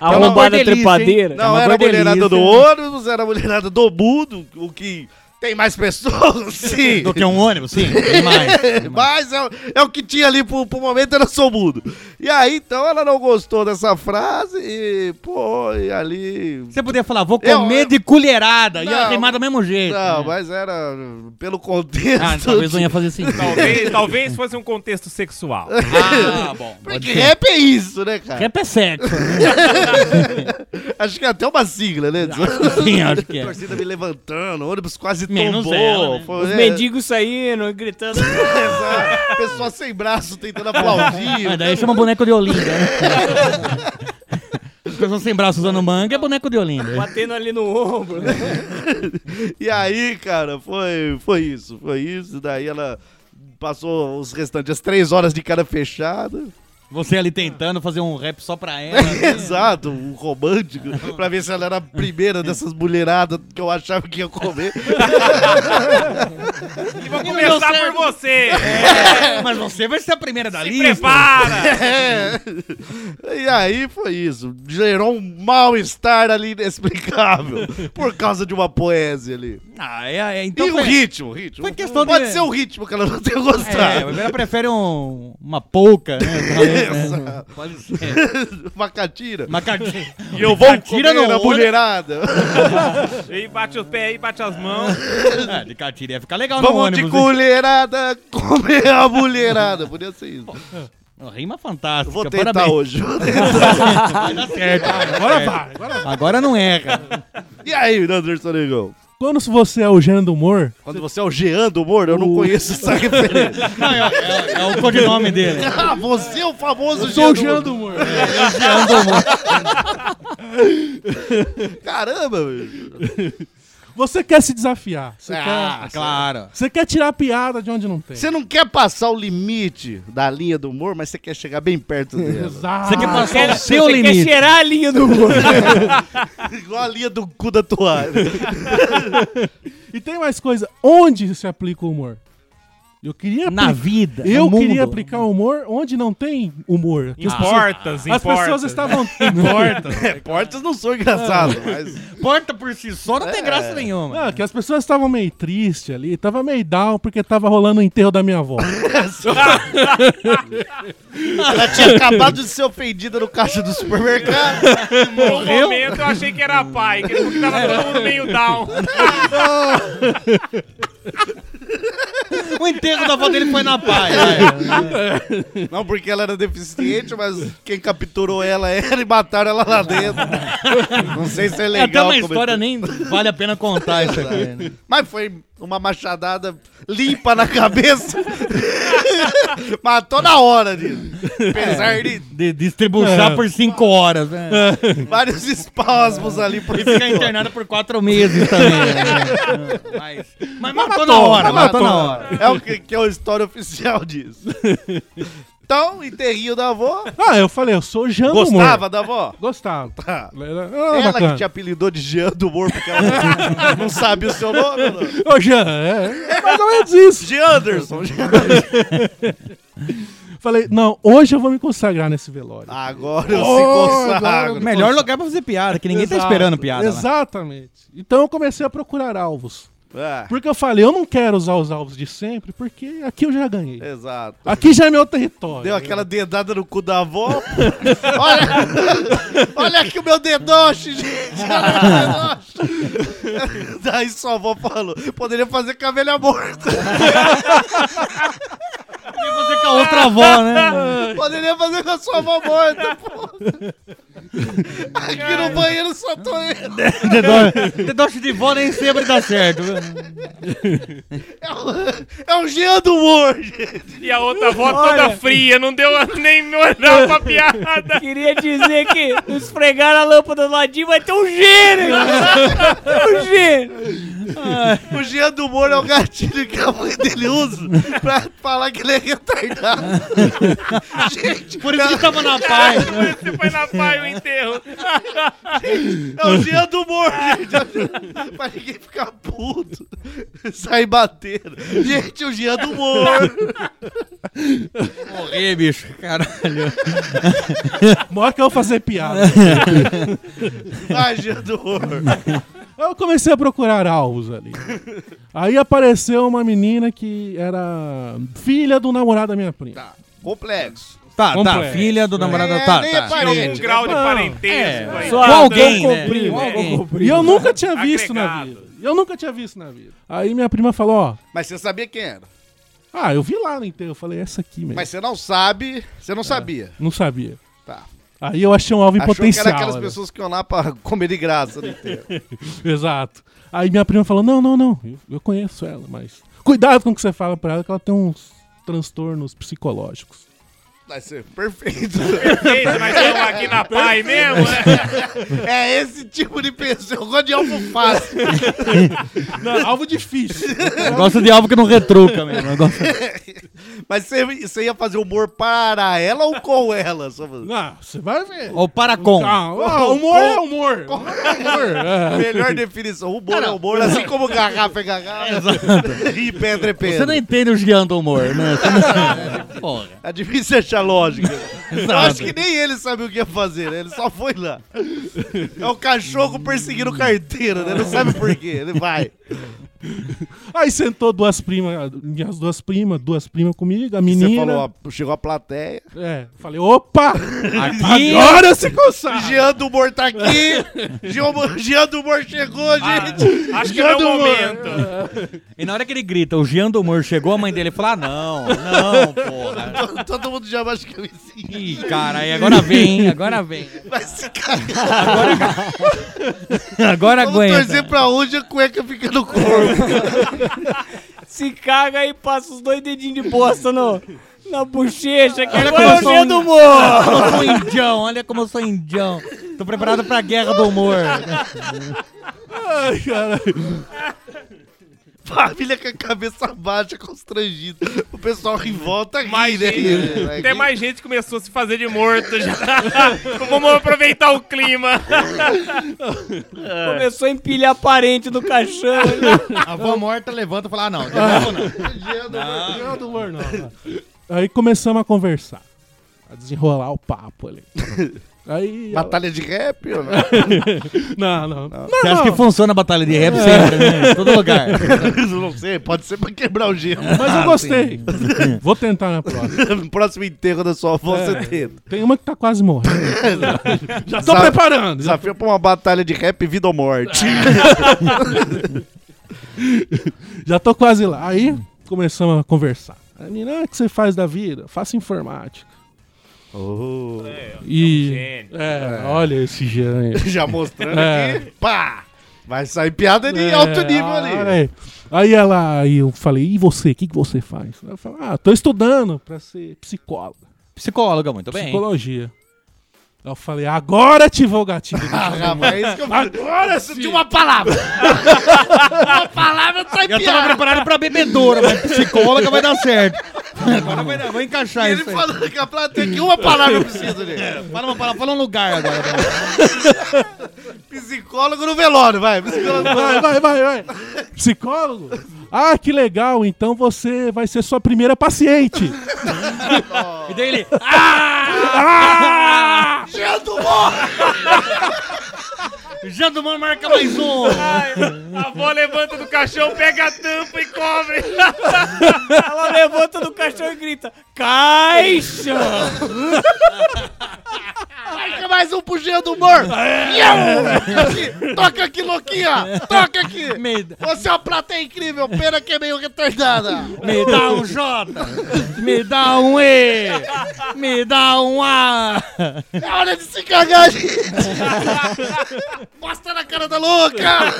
E: A
C: uma
E: lombada
D: gordelice, hein?
E: trepadeira.
C: Não
E: É uma
C: era a
E: gordelice.
C: mulherada do ônibus, era a mulherada do mundo, o que tem mais pessoas, [laughs] sim.
D: Do que um ônibus, sim.
C: [laughs]
D: Tem mais. Tem mais.
C: Mas é, o- é o que tinha ali pro, pro momento, era sou mudo. E aí, então, ela não gostou dessa frase e, pô, e ali...
D: Você podia falar, vou
C: Eu-
D: comer de colherada. E ela
C: É, Não.
D: queimar do mesmo jeito.
C: Não,
D: né?
C: mas era pelo contexto...
I: Ah, talvez não ia
C: [laughs]
I: fazer sentido.
G: Talvez, talvez fosse um contexto sexual.
D: Ah,
C: [laughs]
D: bom.
C: Porque rap é isso, né, cara?
I: Rap é sexo. né?
C: Acho que é até uma sigla, né?
I: Ah, [laughs] Sim, acho que é.
C: Torcida me levantando, ônibus quase
D: Menos
C: tombou.
D: ela, né?
C: foi-
E: Os
C: é,
E: mendigos saindo, gritando.
C: [laughs] exato. Pessoa sem braço tentando aplaudir.
D: Mas daí chama boneco de Olinda, né? As pessoas sem braço usando manga é boneco de Olinda.
E: Batendo ali no ombro. né?
C: E aí, cara, foi, foi isso, foi isso. Daí ela passou os restantes as três horas de cara fechada.
D: Você ali tentando fazer um rap só pra ela.
C: [laughs] Exato, um romântico. pra ver se ela era a primeira dessas mulheradas que eu achava que ia comer.
D: [laughs]
G: E vou começar por você.
D: É, Mas você vai ser a primeira da
G: Se
D: lista.
G: prepara.
C: É. E aí foi isso. Gerou um mal-estar ali inexplicável. por causa de uma poesia ali.
D: Ah, é, é, então
C: E o
D: foi-
C: ritmo, o ritmo.
D: foi questão
C: Pode
D: de-
C: ser o ritmo que ela não tenha
D: É,
C: gostado.
D: ela prefere um, uma pouca, né? Talvez, né?
C: Exato.
D: Pode ser.
C: [laughs] Uma catira.
D: Uma cartilha.
C: E eu vou
D: catira
C: comer
D: no
C: a
D: olho.
C: mulherada.
G: E bate o pé aí, bate as mãos.
D: Ah, de cartilha ia ficar legal no
C: Vamos de
D: ônibus. hein?
C: colherada comer a mulherada. Podia ser isso.
D: Uma Rima fantástica.
C: Eu vou tentar
D: parabéns.
C: hoje.
D: Vai dar certo.
F: Agora vai, agora vai.
D: Agora não erra.
C: e aí, Anderson Negão?
F: Quando você é o gênero do humor,
C: Quando você é o Jean do humor, eu não conheço [laughs] essa referência.
D: Não, é, é- é o codinome dele.
C: ah, você é o famoso
F: sou o
C: Jean
F: gênero do humor.
C: Caramba, velho.
F: Você quer se desafiar. Você,
C: Ah,
D: Claro.
F: você quer tirar piada de onde não tem.
C: Você não quer passar o limite da linha do humor, mas você quer chegar bem perto dela.
F: Exato.
D: Você quer
G: Ah,
D: passar É o seu
E: Você quer
D: limite.
E: cheirar a linha do ombro.
C: Igual a linha do cu da toalha.
F: E tem mais coisa. Onde se aplica o humor? Eu queria
D: Na
F: apli-
D: vida.
F: Eu
D: no mundo.
F: queria aplicar o humor onde não tem humor. Que as
G: Importas,
F: pessoas- As pessoas
G: importas.
F: estavam.
C: [laughs] É, portas não são engraçadas, mas...
D: Porta por si só não tem graça nenhuma.
F: Não, que as pessoas estavam meio tristes ali, tava meio down porque tava rolando o enterro da minha avó.
C: Ela tinha acabado de ser ofendida no caixa do supermercado.
G: No um momento eu achei que era a pai, que porque tava todo mundo meio down.
D: O enterro da avó dele foi [laughs] na paz. né?
C: Não porque ela era deficiente, mas quem capturou ela era e mataram ela lá dentro. Não sei se é
D: É
C: legal.
D: até uma
C: comentar.
D: história, nem vale a pena contar isso aqui. né?
C: Mas foi uma machadada limpa na cabeça. Matou na hora disso. Apesar de
D: De distribuchar por cinco horas. Né?
C: vários espasmos ali por
D: E ficar internada por quatro meses também. né? Mas, mas matou na
C: Matou,
D: hora, matou na hora.
C: É o que, que é a história oficial disso. Então, enterrinho da avó.
F: ah, eu falei, eu sou Jean do humor.
C: Gostava da avó?
F: Gostava.
C: Tá.
F: Era, era
C: Ela
F: Ah, bacana.
C: que te apelidou de Jean do Humor, porque ela não sabe o seu nome. Não.
F: Ô, Jean, é, é mais ou menos isso.
C: De Anderson.
F: Falei, não, hoje eu vou me consagrar nesse velório.
D: Ah,
C: Agora eu
F: Oh,
C: se consagro.
F: agora-
D: Melhor lugar pra fazer piada, que ninguém tá
F: Exato,
D: esperando piada. lá.
F: Exatamente. Então eu comecei a procurar alvos.
C: É,
F: Porque eu falei, eu não quero usar os alvos de sempre, porque aqui eu já ganhei.
C: exato.
F: Aqui já é meu território.
C: Deu aquela dedada no cu da avó. olha,
D: [laughs]
C: olha aqui o meu dedoche, gente. Olha o meu dedoche. Daí sua avó falou, poderia fazer com a velha morta.
D: Podia fazer com a outra avó,
C: [laughs]
D: né?
C: Poderia fazer com a sua avó morta, pô. Aqui no banheiro só tô eu.
D: Dedoche de vó nem sempre dá certo. viu?
C: É o, é o Jean do humor, gente.
G: E a outra avó toda fria, não deu nem [laughs] olhar pra piada.
E: Queria dizer que nos esfregar a lâmpada do ladinho vai ter um gênio! um gênio!
C: O Jean do humor é o gatilho que a mãe dele usa pra falar que ele é retardado. gente,
D: Por isso que tava na né? paz.
G: Você foi na pai o enterro.
C: é o Jean do [laughs] humor, gente. É, pra ninguém ficar puto. Sai batendo. Gente, o Jean do humor.
D: Morrer, bicho. Caralho.
F: Mora que eu
D: [laughs]
F: fazer piada.
C: Vai, Ah, Jean do humor.
F: Eu comecei a procurar alvos ali. Aí apareceu uma menina que era filha do namorado da minha prima.
C: Complexo.
D: Tá, tá.
F: Complexo.
D: Filha do namorado.
C: É,
D: Tá,
C: nem é
D: tá.
G: Um
C: parente.
G: grau de
F: Não,
G: parentesco. aí.
D: Com
E: Ah,
D: é, alguém,
E: vou
D: né?
E: cumprir,
D: Com
E: vou
D: alguém.
F: um E eu nunca tinha visto na
G: Agregado.
F: vida. Eu nunca tinha visto na vida. Aí minha prima falou, ó.
C: Mas você sabia quem era.
F: Ah, eu vi lá no enterro. Eu falei, essa aqui mesmo.
C: Mas você não sabe, você não sabia.
F: Não sabia.
C: Tá.
F: Aí eu achei um alvo em
C: Achou
F: potencial.
C: que era aquelas
F: né?
C: pessoas que iam lá pra comer de graça. Né?
F: Exato. Aí minha prima falou, não, não, não. Eu, eu conheço ela, mas... Cuidado com o que você fala pra ela, que ela tem uns transtornos psicológicos.
C: Vai ser perfeito.
G: Gente, mas estamos aqui na pai mesmo, né?
C: é esse tipo de pessoa. Eu gosto de alvo fácil.
F: Não, alvo [laughs] difícil.
D: Eu gosto de alvo que não retruca mesmo. Eu gosto-
C: Mas você, você ia fazer humor para ela ou com ela? Só fazer-
F: não, Ah, você vai ver.
D: Ou para com.
F: Ah, ah, humor é humor. Humor é humor. É.
C: Melhor definição. Humor é humor, assim como garrafa é garrafa. [laughs] e pedra é
D: Você
C: pedra.
D: não entende o Jean do humor, né? Você não- [laughs] Porra.
C: É difícil achar lógica. Eu acho que nem ele sabia o que ia fazer, né? Ele só foi lá. É o cachorro perseguindo carteira, né? Não sabe por quê. Ele vai.
F: Aí sentou duas primas, minhas duas primas, duas primas comigo, a menina.
C: Você falou, ó, chegou a plateia.
F: É, falei, opa!
D: Aqui.
F: Agora se consegue!
C: Jean do Humor tá aqui. Jean, Jean do Humor
F: Ah,
C: chegou, gente.
G: Acho que
C: Já
G: é o
C: do-
G: momento.
D: E na hora que ele grita, o Jean do humor chegou, a mãe dele fala: "Ah, não, não, porra.
C: Todo- Todo mundo já acha que eu ensino.
D: Ih, cara, aí agora vem, hein? agora vem.
C: Vai se cair.
D: Agora
C: Vamos torcer
D: aguenta.
C: pra onde a cueca fica no corpo.
E: Se caga e passa os dois dedinhos de bosta no, na bochecha, que agora
D: como
E: é o
D: eu sou
E: dia
D: um-
E: do humor!
D: Como eu sou [laughs] indião, olha como eu sou indião. Tô preparado pra guerra do humor.
F: Ai, caralho.
C: Família com a cabeça baixa, constrangida. O pessoal em volta ri,
G: Mas,
C: né?
G: gente,
C: Vai
G: Até
C: rir.
G: mais gente começou a se fazer de morto já. [laughs] Vamos aproveitar o clima.
E: Começou a empilhar parente no caixão.
I: A avó morta levanta e fala: ah, não, de novo não.
C: Jean do Humor.
F: Não, do humor não. Aí começamos a conversar, a desenrolar o
C: [laughs]
F: papo ali. Aí. ela-
C: Batalha de rap, ó.
F: Não, não.
C: Ah,
F: não.
D: Você acha que funciona a batalha de rap sempre, né? Em todo lugar.
C: Isso não sei, pode ser pra quebrar o gelo.
F: Mas eu gostei. Vou tentar na próxima.
C: No próximo enterro da sua avó,
D: É.
C: você tenta.
F: Tem uma que tá
C: [laughs]
F: quase morrendo. Já tô
C: Sabe-
F: preparando. Já
C: Desafio pra uma batalha de rap, vida ou morte.
D: É.
F: Já tô quase lá. Aí começamos a conversar. A menina, ah, o que você faz da vida? Faço informática.
C: Oh.
F: e.
G: gênio.
F: É, olha
C: [laughs]
F: esse gênio.
C: Já mostrando
F: É.
C: aqui, pá! Vai sair piada de
F: É,
C: alto nível
F: ah, olha
D: é.
C: ali.
F: Aí. Aí ela, aí eu falei, e você, o que, que você faz? Ela falou, ah, tô estudando pra ser psicóloga,
D: Psicóloga, muito bem.
F: psicologia. Aí Eu falei, agora ativou o gatilho.
C: Ah, rapaz, é isso que eu
F: agora sim!
C: De uma palavra! uma palavra sai
D: Eu tava
C: piada!
D: preparado pra bebedora, mas psicóloga vai dar certo. Agora vai dar, vou encaixar
C: Ele
D: isso aí.
C: falando que a plateia tem que uma palavra eu preciso né? ali.
D: Fala, uma palavra, fala um lugar agora. vai.
C: Psicólogo no velório, vai. Psicólogo no
F: Vai, vai, vai, vai. Psicólogo? Ah, que legal, então você vai ser sua primeira paciente.
D: E daí ele,
C: Jean do Humor!
D: Jean do Mano marca mais um.
G: Ai, a avó levanta do caixão, pega a tampa e cobre. [laughs]
E: Ela levanta do caixão e grita: Caixa!
C: Marca mais um pro G do humor! Iau! Aqui, toca aqui, louquinha! Toca aqui!
D: Me,
C: Você é uma prata incrível, pena que é meio retardada!
D: me dá um J, me dá um E, me dá um A.
C: É hora de se cagar, gente! Mostra na cara da louca!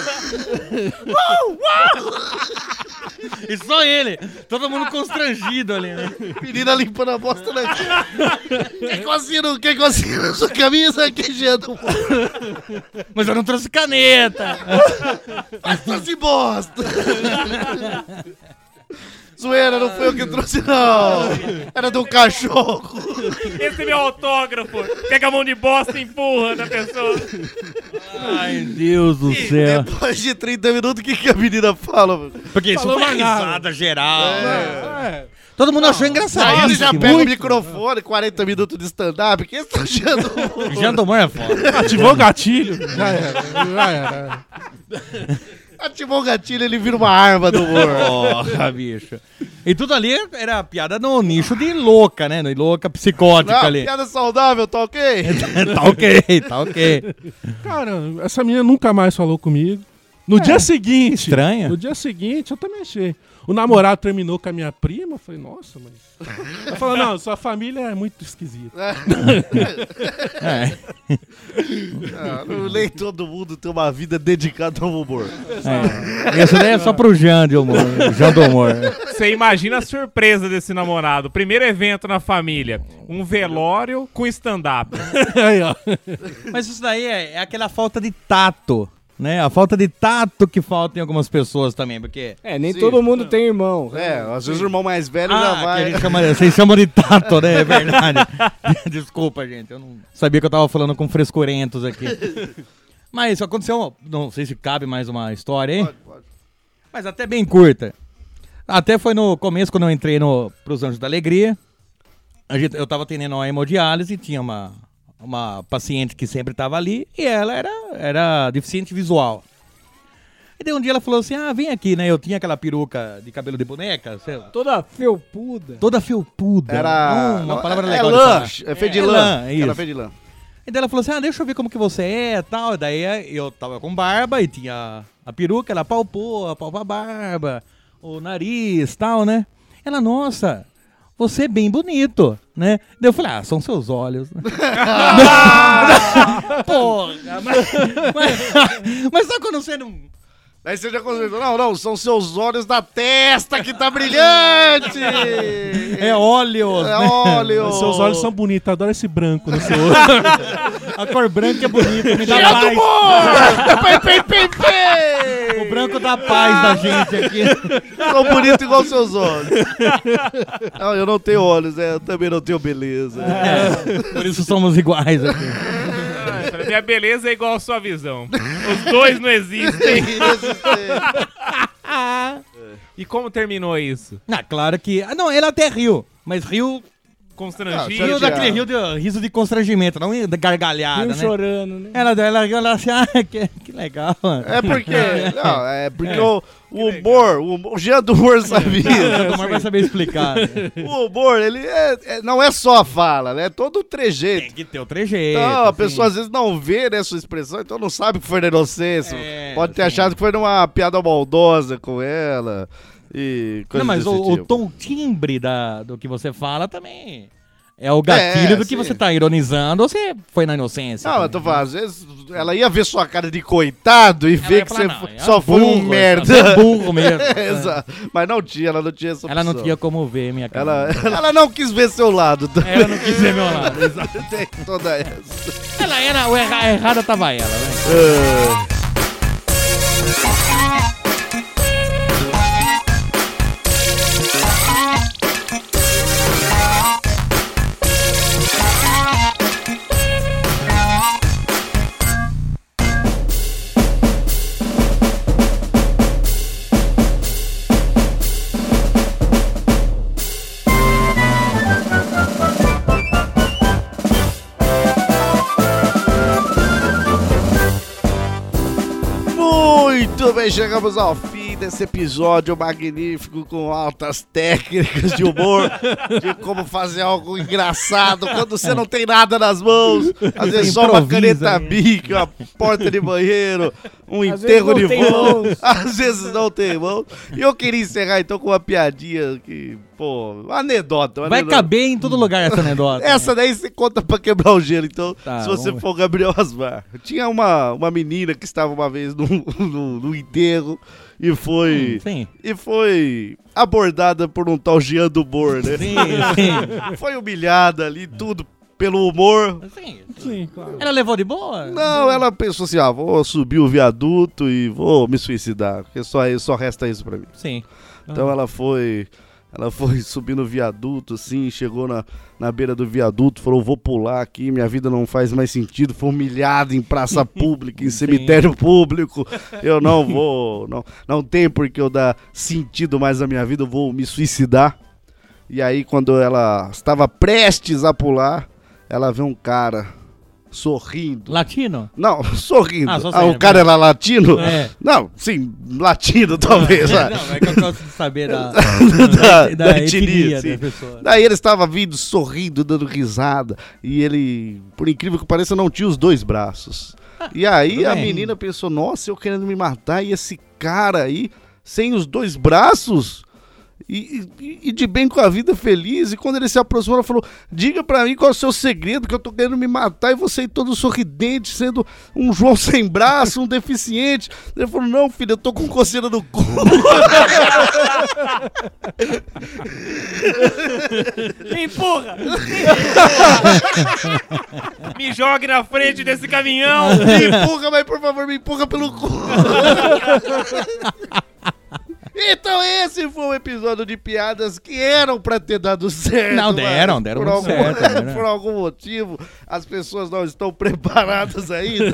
D: E só ele, todo mundo constrangido ali, né?
C: Menina limpando a bosta na cara. Quem cozinha, quem cozinha sua camisa, quem G do humor?
D: Mas eu não trouxe caneta.
C: Trouxe tá bosta! Zoeira, não foi eu que trouxe, não! Era do cachorro!
G: Esse é meu autógrafo. Pega a mão de bosta e empurra na pessoa.
D: Ai, Deus do céu.
C: Depois de 30 minutos, o que, que a menina fala, mano?
D: Porque isso foi uma é. risada geral. Todo mundo achou engraçado.
C: Aí ele
D: isso,
C: já
D: que
C: pega o
D: muito-
C: microfone, 40 minutos de stand-up, quem [laughs] está achando?
D: Já tomou é foda.
F: Ativou o gatilho. Já era. Já era.
C: Ativou o um gatilho, ele vira uma arma do humor.
D: Porra, bicho. E tudo ali era piada no nicho de louca, né? De louca psicótica
C: Ah,
D: [laughs] ali.
C: piada saudável, tá ok?
D: tá ok, tá ok.
F: Cara, essa menina nunca mais falou comigo. No dia seguinte.
D: estranha.
F: No dia seguinte, eu também achei. O namorado terminou com a minha prima. Eu falei, nossa, mãe. Ela falou, não, sua família é muito esquisita.
D: É.
C: Ah, não- nem todo mundo tem uma vida dedicada ao humor.
D: É. Essa daí é só pro Jean de humor. Jean do humor.
G: Você imagina a surpresa desse namorado. Primeiro evento na família. Um velório com stand-up.
F: [laughs] Aí, ó.
D: Mas isso daí é, é aquela falta de tato, né? A falta de tato que falta em algumas pessoas também, porque...
E: É, nem todo mundo tem irmão.
C: É, às vezes o irmão mais velho já
D: Ah, que a
C: vai.
D: gente chama, vocês chamam de tato, né? É verdade. [laughs] Desculpa, gente. Eu não sabia que eu tava falando com frescurentos aqui. Mas isso aconteceu. Não sei se cabe mais uma história, hein? Mas até bem curta. Até foi no começo, quando eu entrei no, pros Anjos da Alegria. A gente, eu tava atendendo a hemodiálise, tinha uma, uma paciente que sempre tava ali e ela era, era deficiente visual. E daí um dia ela falou assim: Ah, vem aqui, né? Eu tinha aquela peruca de cabelo de boneca, sei lá.
E: Toda felpuda.
D: Toda felpuda.
C: Era.
D: Hum, uma
C: não,
D: palavra
C: é,
D: legal.
C: É
D: de
C: lã,
D: falar.
C: é feito de
D: É
C: lã.
D: lã,
C: Era
D: isso.
C: feito de lã.
D: E daí ela falou assim: ah, deixa eu ver como que você é e tal. E daí eu tava com barba e tinha a peruca, ela palpou, apalpa a barba, o nariz tal, né? Ela, nossa, você é bem bonito, né? Daí eu falei, ah, são seus olhos. [laughs] né? Porra, mas, mas, mas só quando você não.
C: Aí você já consertou. Não, não, são seus olhos da testa que tá brilhante!
D: É
C: [laughs]
D: óleo,
C: É óleo!
F: Seus olhos são bonitos, adoro esse branco né?" no seu
D: [laughs] a cor branca é bonita, me dá
C: Dia do
D: paz.
C: humor! Pei, pei, pei, [laughs] pei!
D: O branco dá paz da gente aqui.
C: Sou bonito igual seus olhos. Não, eu não tenho olhos, né? Eu também não tenho beleza.
D: Por isso somos iguais aqui. [laughs]
G: Minha beleza é igual a sua visão. Os dois não existem.
C: Inexistente.
G: E como terminou isso?
D: Ah, claro que. Ah, não, ele até riu. Mas riu,
G: Constrangido?
D: riu
C: Santiago.
D: daquele rio de, riso de constrangimento, não de gargalhada,
E: Rio
C: um
D: né?
E: chorando, né?
D: Ela, ela, ela assim, ah, que, que legal. mano. [laughs]
C: É porque. Não, é porque o, o humor, o humor, o Jean do humor sabia.
D: O Tomar vai saber explicar.
C: [laughs]
D: né?
C: O humor, ele é- é- não é só a fala, né? É todo o
D: Tem
C: trejeito.
D: que ter o trejeito.
C: Então, a
D: assim.
C: pessoa às vezes não vê né, sua expressão, então não sabe que foi na inocência.
D: É,
C: Pode ter
D: sim.
C: achado que foi numa piada maldosa com ela e coisas
D: Não, mas
C: desse
D: o, o
C: tipo.
D: tom o timbre da, do que você fala também é o gatilho
C: É,
D: do que
C: sim.
D: você tá ironizando ou você foi na inocência.
C: Não, eu tô
D: também?
C: falando, às vezes ela ia ver sua cara de coitado e
D: Ela
C: ver
D: ia
C: que
D: falar,
C: você
D: "Não,
C: fo-
D: é
C: só foi um
D: burro, É
C: merda.
D: burro mesmo.
C: [laughs] Exato. Mas não tinha, ela não tinha essa
D: é Ela não
C: opção.
D: tinha como ver minha cara. [laughs]
C: Ela, ela não quis ver seu lado. também.
D: Ela não quis ver meu lado.
C: [laughs] Tem toda essa.
D: Ela era, o erra- errada tava ela, né?
C: Ah, Muito bem, chegamos ao fim fim desse episódio magnífico com altas técnicas de humor, de como fazer algo engraçado quando você não tem nada nas mãos. Às vezes só uma
F: Improvisa,
C: caneta bique, uma porta de banheiro, um
E: né? Às vezes
C: enterro
E: não
C: de
E: tem
C: voo.
E: mãos.
C: [laughs] Às vezes não tem mão. E eu queria encerrar então com uma piadinha que, pô, uma anedota. uma
D: Vai
C: anedota.
D: caber em todo lugar essa anedota.
C: Essa daí você conta pra quebrar o gelo, então,
D: Tá,
C: se você
D: vamos ver.
C: for o Gabriel Asmar. Tinha uma, uma menina que estava uma vez [laughs] num, num, num enterro e foi.
D: Sim.
C: E foi abordada por um tal Jean do Bor, né?
D: Sim, sim.
C: [laughs] Foi humilhada ali, tudo pelo humor.
D: Sim, claro. Ela levou de boa?
C: Não, ela pensou assim: ah, vou subir o viaduto e vou me suicidar, porque só, só resta isso pra mim.
D: Sim.
C: Então ela foi. Ela foi [laughs] subindo o viaduto, assim, chegou na, na beira do viaduto, falou: vou pular aqui, minha vida não faz mais sentido. Foi humilhada em
D: [laughs]
C: praça pública, em cemitério público. Eu não vou. Não, não tem por que eu dar sentido mais à minha vida, eu vou me suicidar. E aí, quando ela estava prestes a pular, ela vê um cara sorrindo.
D: Latino?
C: Não, [laughs] sorrindo.
D: Ah, só
C: Ah, o
D: sorrindo.
C: cara era latino?
D: É.
C: Não, sim, latino talvez. né?
D: não, [laughs] é que eu gosto de saber da,
C: [laughs] da,
D: da
C: da etnia,
D: etnia
C: sim.
D: da pessoa.
C: Daí ele estava vindo sorrindo, dando risada. E ele, por incrível que pareça, não tinha os dois braços.
D: [laughs]
C: E aí
D: tudo
C: a
D: bem.
C: menina pensou: nossa, eu querendo me matar, e esse cara aí, sem os dois braços? E, e- e de bem com a vida feliz. E quando ele se aproximou, ela falou: Diga pra mim qual é o seu segredo, que eu tô querendo me matar. E você aí todo sorridente, sendo um João sem braço, um deficiente. Ele falou: Não, filho, eu tô com coceira no cu.
E: Empurra!
G: Me jogue na frente desse caminhão!
C: Me empurra, mas por favor, me empurra pelo cu. Então esse foi o episódio de piadas que eram pra ter dado certo.
D: Não,
C: mas
D: deram, deram
C: por
D: muito
C: algum, [laughs]
D: certo, né?
C: por algum motivo, as pessoas não estão preparadas
D: [laughs]
C: ainda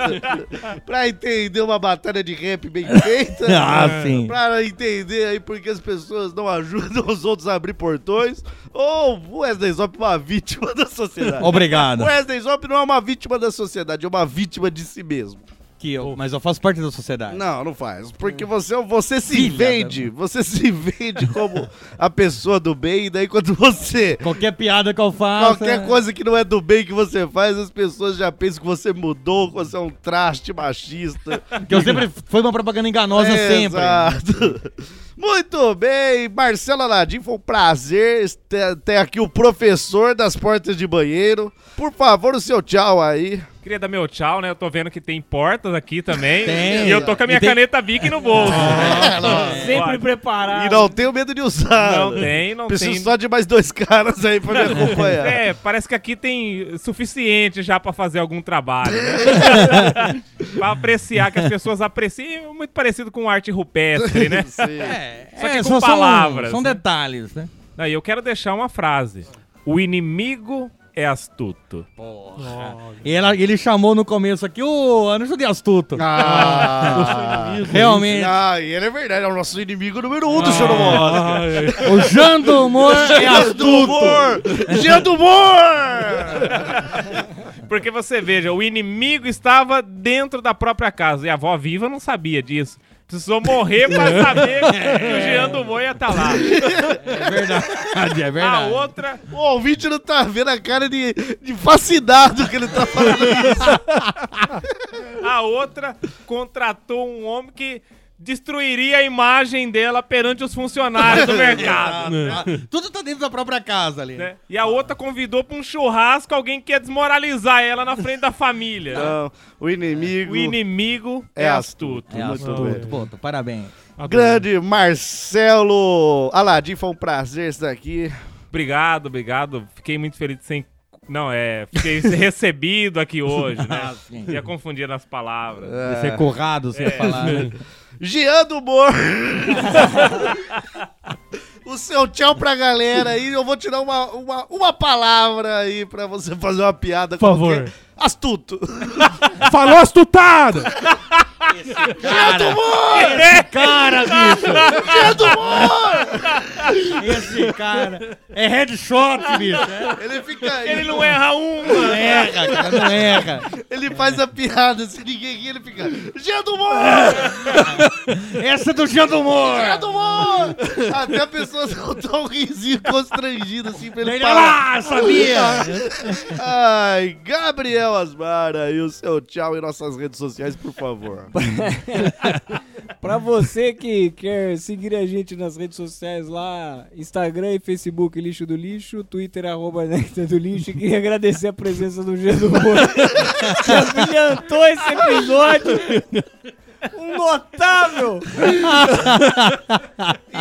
C: pra entender uma batalha de rap bem feita.
D: [laughs]
C: né?
D: Ah, sim.
C: Pra entender aí porque as pessoas não ajudam os outros a abrir portões. Ou o Wesley Zop é uma vítima da
D: [laughs]
C: sociedade.
D: Obrigado.
C: Wesley Zop não é uma vítima da sociedade, é uma vítima de si mesmo.
D: Que eu, mas eu faço parte da sociedade.
C: Não, não faz. Porque você, você se
D: Filha da-
C: vende. Você se vende como a pessoa do bem, e daí quando você.
D: Qualquer piada que eu faço.
C: Qualquer
D: é-
C: coisa que não é do bem que você faz, as pessoas já pensam que você mudou, que você é um traste [laughs] machista.
D: Que eu sempre foi uma propaganda enganosa sempre.
C: Exato. Muito bem, Marcelo Aladim, foi um prazer ter, ter aqui o professor das portas de banheiro. Por favor, o seu tchau aí.
G: Queria dar meu tchau, né? Eu tô vendo que tem portas aqui também.
D: Tem.
G: E eu tô com a minha
D: E tem-
G: caneta Bic no bolso. Né?
E: Sempre
C: E
E: preparado.
C: não tenho medo de usar.
G: Não tem, não
C: Preciso
G: tem.
C: só de mais dois caras aí pra me acompanhar.
G: É, parece que aqui tem suficiente já pra fazer algum trabalho, né? pra apreciar, que as pessoas apreciem. Muito parecido com arte rupestre,
C: [laughs]
G: né?
D: É,
G: Só que
D: é,
G: com
D: são- são-
G: palavras,
D: São
G: né?
D: detalhes, né?
G: Não, E eu quero deixar uma frase. O inimigo é astuto.
D: E ela- ele chamou no começo aqui o anjo de astuto.
C: Ah,
D: Realmente.
C: [laughs] ah, e ele é verdade, é o nosso inimigo número um
D: Ah.
C: do show do Mosca.
D: O Jean do Humor é
C: Jean do
D: astuto.
C: humor! Jean do humor!
G: Porque você veja, o inimigo estava dentro da própria casa. E a avó viva não sabia disso. Precisou morrer pra saber que o Jean do Moia tá lá.
D: É verdade, é [laughs]
G: A
D: verdade.
G: outra
C: O ouvinte não tá vendo a cara de, de fascinado que ele tá falando isso.
G: A outra contratou um homem que destruiria a imagem dela perante os funcionários do mercado.
D: Ah, Tudo tá dentro da própria casa ali.
G: né? E a outra convidou pra um churrasco alguém que quer desmoralizar ela na frente da família.
C: Não, o inimigo.
G: O inimigo
C: É
G: é,
C: astuto.
G: astuto.
D: É
C: Muito
D: astuto,
C: bem.
D: Boto, parabéns.
C: Grande Marcelo Aladim, foi um prazer estar aqui.
G: Obrigado, obrigado. Fiquei muito feliz de ser. Não, é. Fiquei [laughs] ser recebido aqui hoje, né?
D: Ah, sim.
G: Ia confundir nas palavras.
D: Você é currado, você falar. né?
C: Jean do Humor. o seu tchau pra galera aí. Eu vou tirar uma, uma, uma palavra aí pra você fazer uma piada.
F: Por favor.
C: qualquer. Astuto.
F: Falou astutado!
D: Cara,
G: é,
D: esse cara, bicho.
C: Jean do Humor.
D: [laughs] Esse cara é headshot, bicho.
C: Ele fica aí.
G: Ele não erra uma.
D: Não erra, cara, não erra.
C: Ele faz a piada, se ninguém ri, ele fica. Jean do Moro!
D: Essa é do Jean do
C: Jean
D: Moro.
C: do Moro! Até a pessoa [laughs] soltar um risinho constrangido assim pra ele
D: Ele,
C: parar.
D: ah, sabia.
C: Ai, Gabriel Asmara e o seu tchau em nossas redes sociais, por favor.
E: Pra você que quer seguir a gente nas redes sociais lá, Instagram e Facebook Lixo do Lixo, Twitter arroba Nectar do Lixo, e queria agradecer a presença do Gê do Moro, [laughs] que abrilhantou esse episódio. Um notável!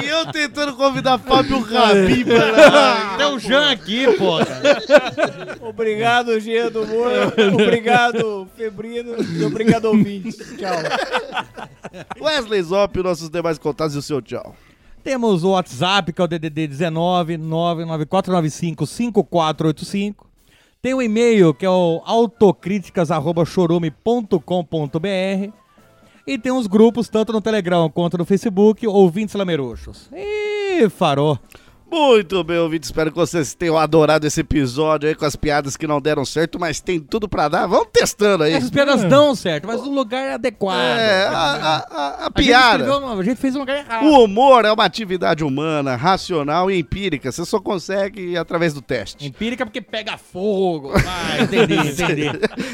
C: E eu tentando convidar Fábio Rabin pra.
D: Tem o Jean aqui, pô. cara.
E: Obrigado, Gê do Moro. Obrigado, Febrino. E obrigado, ouvintes. Tchau.
C: [laughs] Wesley Zop, nossos demais contatos e o seu tchau.
D: Temos o WhatsApp, que é o DDD 19 5485 Tem o e-mail, que é o autocríticas.chorume.com.br. E tem os grupos, tanto no Telegram quanto no Facebook, ouvintes lameruxos. Ih, farou.
C: Muito bem, ouvinte. Espero que vocês tenham adorado esse episódio aí com as piadas que não deram certo, mas tem tudo pra dar. Vamos testando aí.
D: Essas piadas dão certo, mas no lugar adequado.
C: É, a, a- a- a
D: A gente
C: piada.
D: escreveu no- A gente fez um lugar errado.
C: O humor é uma atividade humana, racional e empírica. Você só consegue através do teste.
D: Empírica porque pega fogo.
C: [laughs]
D: Ah, entendi, entendi.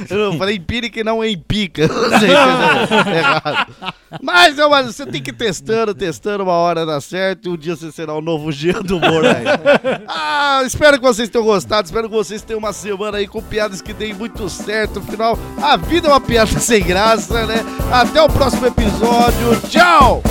C: Eu falei empírica e não
D: [laughs]
C: empica. Não sei, entendeu? Errado. Mas é uma- você tem que ir testando, testando, uma hora dá certo e um dia você será o novo Jean do humor
D: [laughs]
C: aí. Ah, espero que vocês tenham gostado, espero que vocês tenham uma semana aí com piadas que deem muito certo. Afinal, [laughs] a vida é uma piada sem graça, né? Até o próximo episódio. Tchau!